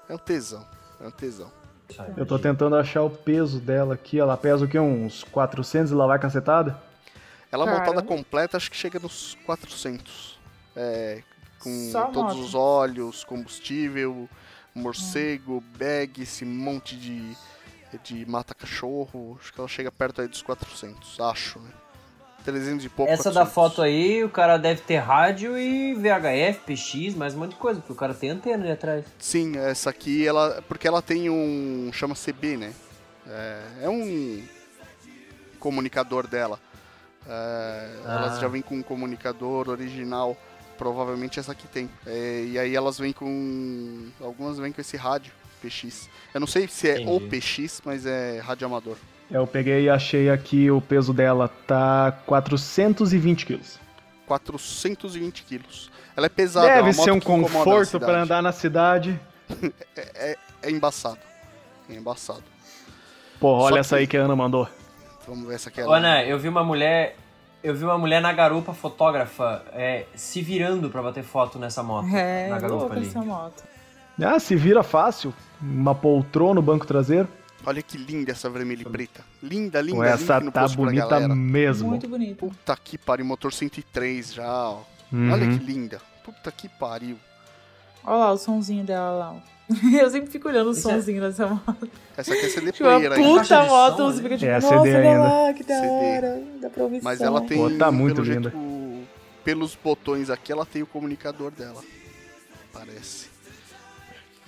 é um tesão, é um tesão. *laughs* Eu tô tentando achar o peso dela aqui. Ela pesa o quê? Uns 400 e lá vai cacetada? Ela é Cara. montada completa, acho que chega nos 400. É, com Só a todos moto. os óleos, combustível, morcego, É. bag, esse monte de, de mata-cachorro. Acho que ela chega perto aí dos 400, acho, né? 300 e pouco. Essa da 400. foto aí, o cara deve ter rádio e VHF, PX, mais um monte de coisa, porque o cara tem antena ali atrás. Sim, essa aqui, ela, porque ela tem um. chama CB, né? É, é um comunicador dela. É, Elas Ah. já vêm com um comunicador original. Provavelmente essa aqui tem. É, e aí elas vêm com. Algumas vêm com esse rádio PX. Eu não sei se é Entendi. ou PX, mas é rádio amador. Eu peguei e achei aqui o peso dela. Tá 420 quilos. 420 quilos. Ela é pesada. é Deve uma ser moto um que incomoda na conforto cidade. pra andar na cidade. É embaçado. É embaçado. Pô, olha que- essa aí que a Ana mandou. Vamos ver essa aqui. Ô, Ana, eu vi uma mulher. Eu vi uma mulher na garupa, fotógrafa, é, se virando pra bater foto nessa moto. É, na garupa louca ali. essa moto. Ah, se vira fácil. Uma poltrona no banco traseiro. Olha que linda essa vermelha e preta. Linda, linda, Com linda. essa que no tá posto pra bonita galera. mesmo. Muito bonita. Puta que pariu, motor 103 já, ó. Uhum. Olha que linda. Puta que pariu. Olha lá o sonzinho dela lá. *laughs* ó. Eu sempre fico olhando o Isso é- sonzinho dessa moto. Essa aqui é CD Tipo, uma player ainda. Caixa puta de moto, som, você né? fica tipo, É, nossa, CD olha ainda. lá, que da CD. hora, da provisão. Mas ela tem. Pô, tá muito pelo jeito, linda. o- pelos botões aqui, ela tem o comunicador dela. Parece.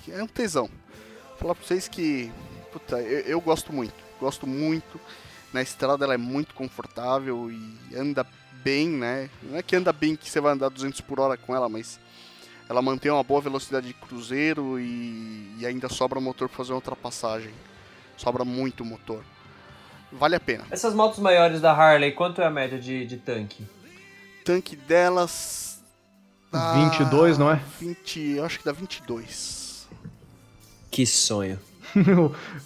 Que É um tesão. Vou falar pra vocês que. Puta, eu, eu gosto muito. Gosto muito. Na estrada ela é muito confortável e anda bem, né? Não é que anda bem que você vai andar 200 por hora com ela, mas ela mantém uma boa velocidade de cruzeiro e, e ainda sobra motor pra fazer uma ultrapassagem. Sobra muito motor. Vale a pena. Essas motos maiores da Harley, quanto é a média de, de tanque? tanque delas. 22, não é? *laughs* 20, eu acho que dá 22. Que sonho.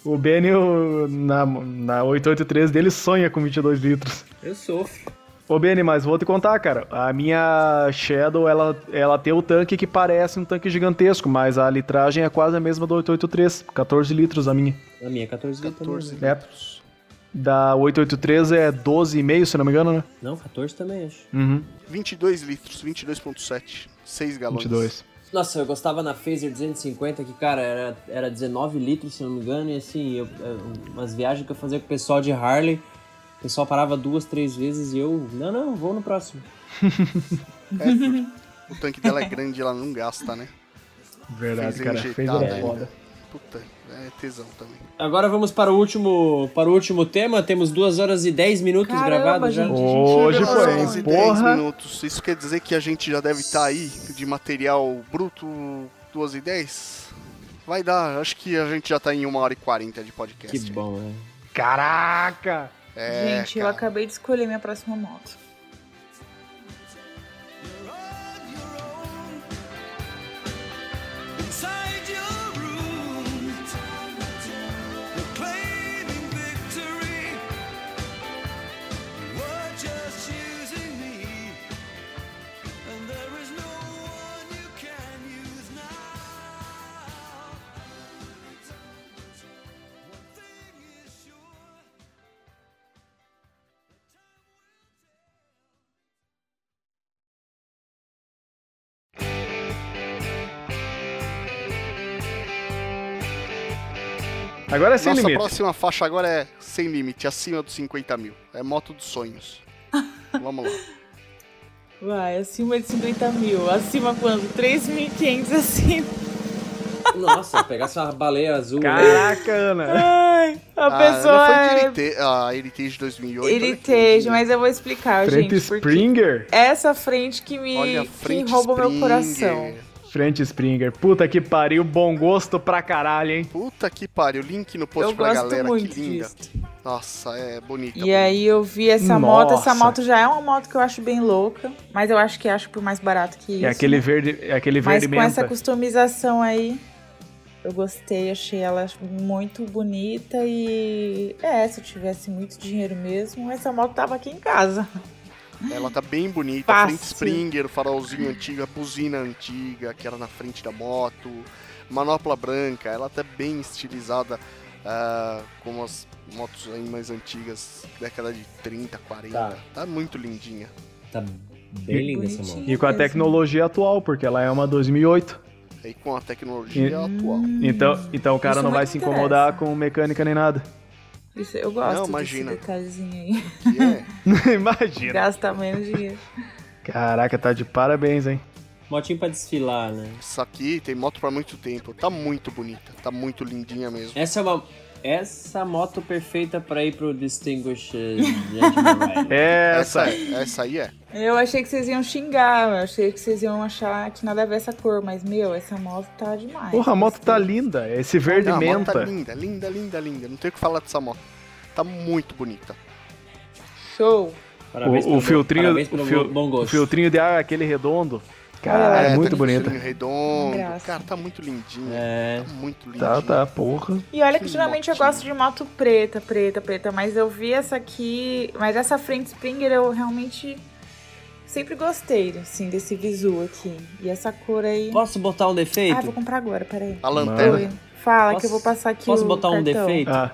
o o Benny, o- na, na 883 dele, sonha com 22 litros. Eu sofro. Ô, Benny, mas vou te contar, cara. A minha Shadow, ela, ela tem o tanque que parece um tanque gigantesco, mas a litragem é quase a mesma do 883. 14 litros a minha. A minha é 14 litros. 14 também, né? É. Da 883 é 12,5, se não me engano, né? Não, 14 também, acho. Uhum. 22 litros, 22,7. 6 galões. 22. Nossa, eu gostava na Phaser 250, que, cara, era, era 19 litros, se não me engano, e assim, eu, eu- umas viagens que eu fazia com o pessoal de Harley, o pessoal parava duas, três vezes e eu, não, não, vou no próximo. O tanque dela é grande, ela não gasta, né? Verdade, Fez cara. injetada Fez uma ainda. foda. Puta, é tesão também. Agora vamos para o último, para o último tema, temos 2 horas e 10 minutos Caramba, gravados né? já. gente. Hoje Gente, foi, horas hein? e Porra! 10 minutos. Isso quer dizer que a gente já deve estar aí de material bruto 2 e 10? Vai dar, acho que a gente já tá em 1 hora e 40 de podcast. Que bom, né? Caraca! É, Gente, eu cara. acabei de escolher minha próxima moto. Inside your room, proclaiming victory. You were just using me, and there is no one you can use now. One thing is sure. Agora é sem Nossa limite. próxima faixa agora é sem limite, acima dos 50 mil. É moto dos *laughs* sonhos. Vamos lá. Vai, acima de 50 mil. Acima quando? 3.500 acima. Nossa, pegasse uma baleia azul. né? Caraca, Ana! Ai, a Ah, pessoa não é foi de Erite- a Heritage de 2008. olha né, que irritante, lindinha. mas eu vou explicar, Frente Ah, gente. porque Springer? Essa frente que me Olha, a que frente rouba meu Springer. coração. Frente Springer. Puta que pariu, bom gosto pra caralho, hein? Puta que pariu, link no post Eu pra gosto galera, muito que linda. disso. Nossa, é bonita. E aí eu vi essa Tá Nossa. moto, essa moto já é uma moto que eu acho bem louca, mas eu acho que acho por mais barato que isso. É aquele verde, é aquele Mas verde com essa menta. customização aí, eu gostei, achei ela muito bonita e é, se eu tivesse muito dinheiro mesmo, essa moto tava aqui em casa. Ela tá bem bonita. Fácil. Frente Springer, farolzinho antigo, a buzina antiga que era na frente da moto, manopla branca. Ela tá bem estilizada ah, como as motos aí mais antigas, década de 30, 40. Tá. Tá, muito lindinha. Tá bem linda essa mão. Bonitinho. E com a tecnologia atual, porque ela é uma 2008. Aí com a tecnologia atual. Então, então o cara Isso não vai muito se interessa. incomodar com mecânica nem nada. *laughs* Isso, eu gosto Não, imagina. imagina. desse detalhezinho aí. Que é, *laughs* Imagina. Gasta menos dinheiro. Caraca, tá de parabéns, hein? Motinho pra desfilar, né? isso aqui tem moto pra muito tempo. Tá muito bonita, tá muito lindinha mesmo. Essa é uma... Essa moto perfeita pra ir pro Distinguished Gentleman *laughs* Ride. Essa, Essa. é, essa aí é. Eu achei que vocês iam xingar, eu achei que vocês iam achar que nada a ver essa cor, mas meu, essa moto tá demais. Porra, a moto tá linda. Esse verde Não, a moto tá menta. linda, linda, linda, linda. Não tem o que falar dessa moto. Tá muito bonita. Show. Parabéns O- o pelo- filtrinho- parabéns pelo o fil- bom O gosto. filtrinho de ar, aquele redondo. Cara, É, é, tá muito com bonita. filtrinho redondo. Graça. Cara, tá muito lindinho. É. Tá muito lindinho. Tá, tá, porra. E olha que Que geralmente eu motinha. gosto de moto preta, preta, preta, mas eu vi essa aqui, mas essa Friend Springer eu realmente sempre gostei, assim, desse visu aqui. E essa cor aí. Posso botar um Ah, vou defeito? comprar agora, peraí. A lanterna. Oi. Fala que Ah, né? Posso- eu vou passar aqui Posso o botar um cartão. defeito? Ah,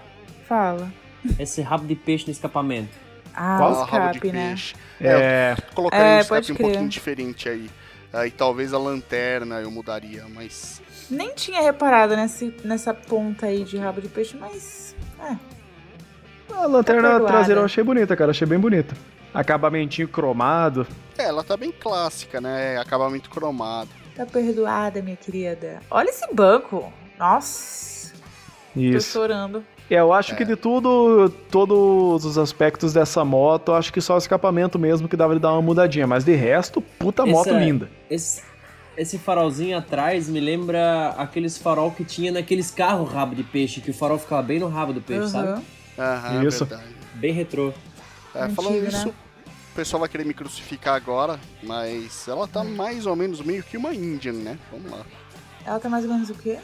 Fala. Esse rabo de peixe no escapamento. Ah, Ela rabo o de escape, né? peixe. é. Colocaria É, um pode escape um crer. pouquinho diferente aí. Aí talvez a lanterna eu mudaria, mas. Nem tinha reparado nesse, nessa ponta aí de rabo de peixe, mas... É, A lanterna perdoada. traseira eu achei bonita, cara. Achei bem bonita. Acabamentinho cromado. É, ela tá bem clássica, né? Acabamento cromado. tá perdoada, minha querida. Olha esse banco. Nossa, tô Isso. chorando. É, eu acho que de tudo, todos os aspectos dessa moto, eu acho que só o escapamento mesmo que dava de dar uma mudadinha. Mas de resto, puta Esse moto é- linda. Esse, esse farolzinho atrás me lembra aqueles farol que tinha naqueles carros rabo de peixe, que o farol ficava bem no rabo do peixe, sabe? Uhum. Aham, é Isso. verdade. Bem retrô. É, Antigo, falando né? isso, o pessoal vai querer me crucificar agora, mas ela tá mais ou menos meio que uma Indian, né? Vamos lá. Ela tá mais ou menos o quê?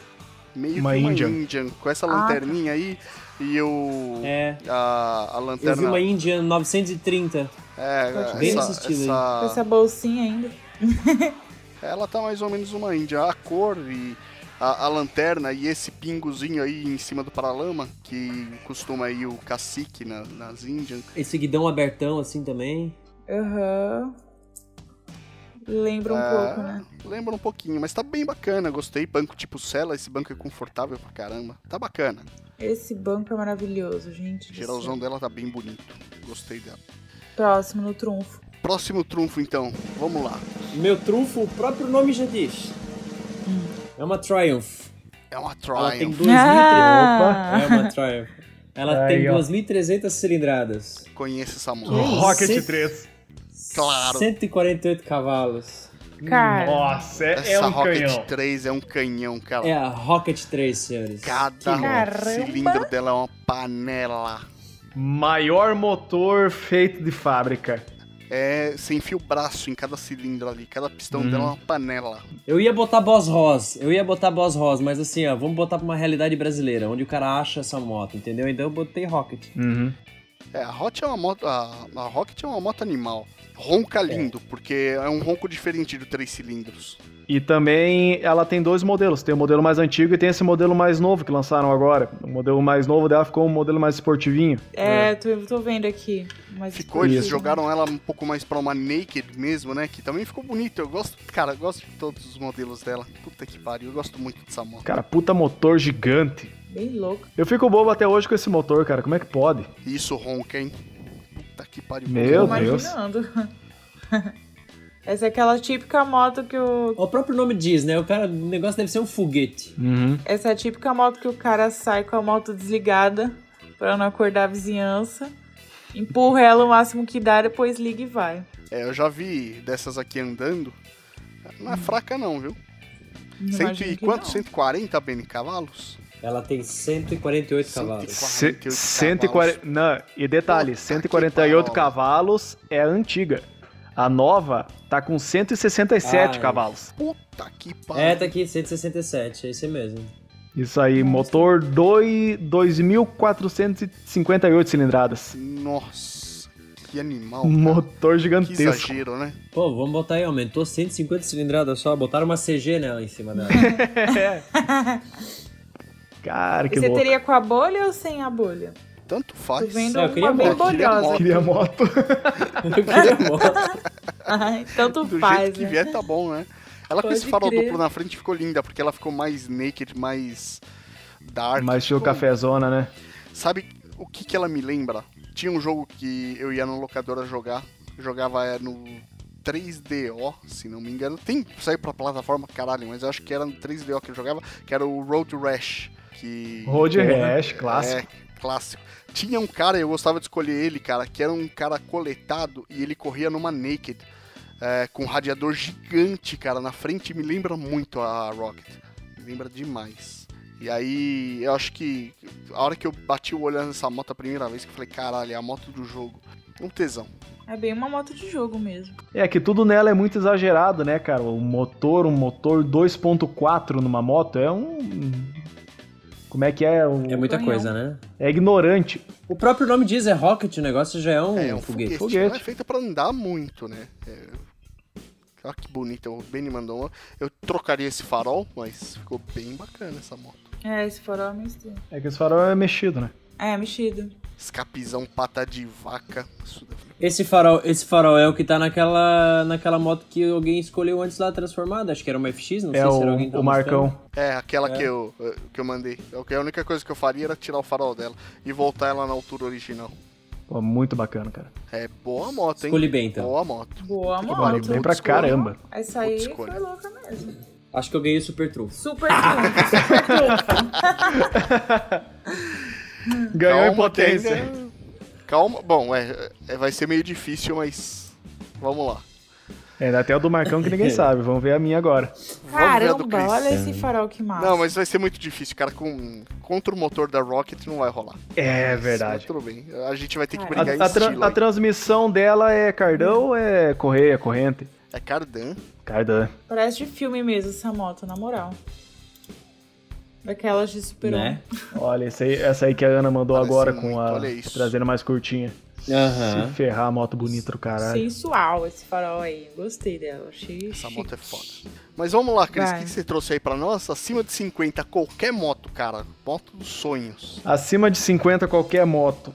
Meio Uma que uma Indian. Indian. Com essa Ah, lanterninha aí e o. É. A, a Eu vi lanterna. uma Indian 930. Tá É, Bem essa- nesse estilo Com essa- essa bolsinha ainda. Ela tá mais ou menos uma Índia. A cor e a, a lanterna e esse pingozinho aí em cima do paralama, que costuma aí o cacique na- nas Índias. Esse guidão abertão assim também. Aham. Lembra um Ah. pouco, né? Lembra um pouquinho, mas tá bem bacana. Gostei. Banco tipo cela, esse banco é confortável pra caramba. Tá bacana. Esse banco é maravilhoso, gente. O do geralzão céu. dela tá bem bonito. Gostei dela. Próximo no trunfo. Próximo trunfo, então. Vamos lá. Meu trunfo, o próprio nome já diz. É uma Triumph. É uma Ela tem Triumph. 2.300. Ah! É uma Triumph. Ela Aí, tem ó. 2.300 cilindradas. Conheço essa moto. isso? Rocket Sim. 3. Claro. 148 cavalos. *laughs* Cara, Nossa, é, é Essa um Rocket canhão. 3 é um canhão, cara. É a Rocket 3, senhores. Cada um. Caramba. cilindro dela é uma panela. Maior motor feito de fábrica. É, você enfia o braço em cada cilindro ali, cada pistão Uhum. dela é uma panela. Eu ia botar Boss Ross, eu ia botar Boss Ross, mas assim, ó, vamos botar pra uma realidade brasileira, onde o cara acha essa moto, entendeu? Então eu botei Rocket. Uhum. É, a Hot é uma moto. A, a Rocket é uma moto animal. Ronca lindo, porque é um ronco diferente do três cilindros. E também ela tem dois modelos. Tem o modelo mais antigo e tem esse modelo mais novo que lançaram agora. O modelo mais novo dela ficou um modelo mais esportivinho. é, tô, tô vendo aqui. Mas Ficou, eles Isso. jogaram ela um pouco mais pra uma naked mesmo, né? Que também ficou bonito. Eu gosto, cara, eu gosto de todos os modelos dela. Puta que pariu, eu gosto muito dessa moto. Cara, puta motor gigante. Bem louco. Eu fico bobo até hoje com esse motor, cara. Como é que pode? E isso ronca, hein? Puta que pariu. Meu Tô Ronca. Deus. imaginando. *laughs* Essa é aquela típica moto que o. O próprio nome diz, né? O cara, o negócio deve ser um foguete. Uhum. Essa é a típica moto que o cara sai com a moto desligada pra não acordar a vizinhança. Empurra ela o máximo que dá, depois liga e vai. É, eu já vi dessas aqui andando. Hum. Não é fraca não, viu? Não Cento imagino e que quanto? não. 140 BN cavalos? Ela tem 148 cavalos. 148 140, não, e detalhe, Puta tá que 148 parola. cavalos é a antiga. A nova tá com 167 Ah, Ai. cavalos. Puta que pariu. É, tá aqui, 167, é isso mesmo. Isso aí, motor doi- 2.458 cilindradas. Nossa, que animal. Um cara. Motor Que gigantesco. exagero, né? Pô, vamos botar aí, aumentou 150 cilindradas só, botaram uma CG nela em *laughs* cima dela. *laughs* Cara, E que você louco. teria com a bolha ou sem a bolha? Tanto Tô faz. vendo eu uma queria bem moto, eu queria bolhosa. moto. Queria moto. Eu queria moto. Ai, tanto Do faz, jeito que né? vier, tá bom, né? Ela com Pode esse farol crer. duplo na frente ficou linda, porque ela ficou mais naked, mais dark. Mas tinha o Ficou- cafezona, né? Sabe o que, que ela me lembra? Tinha um jogo que eu ia na locadora jogar, jogava é, no 3DO, se não me engano. Tem, saiu pra plataforma, caralho, mas eu acho que era no 3DO que eu jogava, que era o Road Rash. Que... Road Porra. Rash, clássico. É, clássico. Tinha um cara, eu gostava de escolher ele, cara, que era um cara coletado e ele corria numa naked. é, com um radiador gigante, cara, na frente me lembra muito a Rocket. Me lembra demais. E aí, eu acho que a hora que eu bati o olho nessa moto a primeira vez, que eu falei, caralho, é a moto do jogo. Um tesão. É bem uma moto de jogo mesmo. É que tudo nela é muito exagerado, né, cara? O motor, um motor 2.4 numa moto é um. Como é que é? Um- É muita Canhão. coisa, né? É ignorante. O próprio nome diz, é rocket, o negócio já é um, É, um foguete. foguete. Foguete. Não é feita pra andar muito, né? É... Olha que bonita, o Benny mandou uma. Eu trocaria esse farol, mas ficou bem bacana essa moto. É, esse farol é meio estranho. É que esse farol é mexido, né? É, mexido. Escapizão, pata de vaca. Isso deve- Esse farol, esse farol é o que tá naquela, naquela moto que alguém escolheu antes lá transformada. Acho que era uma FX, não é sei se era alguém que o, tava o Marcão. É, aquela Que, eu, que eu mandei. A única coisa que eu faria era tirar o farol dela e voltar ela na altura original. Pô, muito bacana, cara. É boa moto, hein? Escolhi bem, então. Boa moto. Boa Que Olha, Olha, moto. bem muito pra escolha. caramba. Essa aí Puta escolha. foi louca mesmo. buscando. Acho que eu ganhei o Super Trufo. Super *laughs* trunfo, super trunfo. Ganhou em que ainda- potência. Calma. Bom, é, é- vai ser meio difícil, mas vamos lá. É, até o do Marcão que *laughs* ninguém sabe. Vamos ver a minha agora. vamos Caramba, ver a do Chris. olha esse farol que massa. Não, mas vai ser muito difícil, cara. Com, contra o motor da Rocket não vai rolar. É Mas, verdade. mas tudo bem. A gente vai ter que A, brigar em a tra- estilo. a aí. transmissão dela é cardão ou é correia, corrente? É Cardan. Cardan. Parece de filme mesmo essa moto, na moral. Daquelas de super Né? Olha, essa aí, essa aí que a Ana mandou Parece agora muito, com a olha isso. traseira mais curtinha. Se Aham. ferrar a moto bonita do caralho. Sensual esse farol aí. Gostei dela. Achei Essa chique. moto é foda. Mas vamos lá, Cris. O Vai. que, que você trouxe aí pra nós? Acima de 50, qualquer moto, cara. Moto dos sonhos. Acima de 50 qualquer moto.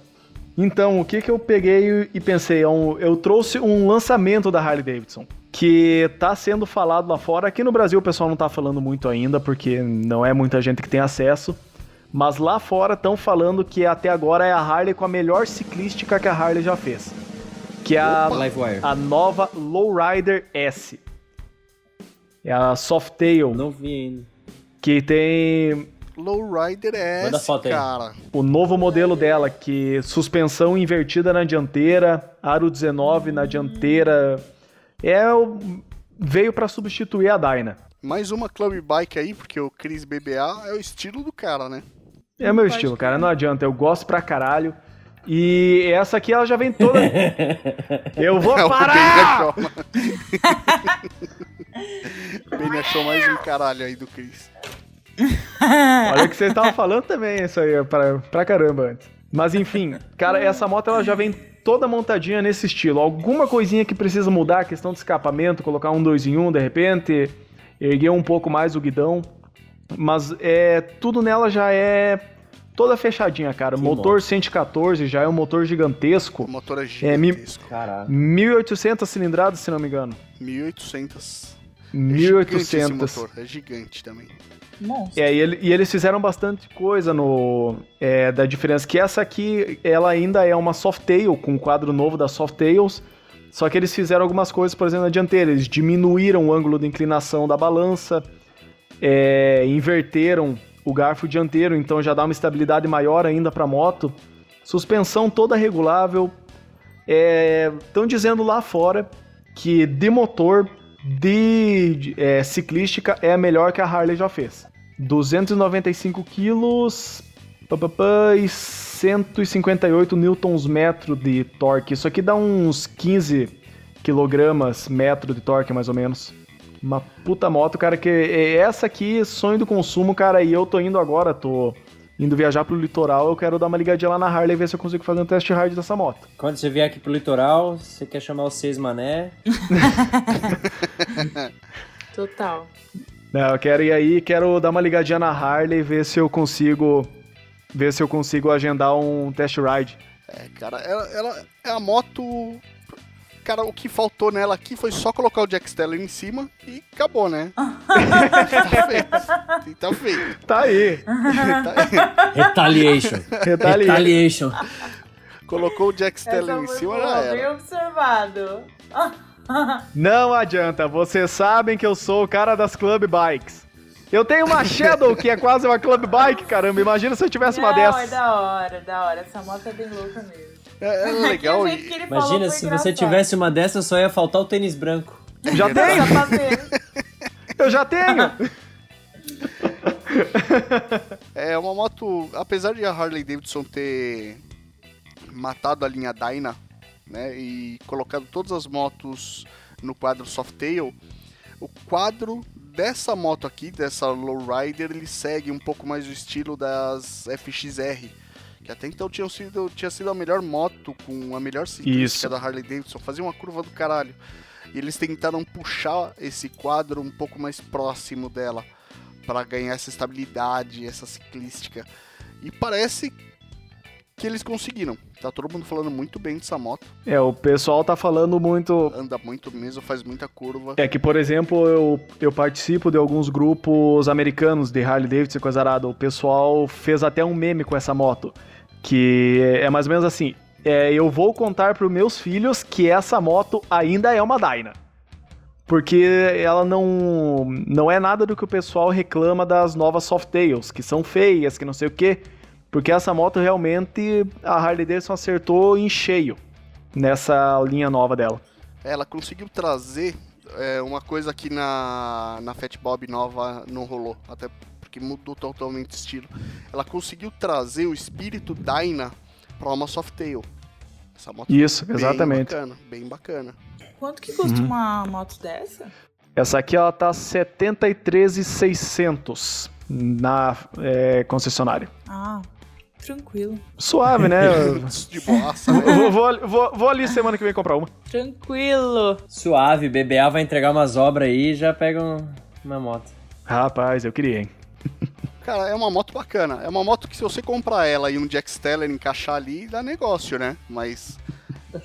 Então, o que que eu peguei e pensei? É um- eu trouxe um lançamento da Harley Davidson, que tá sendo falado lá fora. Aqui no Brasil o pessoal não tá falando muito ainda, porque não é muita gente que tem acesso. Mas lá fora estão falando que até agora é a Harley com a melhor ciclística que a Harley já fez. Que é a Livewire. a nova Lowrider S. É a Softail, Não vi ainda. que tem Lowrider é Manda esse, foto aí. cara. o novo modelo dela, que suspensão invertida na dianteira, aro 19 na dianteira. É o- veio para substituir a Dyna. Mais uma club bike aí, porque o Cris BBA é o estilo do cara, né? *laughs* É meu Pode estilo, crer. cara, não adianta, eu gosto pra caralho. E essa aqui ela já vem toda. *laughs* eu vou É o que parar! o *laughs* Benny achou. Benny achou mais um caralho aí do Cris. Olha o que vocês estavam falando também, isso aí, pra, pra caramba antes. Mas enfim, cara, essa moto ela já vem toda montadinha nesse estilo. Alguma coisinha que precisa mudar, questão de escapamento, colocar um dois em um de repente, erguer um pouco mais o guidão. Mas é tudo nela já é toda fechadinha, cara. Que motor moto. 114 já é um motor O gigantesco. motor é É, mi- gigantesco. Caraca. 1800 cilindradas, se não me engano. 1800. É gigante esse 1800. motor, É gigante também. Monstro. É, e, ele- e eles fizeram bastante coisa no é, da diferença. Que essa aqui, ela ainda é uma Softail, com um quadro novo da Softails. Só que eles fizeram algumas coisas, por exemplo, na dianteira. Eles diminuíram o ângulo de inclinação da balança, é, inverteram o garfo dianteiro, então já dá uma estabilidade maior ainda para a moto. Suspensão toda regulável. Estão dizendo lá fora que de motor, de, de, é, ciclística, é a melhor que a Harley já fez. 295 quilos pá, pá, pá, e 158 newtons metro de torque. Isso aqui dá uns 15 quilogramas metro de torque, mais ou menos. Uma puta moto, cara, que é essa aqui, sonho do consumo, cara, e eu tô indo agora, tô indo viajar pro litoral, eu quero dar uma ligadinha lá na Harley e ver se eu consigo fazer um test ride dessa moto. Quando você vier aqui pro litoral, você quer chamar os seis mané. Total. Não, Né, eu quero ir aí, quero dar uma ligadinha na Harley e ver se eu consigo ver se eu consigo agendar um test ride. É, cara, ela, ela é a moto. Cara, o que faltou nela aqui foi só colocar o Jack Stellar em cima e acabou, *laughs* né? tá feito. E Tá feito. Tá aí. Tá- *laughs* Retaliation. Detalhe. Retaliation. Colocou o Jack É, Stellar em foi cima, boa, já é bem era. observado. Não adianta, vocês sabem que eu sou o cara das club bikes. Eu tenho uma Shadow que é quase uma club bike, caramba. Imagina se eu tivesse uma Não, é dessas. da hora, da hora. Essa moto é bem louca mesmo. É, é O *laughs* legal. jeito e- que ele falou Imagina foi se você engraçado. tivesse uma dessa, só ia faltar o tênis branco. Já tenho, Só *laughs* pra ver. eu já tenho. É uma moto, apesar de a Harley Davidson ter matado a linha Dyna, né, e colocado todas as motos no quadro Softail, o quadro dessa moto aqui, dessa Lowrider, ele segue um pouco mais o estilo das FXR, que até então tinha sido, tinha sido a melhor moto com a melhor Isso. ciclística da Harley Davidson, fazia uma curva do caralho. E eles tentaram puxar esse quadro um pouco mais próximo dela para ganhar essa estabilidade, essa ciclística. E parece que eles conseguiram. Tá todo mundo falando muito bem dessa moto. É, o pessoal tá falando muito. Anda muito mesmo, faz muita curva. É que, por exemplo, eu, eu participo de alguns grupos americanos de Harley Davidson e coisa arada. O pessoal fez até um meme com essa moto. Que é mais ou menos assim: é, eu vou contar pros meus filhos que essa moto ainda é uma Dyna. Porque ela não, não é nada do que o pessoal reclama das novas Softails, que são feias, que não sei o quê. Porque essa moto realmente a Harley Davidson acertou em cheio nessa linha nova dela. Ela conseguiu trazer é, uma coisa que na, na Fat Bob nova não rolou, até porque mudou totalmente o estilo. Ela conseguiu trazer o espírito Dyna pra uma Softail. Essa moto Isso, bem exatamente. bacana, bem bacana. Quanto que custa Uhum. uma moto dessa? Essa aqui ela tá 73,600 na é, concessionária. Ah, tranquilo. Suave, *laughs* né? Eu *laughs* De boaça, né? vou, vou- vou- vou ali semana que vem comprar uma. Tranquilo. Suave, BBA vai entregar umas obras aí e já pega um- uma moto. Rapaz, eu queria, hein? Cara, é uma moto bacana. É uma moto que se você comprar ela e um Jack Steller encaixar ali, dá negócio, né? Mas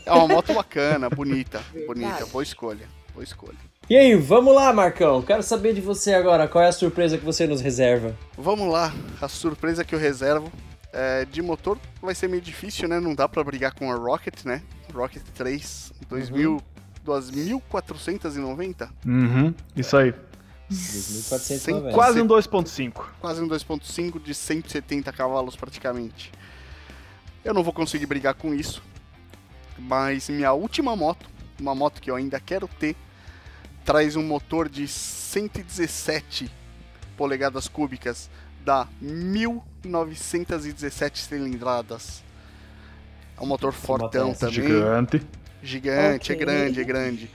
é uma moto bacana, bonita, bonita. Boa escolha, boa escolha. E aí, vamos lá, Marcão. Quero saber de você agora. Qual é a surpresa que você nos reserva? Vamos lá, a surpresa que eu reservo. É, de motor vai ser meio difícil, né? Não dá pra brigar com a Rocket, né? Rocket 3, 2000, 2490? Uhum, isso aí. 2490. Quase um 2.5. quase um 2.5 de 170 cavalos praticamente. Eu não vou conseguir brigar com isso, mas minha última moto, uma moto que eu ainda quero ter, traz um motor de 117 polegadas cúbicas da 1917 cilindradas. É um motor fortão moto é também. Tá Gigante. Gigante, é Ok. grande, é *laughs* grande.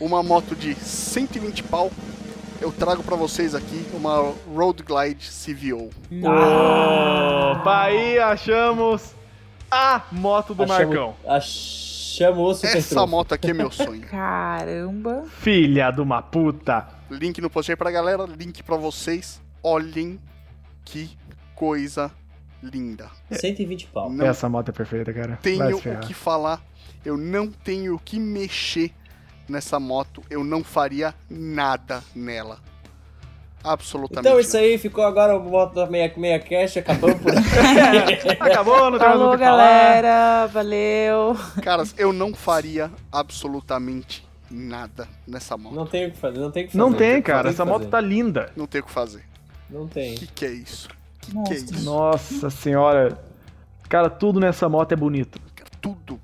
uma moto de 120 pau. Eu trago pra vocês aqui uma Road Glide CVO. Ah, Opa, aí achamos a moto do Achamos- Marcão. Achamos o super Essa trunfo. moto aqui é *laughs* meu sonho. Caramba. Filha de uma puta. Link no post aí pra galera, link pra vocês. Olhem que coisa linda. 120 pau. Não Essa moto é perfeita, cara. Vai tenho se ferrar. o que falar, eu não tenho o que mexer nessa moto, eu não faria nada nela. Absolutamente. Então isso aí, ficou agora o moto da meia, meia cash, acabamos por aqui. Acabou, não tem mais o Falou, que falar. galera. Valeu. Caras, eu não faria absolutamente nada nessa moto. Não, Não tem o que fazer, não tem o que fazer. Não tem, cara. o que Essa fazer. moto tá linda. tem o que fazer. Não O tem. que, que é isso? Que que é Monstro. isso? Nossa senhora. Cara, tudo nessa moto é bonito. Cara, Tudo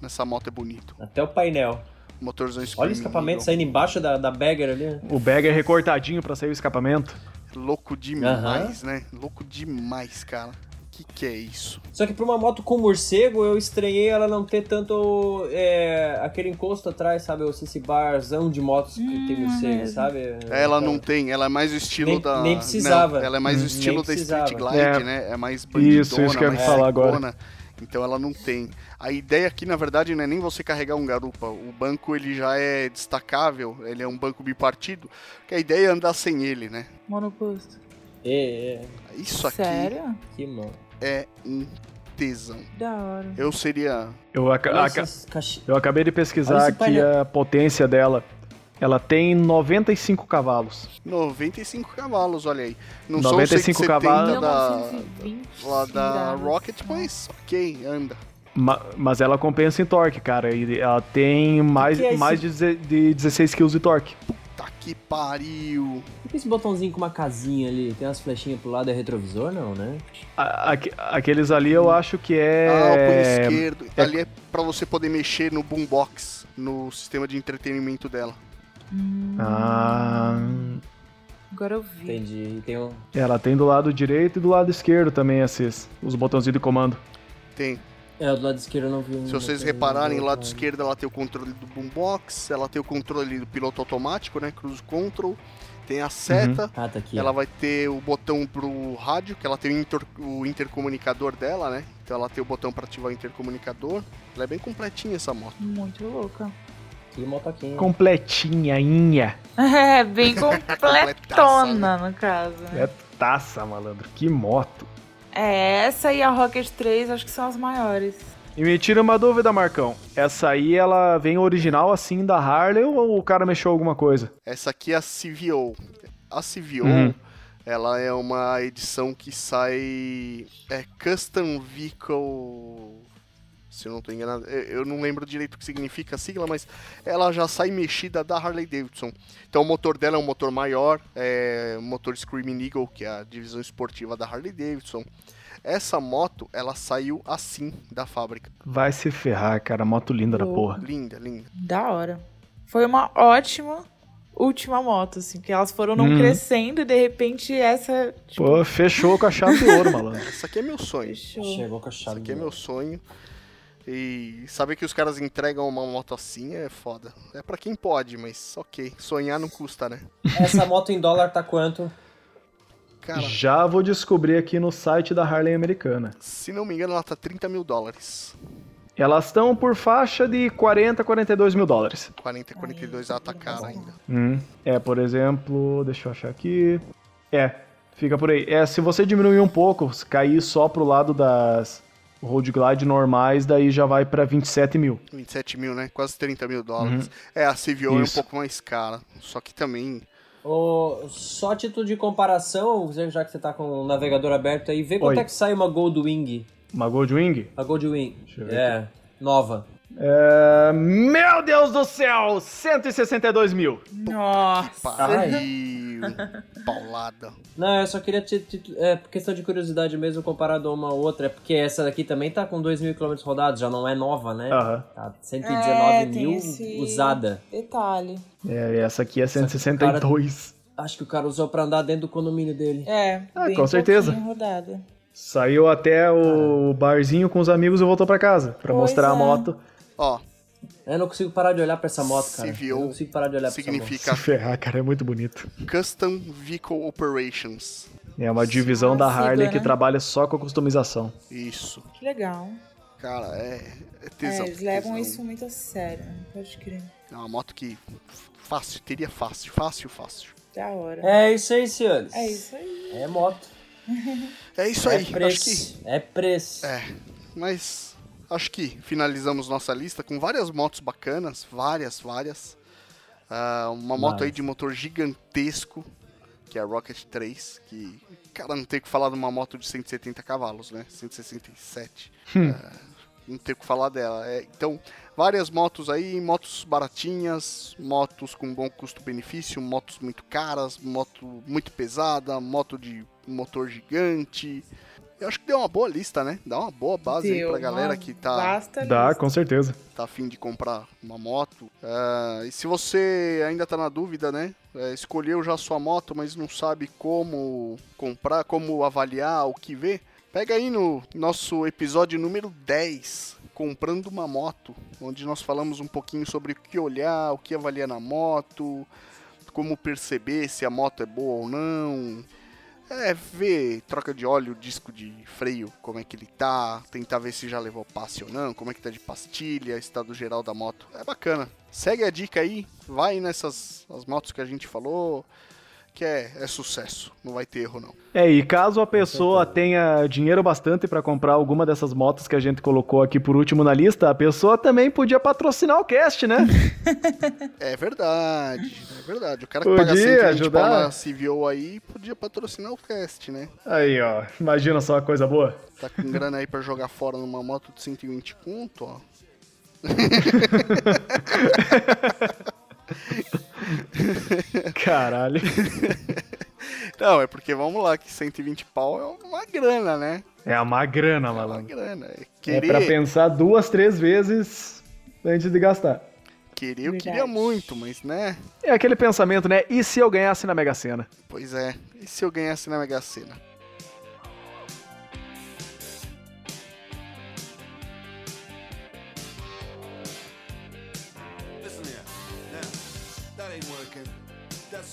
nessa moto é bonito. Até o painel. Motorzão Olha o espremido, escapamento saindo embaixo da, da bagger ali. né? O bag é recortadinho pra sair o escapamento. Louco demais, né? Louco demais, cara. Que que é isso? Só que pra uma moto com morcego, eu estranhei ela não ter tanto é, aquele encosto atrás, sabe? O esse barzão de motos que tem morcego, sabe? Hum, é. Ela não tem, ela é mais o estilo Nem- da. nem precisava. Não, ela é mais o Nem estilo da Street precisava. Glide, É. né? É mais bandidona, Isso, isso que eu ia mais falar agora. sicona. Então ela não tem. A ideia aqui, na verdade, não é nem você carregar um garupa. O banco ele já é destacável, ele é um banco bipartido, que a ideia é andar sem ele, né? Monoposto. É, é, Isso aqui Sério? que mano. é um tesão. Da hora. Eu seria. Eu, aca- Ah, Olha aca- essas caixi- eu acabei de Olha pesquisar esse aqui painel. a potência dela. Ela tem 95 cavalos. 95 cavalos, olha aí. Não 95 são 170 cavalos. da, 1920 lá da cilindradas. Rocket, mas ok, anda. Ma- mas ela compensa em torque, cara. E ela tem mais, que é esse? mais de, deze- de 16 kg de torque. Tá que pariu. Por que esse botãozinho com uma casinha ali? Tem umas flechinhas pro lado, é retrovisor, não, né? A- aque- aqueles ali eu acho que Ah, o punho é. esquerdo. Ali é pra você poder mexer no boombox, no sistema de entretenimento dela. Ah, Agora eu vi. Entendi. E Tem um... ela tem do lado direito e do lado esquerdo também esses os botãozinhos de comando. Tem. É, do lado esquerdo eu não vi um. Se vocês repararem, lado esquerdo ela tem o controle do boombox, ela tem o controle do piloto automático, né? Cruise control, tem a seta, Ah, tá aqui. ela vai ter o botão pro rádio, que ela tem o, inter- o intercomunicador dela, né? Então ela tem o botão para ativar o intercomunicador. Ela é bem completinha essa moto. Muito louca. Que motoquinha. Completinha, inha. É, bem *laughs* completona, no caso. né? É taça, malandro. Que moto. É, essa e a Rocket 3 acho que são as maiores. E me tira uma dúvida, Marcão. Essa aí, ela vem original assim da Harley ou o cara mexeu alguma coisa? Essa aqui é a CVO. A CVO, Uhum. ela é uma edição que sai. É Custom Vehicle. Se eu não tô enganado, eu eu não lembro direito o que significa a sigla, mas ela já sai mexida da Harley Davidson. Então o motor dela é um motor maior, é um motor Screaming Eagle, que é a divisão esportiva da Harley Davidson. Essa moto, ela saiu assim da fábrica. Vai se ferrar, cara. Moto linda da Louco. porra. Linda, linda. Da hora. Foi uma ótima última moto, assim, porque elas foram não Uhum. crescendo e de repente essa. Tipo, Pô, fechou com a chave de ouro, malandro. Essa aqui é meu sonho. fechou. Chegou com a Isso chave. aqui é meu sonho. E saber que os caras entregam uma moto assim é foda. É pra quem pode, mas ok. Sonhar não custa, né? Essa moto em dólar tá quanto? Cara, Já vou descobrir aqui no site da Harley americana. se não me engano, ela tá 30 mil dólares. Elas estão por faixa de 40 a 42 mil dólares. 40, 42 ela tá cara ainda. Hum. É, por exemplo, deixa eu achar aqui. É, fica por aí. É, se você diminuir um pouco, se cair só pro lado das Road Glide normais, daí já vai pra 27 mil. 27 mil, né? Quase 30 mil dólares. É, a CVO é um Isso. pouco mais cara. Só que também. Ô, só título de comparação, já que você tá com o navegador aberto aí, vê quanto Oi. é que sai uma Goldwing. Uma Goldwing? A Goldwing. Deixa eu ver É, nova. É, meu Deus do céu! 162 mil! Nossa. Pariu! Paulada. Não, eu só queria te, te- é, por questão de curiosidade mesmo, comparado a uma outra, é porque essa daqui também tá com 2 mil km rodados, já não é nova, né? Aham. Tá É, 119 tem mil esse- usada. Detalhe. É, essa aqui é 162. Acho que o cara usou pra andar dentro do condomínio dele. É, Ah, bem com certeza. pouquinho rodada. Saiu até o barzinho com os amigos e voltou pra casa pra Pois mostrar é. a moto. Ó, Eu não consigo parar de olhar pra essa moto, cara. CVO Eu não consigo parar de olhar significa Se *laughs* ferrar, cara, é muito bonito. Custom Vehicle Operations. É uma divisão da Ah, sigla, Harley que né? trabalha só com a customização. Isso. Que legal. Cara, é, é É, tesão. eles levam tesão. isso muito a sério, né? Pode crer. É uma moto que fácil, teria fácil, fácil, fácil. Da hora. É isso aí, senhores. É isso aí. É moto. É isso aí, é acho preço. que. É preço. É, mas acho que finalizamos nossa lista com várias motos bacanas, várias, várias. Ah, uma moto aí de motor gigantesco, que é a Rocket 3, que, cara, não tem o que falar de uma moto de 170 cavalos, né? 167. Ah, não tem o que falar dela. É, então, várias motos aí, motos baratinhas, motos com bom custo-benefício, motos muito caras, moto muito pesada, moto de motor gigante. Eu acho que deu uma boa lista, né? Dá uma boa base aí pra galera que tá, Basta Dá, com certeza. tá afim de comprar uma moto. Ah, e se você ainda tá na dúvida, né? É, escolheu já a sua moto, mas não sabe como comprar, como avaliar, o que ver. Pega aí no nosso episódio número 10, Comprando uma Moto, onde nós falamos um pouquinho sobre o que olhar, o que avaliar na moto, como perceber se a moto é boa ou não, é, ver troca de óleo, disco de freio, como é que ele tá, tentar ver se já levou passe ou não, como é que tá de pastilha, estado geral da moto. É bacana. Segue a dica aí, vai nessas as motos que a gente falou, que é, é sucesso, não vai ter erro não. É, e caso a pessoa tenha dinheiro bastante pra comprar alguma dessas motos que a gente colocou aqui por último na lista, a pessoa também podia patrocinar o cast, né? É verdade, é verdade. O cara que Podia paga 120 pau ajudar. na CVO aí podia patrocinar o cast, né? *laughs* Aí, ó, imagina só uma coisa boa. Tá com *laughs* grana aí pra jogar fora numa moto de 120 conto, ó. *laughs* Caralho. Não, é porque vamos lá, que 120 pau é uma grana, né? É uma grana, É uma malandro. grana. É É querer, pra pensar duas, três vezes antes de gastar. querer eu queria Verdade. muito, mas né? É aquele pensamento, né? E se eu ganhasse na Mega Sena? Pois é. E se eu ganhasse na Mega Sena? that ain't working. That's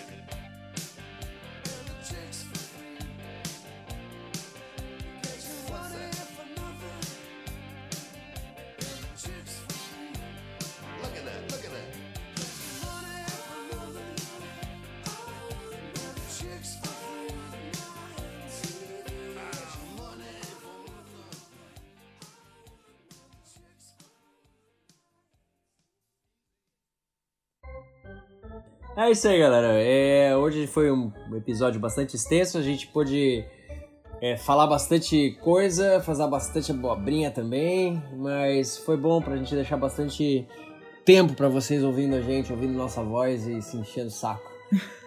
And the chicks for free. Money for nothing. And the chicks for free. Look at that, look at that. Money for nothing. And the chicks for free. Money for nothing. É isso aí, galera. É, hoje foi um episódio bastante extenso. A gente pôde é, falar bastante coisa, fazer bastante abobrinha também. Mas foi bom pra gente deixar bastante tempo pra vocês ouvindo a gente, ouvindo nossa voz e se enchendo o saco.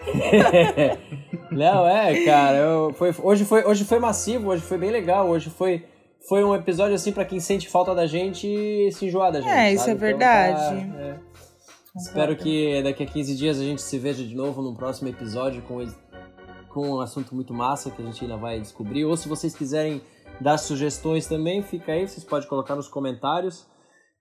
*laughs* Não, é, cara. eu- foi- hoje, foi, hoje foi massivo, hoje foi bem legal. Hoje foi, foi um episódio assim pra quem sente falta da gente se enjoar da gente. É, isso sabe? é Então, tá- verdade. é. Concordo. Espero que daqui a 15 dias a gente se veja de novo num próximo episódio com, ex- com um assunto muito massa que a gente ainda vai descobrir. Ou se vocês quiserem dar sugestões também, fica aí, vocês podem colocar nos comentários.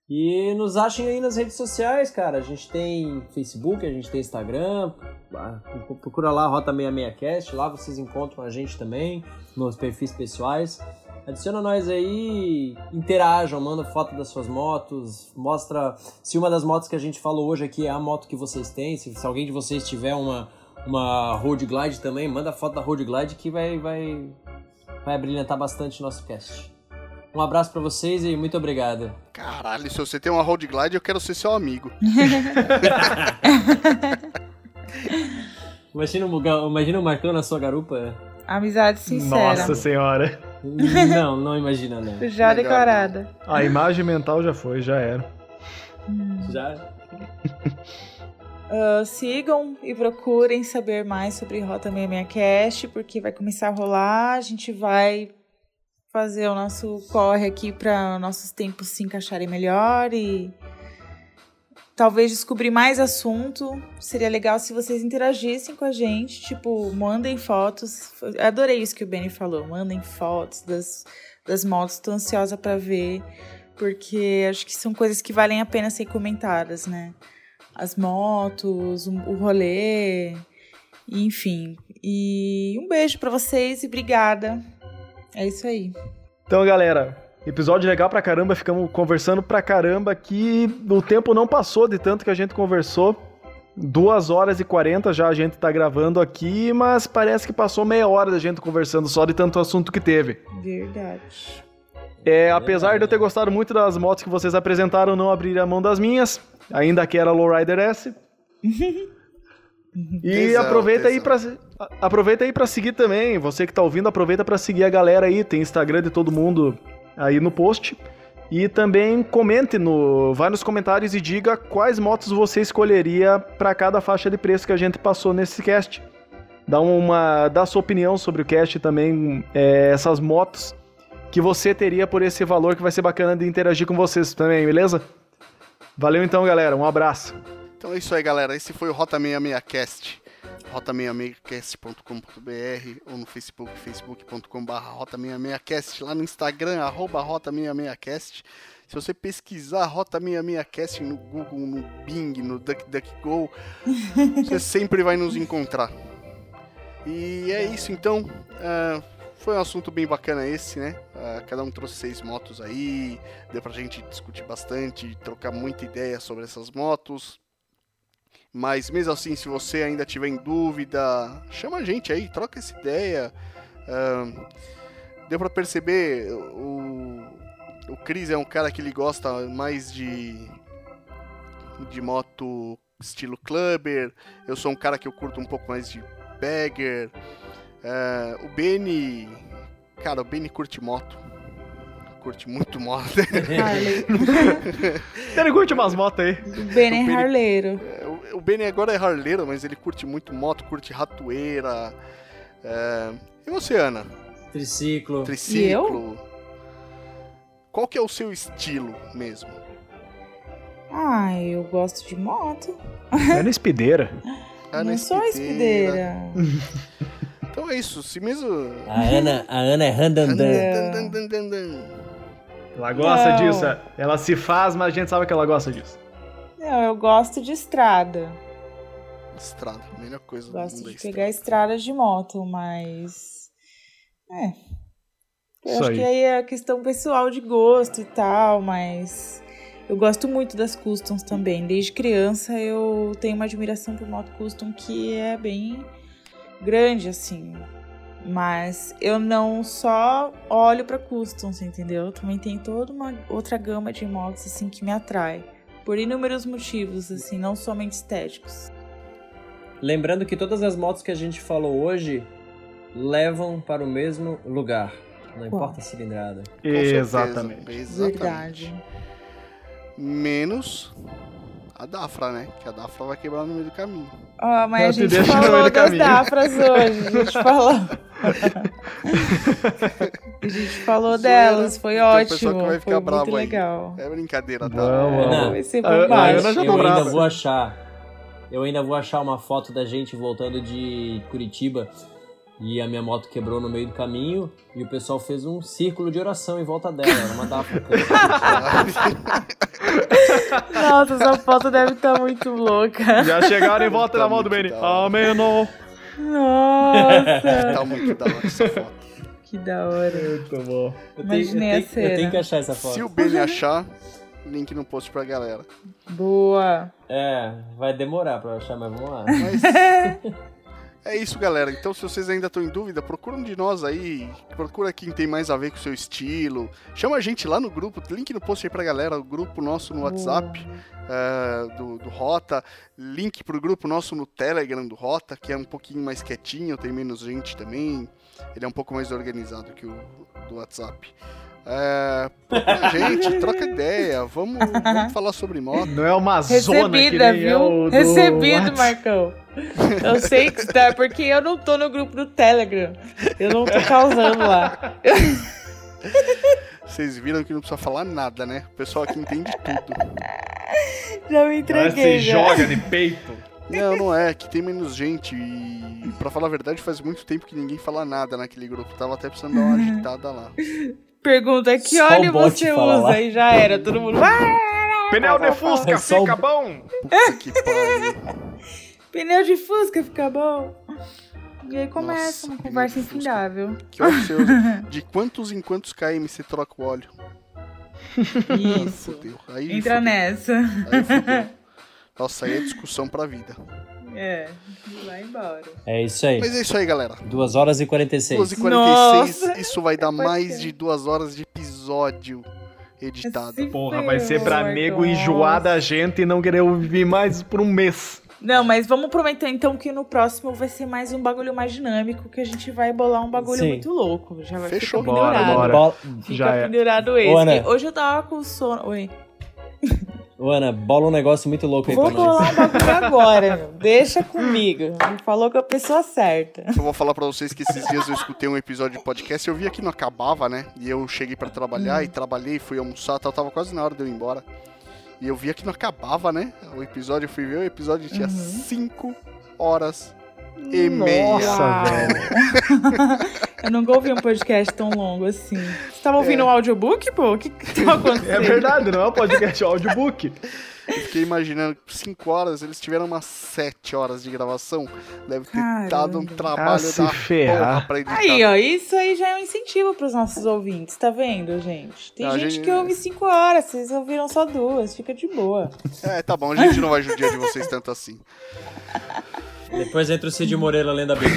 E nos achem aí nas redes sociais, cara. A gente tem Facebook, a gente tem Instagram. ah, Procura lá Rota 66Cast, lá vocês encontram a gente também, nos perfis pessoais. Adiciona nós aí, interajam, manda foto das suas motos, mostra se uma das motos que a gente falou hoje aqui é a moto que vocês têm, se, se alguém de vocês tiver uma, uma Road Glide também, manda foto da Road Glide que vai, vai, vai abrilhantar bastante o nosso cast. Um abraço pra vocês e muito obrigado. Caralho, se você tem uma road glide, eu quero ser seu amigo. Imagina o, Muga- imagina o Marcão na sua *laughs* garupa. Amizade sincera. Nossa senhora. Não, não imagina, não. Já Melhor. declarada. A imagem mental já foi, já era. Já. Ah, sigam e procurem saber mais sobre Rota 66Cast, porque vai começar a rolar, a gente vai fazer o nosso corre aqui para nossos tempos se encaixarem melhor e talvez descobrir mais assunto. Seria legal se vocês interagissem com a gente, tipo, mandem fotos. Eu Adorei isso que o Benny falou, mandem fotos das, das motos, tô ansiosa para ver, porque acho que são coisas que valem a pena ser comentadas, né? as motos, um- o rolê, enfim. E um beijo pra vocês e obrigada. É isso aí. Então, galera, episódio legal pra caramba, ficamos conversando pra caramba que o tempo não passou de tanto que a gente conversou. Duas horas e 40 já a gente tá gravando aqui, mas parece que passou meia hora da gente conversando só de tanto assunto que teve. Verdade. É, apesar de eu ter gostado muito das motos que vocês apresentaram, não abrir a mão das minhas. Ainda que era *laughs* Lowrider S. E Tesão, aproveita aí para tesão. aproveita aí para seguir também. Você que tá ouvindo, aproveita para seguir a galera aí. Tem Instagram de todo mundo aí no post. E também comente no, vai nos comentários e diga quais motos você escolheria para cada faixa de preço que a gente passou nesse cast. Dá um, uma, dá sua opinião sobre o cast também, é, essas motos que você teria por esse valor, que vai ser bacana de interagir com vocês também, beleza? Valeu então, galera. Um abraço. Então é isso aí, galera. Esse foi o Rota 66Cast. rota66cast.com.br ou no Facebook, facebook.com.br rota66cast, lá no Instagram, arroba rota66cast. Se você pesquisar Rota 66cast no Google, no Bing, no DuckDuckGo, você sempre vai nos encontrar. E é isso, então. Ah, foi um assunto bem bacana esse, né? Ah, cada um trouxe seis motos aí, deu pra gente discutir bastante, trocar muita ideia sobre essas motos. Mas mesmo assim, se você ainda tiver em dúvida, chama a gente aí, troca essa ideia. Ahn, deu pra perceber, o, o Cris é um cara que ele gosta mais de, de moto estilo clubber. Eu sou um cara que eu curto um pouco mais de bagger. Ah, o Benny, cara, o Benny curte moto. Curte muito *laughs* moto. *laughs* Harley. Pergunte umas motos *laughs* aí. O Ben é Beni- harleiro. É, o- O Benny agora é harleiro, mas ele curte muito moto, curte ratoeira. é, E você, Ana? Triciclo. Triciclo. Qual que é o seu estilo mesmo? Ah, eu gosto de moto. Era é espideira. Ah, na não é sou a espideira. espideira. Então é isso, se mesmo. A Ana, a Ana é randandan. Ela gosta Não. disso. é. Ela se faz, mas a gente sabe que ela gosta disso. Não, eu gosto de estrada. Estrada, a melhor coisa do Gosto mundo. é de estrada. pegar estradas de moto, mas. É. Eu Isso acho aí. que aí é questão pessoal de gosto e tal, mas. Eu gosto muito das customs também. Desde criança eu tenho uma admiração por moto custom que é bem grande, assim. Mas eu não só olho pra customs, entendeu? Também tem toda uma outra gama de motos, assim, que me atrai. Por inúmeros motivos, assim, não somente estéticos. Lembrando que todas as motos que a gente falou hoje levam para o mesmo lugar. Não importa a cilindrada. Com certeza, Exatamente. exatamente. Verdade. Menos a Dafra, né? Que a Dafra vai quebrar no meio do caminho. Ó, mas Não, a tu gente deixa no meio falou do das caminho. Dafras hoje. A gente *laughs* falou. a gente falou Zoeira. delas, foi Tem um pessoal ótimo. que vai ficar foi bravo muito aí. legal. um É brincadeira, tá? Vamos, Ana, vamos. Vai ser A- a bobagem. Ana já Ah, eu tá brava. ainda vou achar. Eu ainda vou achar uma foto da gente voltando de Curitiba e a minha moto quebrou no meio do caminho e o pessoal fez um círculo de oração em volta dela. Era uma dafra. Tá Nossa, essa foto deve estar muito louca. Já chegaram em volta da mão do Benny. Tá muito da hora. Amém, não. Nossa, *laughs* tá muito da hora essa foto. que da hora. Muito bom. Eu tenho, eu, Imaginei tenho- a eu cena. tenho que achar essa foto. Se o Benny achar, link no post pra galera. Boa. É, vai demorar pra eu achar, mas vamos lá. Mas. É isso, galera. Então, se vocês ainda estão em dúvida, procura um de nós aí. Procura quem tem mais a ver com o seu estilo. Chama a gente lá no grupo. Link no post aí pra galera. O grupo nosso no WhatsApp eh, do, do Rota. Link pro grupo nosso no Telegram do Rota, que é um pouquinho mais quietinho, tem menos gente também. Ele é um pouco mais organizado que o do WhatsApp. É, procura a gente, troca ideia. Vamos, vamos falar sobre moto. Não é uma zona que Recebida, nem é viu? o do Recebido, Whats. Marcão. Eu sei que está, porque eu não tô no grupo do Telegram. Eu não tô causando lá. Vocês viram que não precisa falar nada, né? O pessoal aqui entende tudo. Já me Ela entreguei. né? se já. joga de peito. Não, não é, que tem menos gente e pra falar a verdade faz muito tempo que ninguém fala nada naquele grupo, tava até precisando dar uma Uhum. agitada lá. Pergunta que Só o óleo bot você fala usa lá. e já era, todo mundo. Ah, *laughs* Pneu de Fusca, É só fica o- bom. Puta que pariu. pneu de Fusca fica bom. E aí Nossa, começa uma pneu conversa de Fusca. infindável. Que óleo você usa? *laughs* De quantos em quantos km você troca o óleo? Hum, Isso. Fudeu. Aí Entra fudeu. nessa. Aí fudeu. Nossa, aí é discussão pra vida. É. Vai embora. É isso aí. Mas é isso aí, galera. 2 horas e 46. 12h46, Nossa. isso vai dar *laughs* Pode mais ser. de duas horas de episódio editado. Se Porra, vai ser pra ferrou, nego Marcão. enjoar da gente e não querer ouvir mais por um mês. Não, mas vamos prometer então que no próximo vai ser mais um bagulho mais dinâmico, que a gente vai bolar um bagulho Sim. muito louco. Já vai Fechou. ficar Bora, pendurado. bora. Bola, Fica Já é. pendurado Ô, esse. Ana. Hoje eu tava com sono. Oi. Ô, Ana, bola um negócio muito louco aí Vou pra nós. bolar um bagulho agora, meu. Deixa comigo. Falou com a pessoa certa. Eu vou falar pra vocês que esses dias eu escutei um episódio de podcast, eu via que não acabava, né? E eu cheguei pra trabalhar e trabalhei, fui almoçar, tal, tava quase na hora de eu ir embora. E eu via que não acabava, né? O episódio, eu fui ver o episódio tinha Uhum. 5 horas e meia. Nossa, Uau. velho. Eu nunca ouvi um podcast tão longo assim. Você tava É. ouvindo um audiobook, pô? O que, que *laughs* tava acontecendo? É verdade, não é um podcast, é um audiobook. Eu fiquei imaginando que 5 horas, eles tiveram umas 7 horas de gravação. Deve ter Caramba. dado um Ah, trabalho se da porra ferrar. pra editar. Aí, ó, isso aí já é um incentivo pros nossos ouvintes, tá vendo, gente? Tem Não, a gente gente- que ouve cinco horas, vocês ouviram só duas, fica de boa. É, tá bom, a gente não vai judiar de vocês tanto *laughs* assim. Depois entra o Cid Moreira além da Bíblia.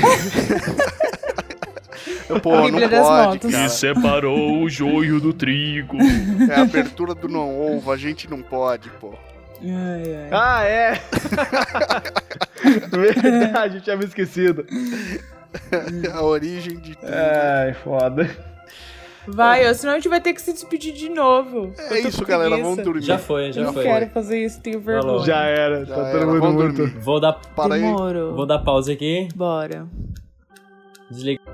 Pô, Bíblia não das pode, motos. cara. separou o joio do trigo. É a abertura do não ovo, a gente não pode, pô. Ai, ai. *laughs* Ah, *laughs* é. Verdade, eu tinha me esquecido. *laughs* A origem de É, tudo. Ai, foda. Vai, ó, senão a gente vai ter que se despedir de novo. É isso, galera. Vamos dormir. Já foi, Eu já não foi. quero fazer isso, tenho vergonha. Já era, Já tá era, todo mundo vamos muito. dormir. Vou dar, Para aí. Demorou. é. vou dar pausa aqui. Bora. Desligar.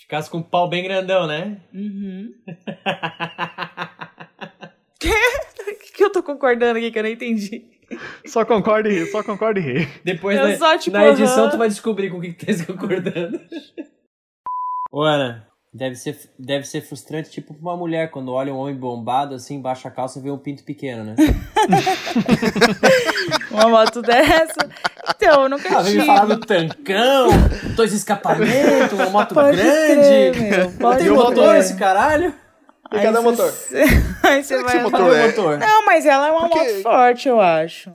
Ficasse com um pau bem grandão, né? Uhum. O que, que eu tô concordando aqui que eu não entendi? Só concorda e ri, só concorda e ri. Depois Eu na, só, tipo, na edição aham. tu vai descobrir com o que, que tá *laughs* se concordando. Ô, Ana, deve ser, deve ser frustrante, tipo, pra uma mulher quando olha um homem bombado, assim, baixa a calça e vê um pinto pequeno, né? Uma moto *laughs* dessa. Então, eu nunca *laughs* Ela Ah, vem tive. me falar do tancão, dois escapamentos, uma moto Pode grande. crer, meu. Pode Tem o motor crer. esse caralho? E Aí cadê o você- motor? *laughs* Aí você Será que esse vai... motor Cadê é- o motor? Não, mas ela é uma Porque- moto forte, eu acho.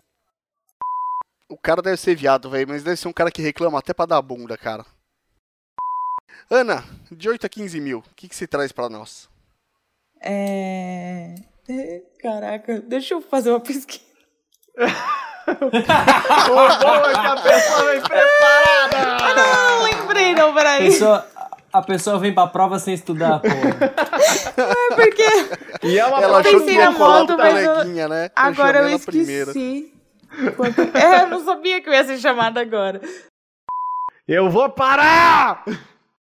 O cara deve ser viado, velho, mas deve ser um cara que reclama até pra dar bunda, cara. Ana, de 8 a 15 mil, o que, que você traz pra nós? É... Caraca, deixa eu fazer uma pesquisa. *laughs* O bom é que a pessoa vem preparada. Ah, Não lembrei, não, A peraí. pessoa, a pessoa vem pra prova sem estudar, pô. É porque E é uma Ela prova achou que pensei ia na colar moto, o mas eu- coleguinha, né? agora eu chamei na primeira. esqueci. Quanto... É, eu não sabia que eu ia ser chamada agora. Eu vou parar!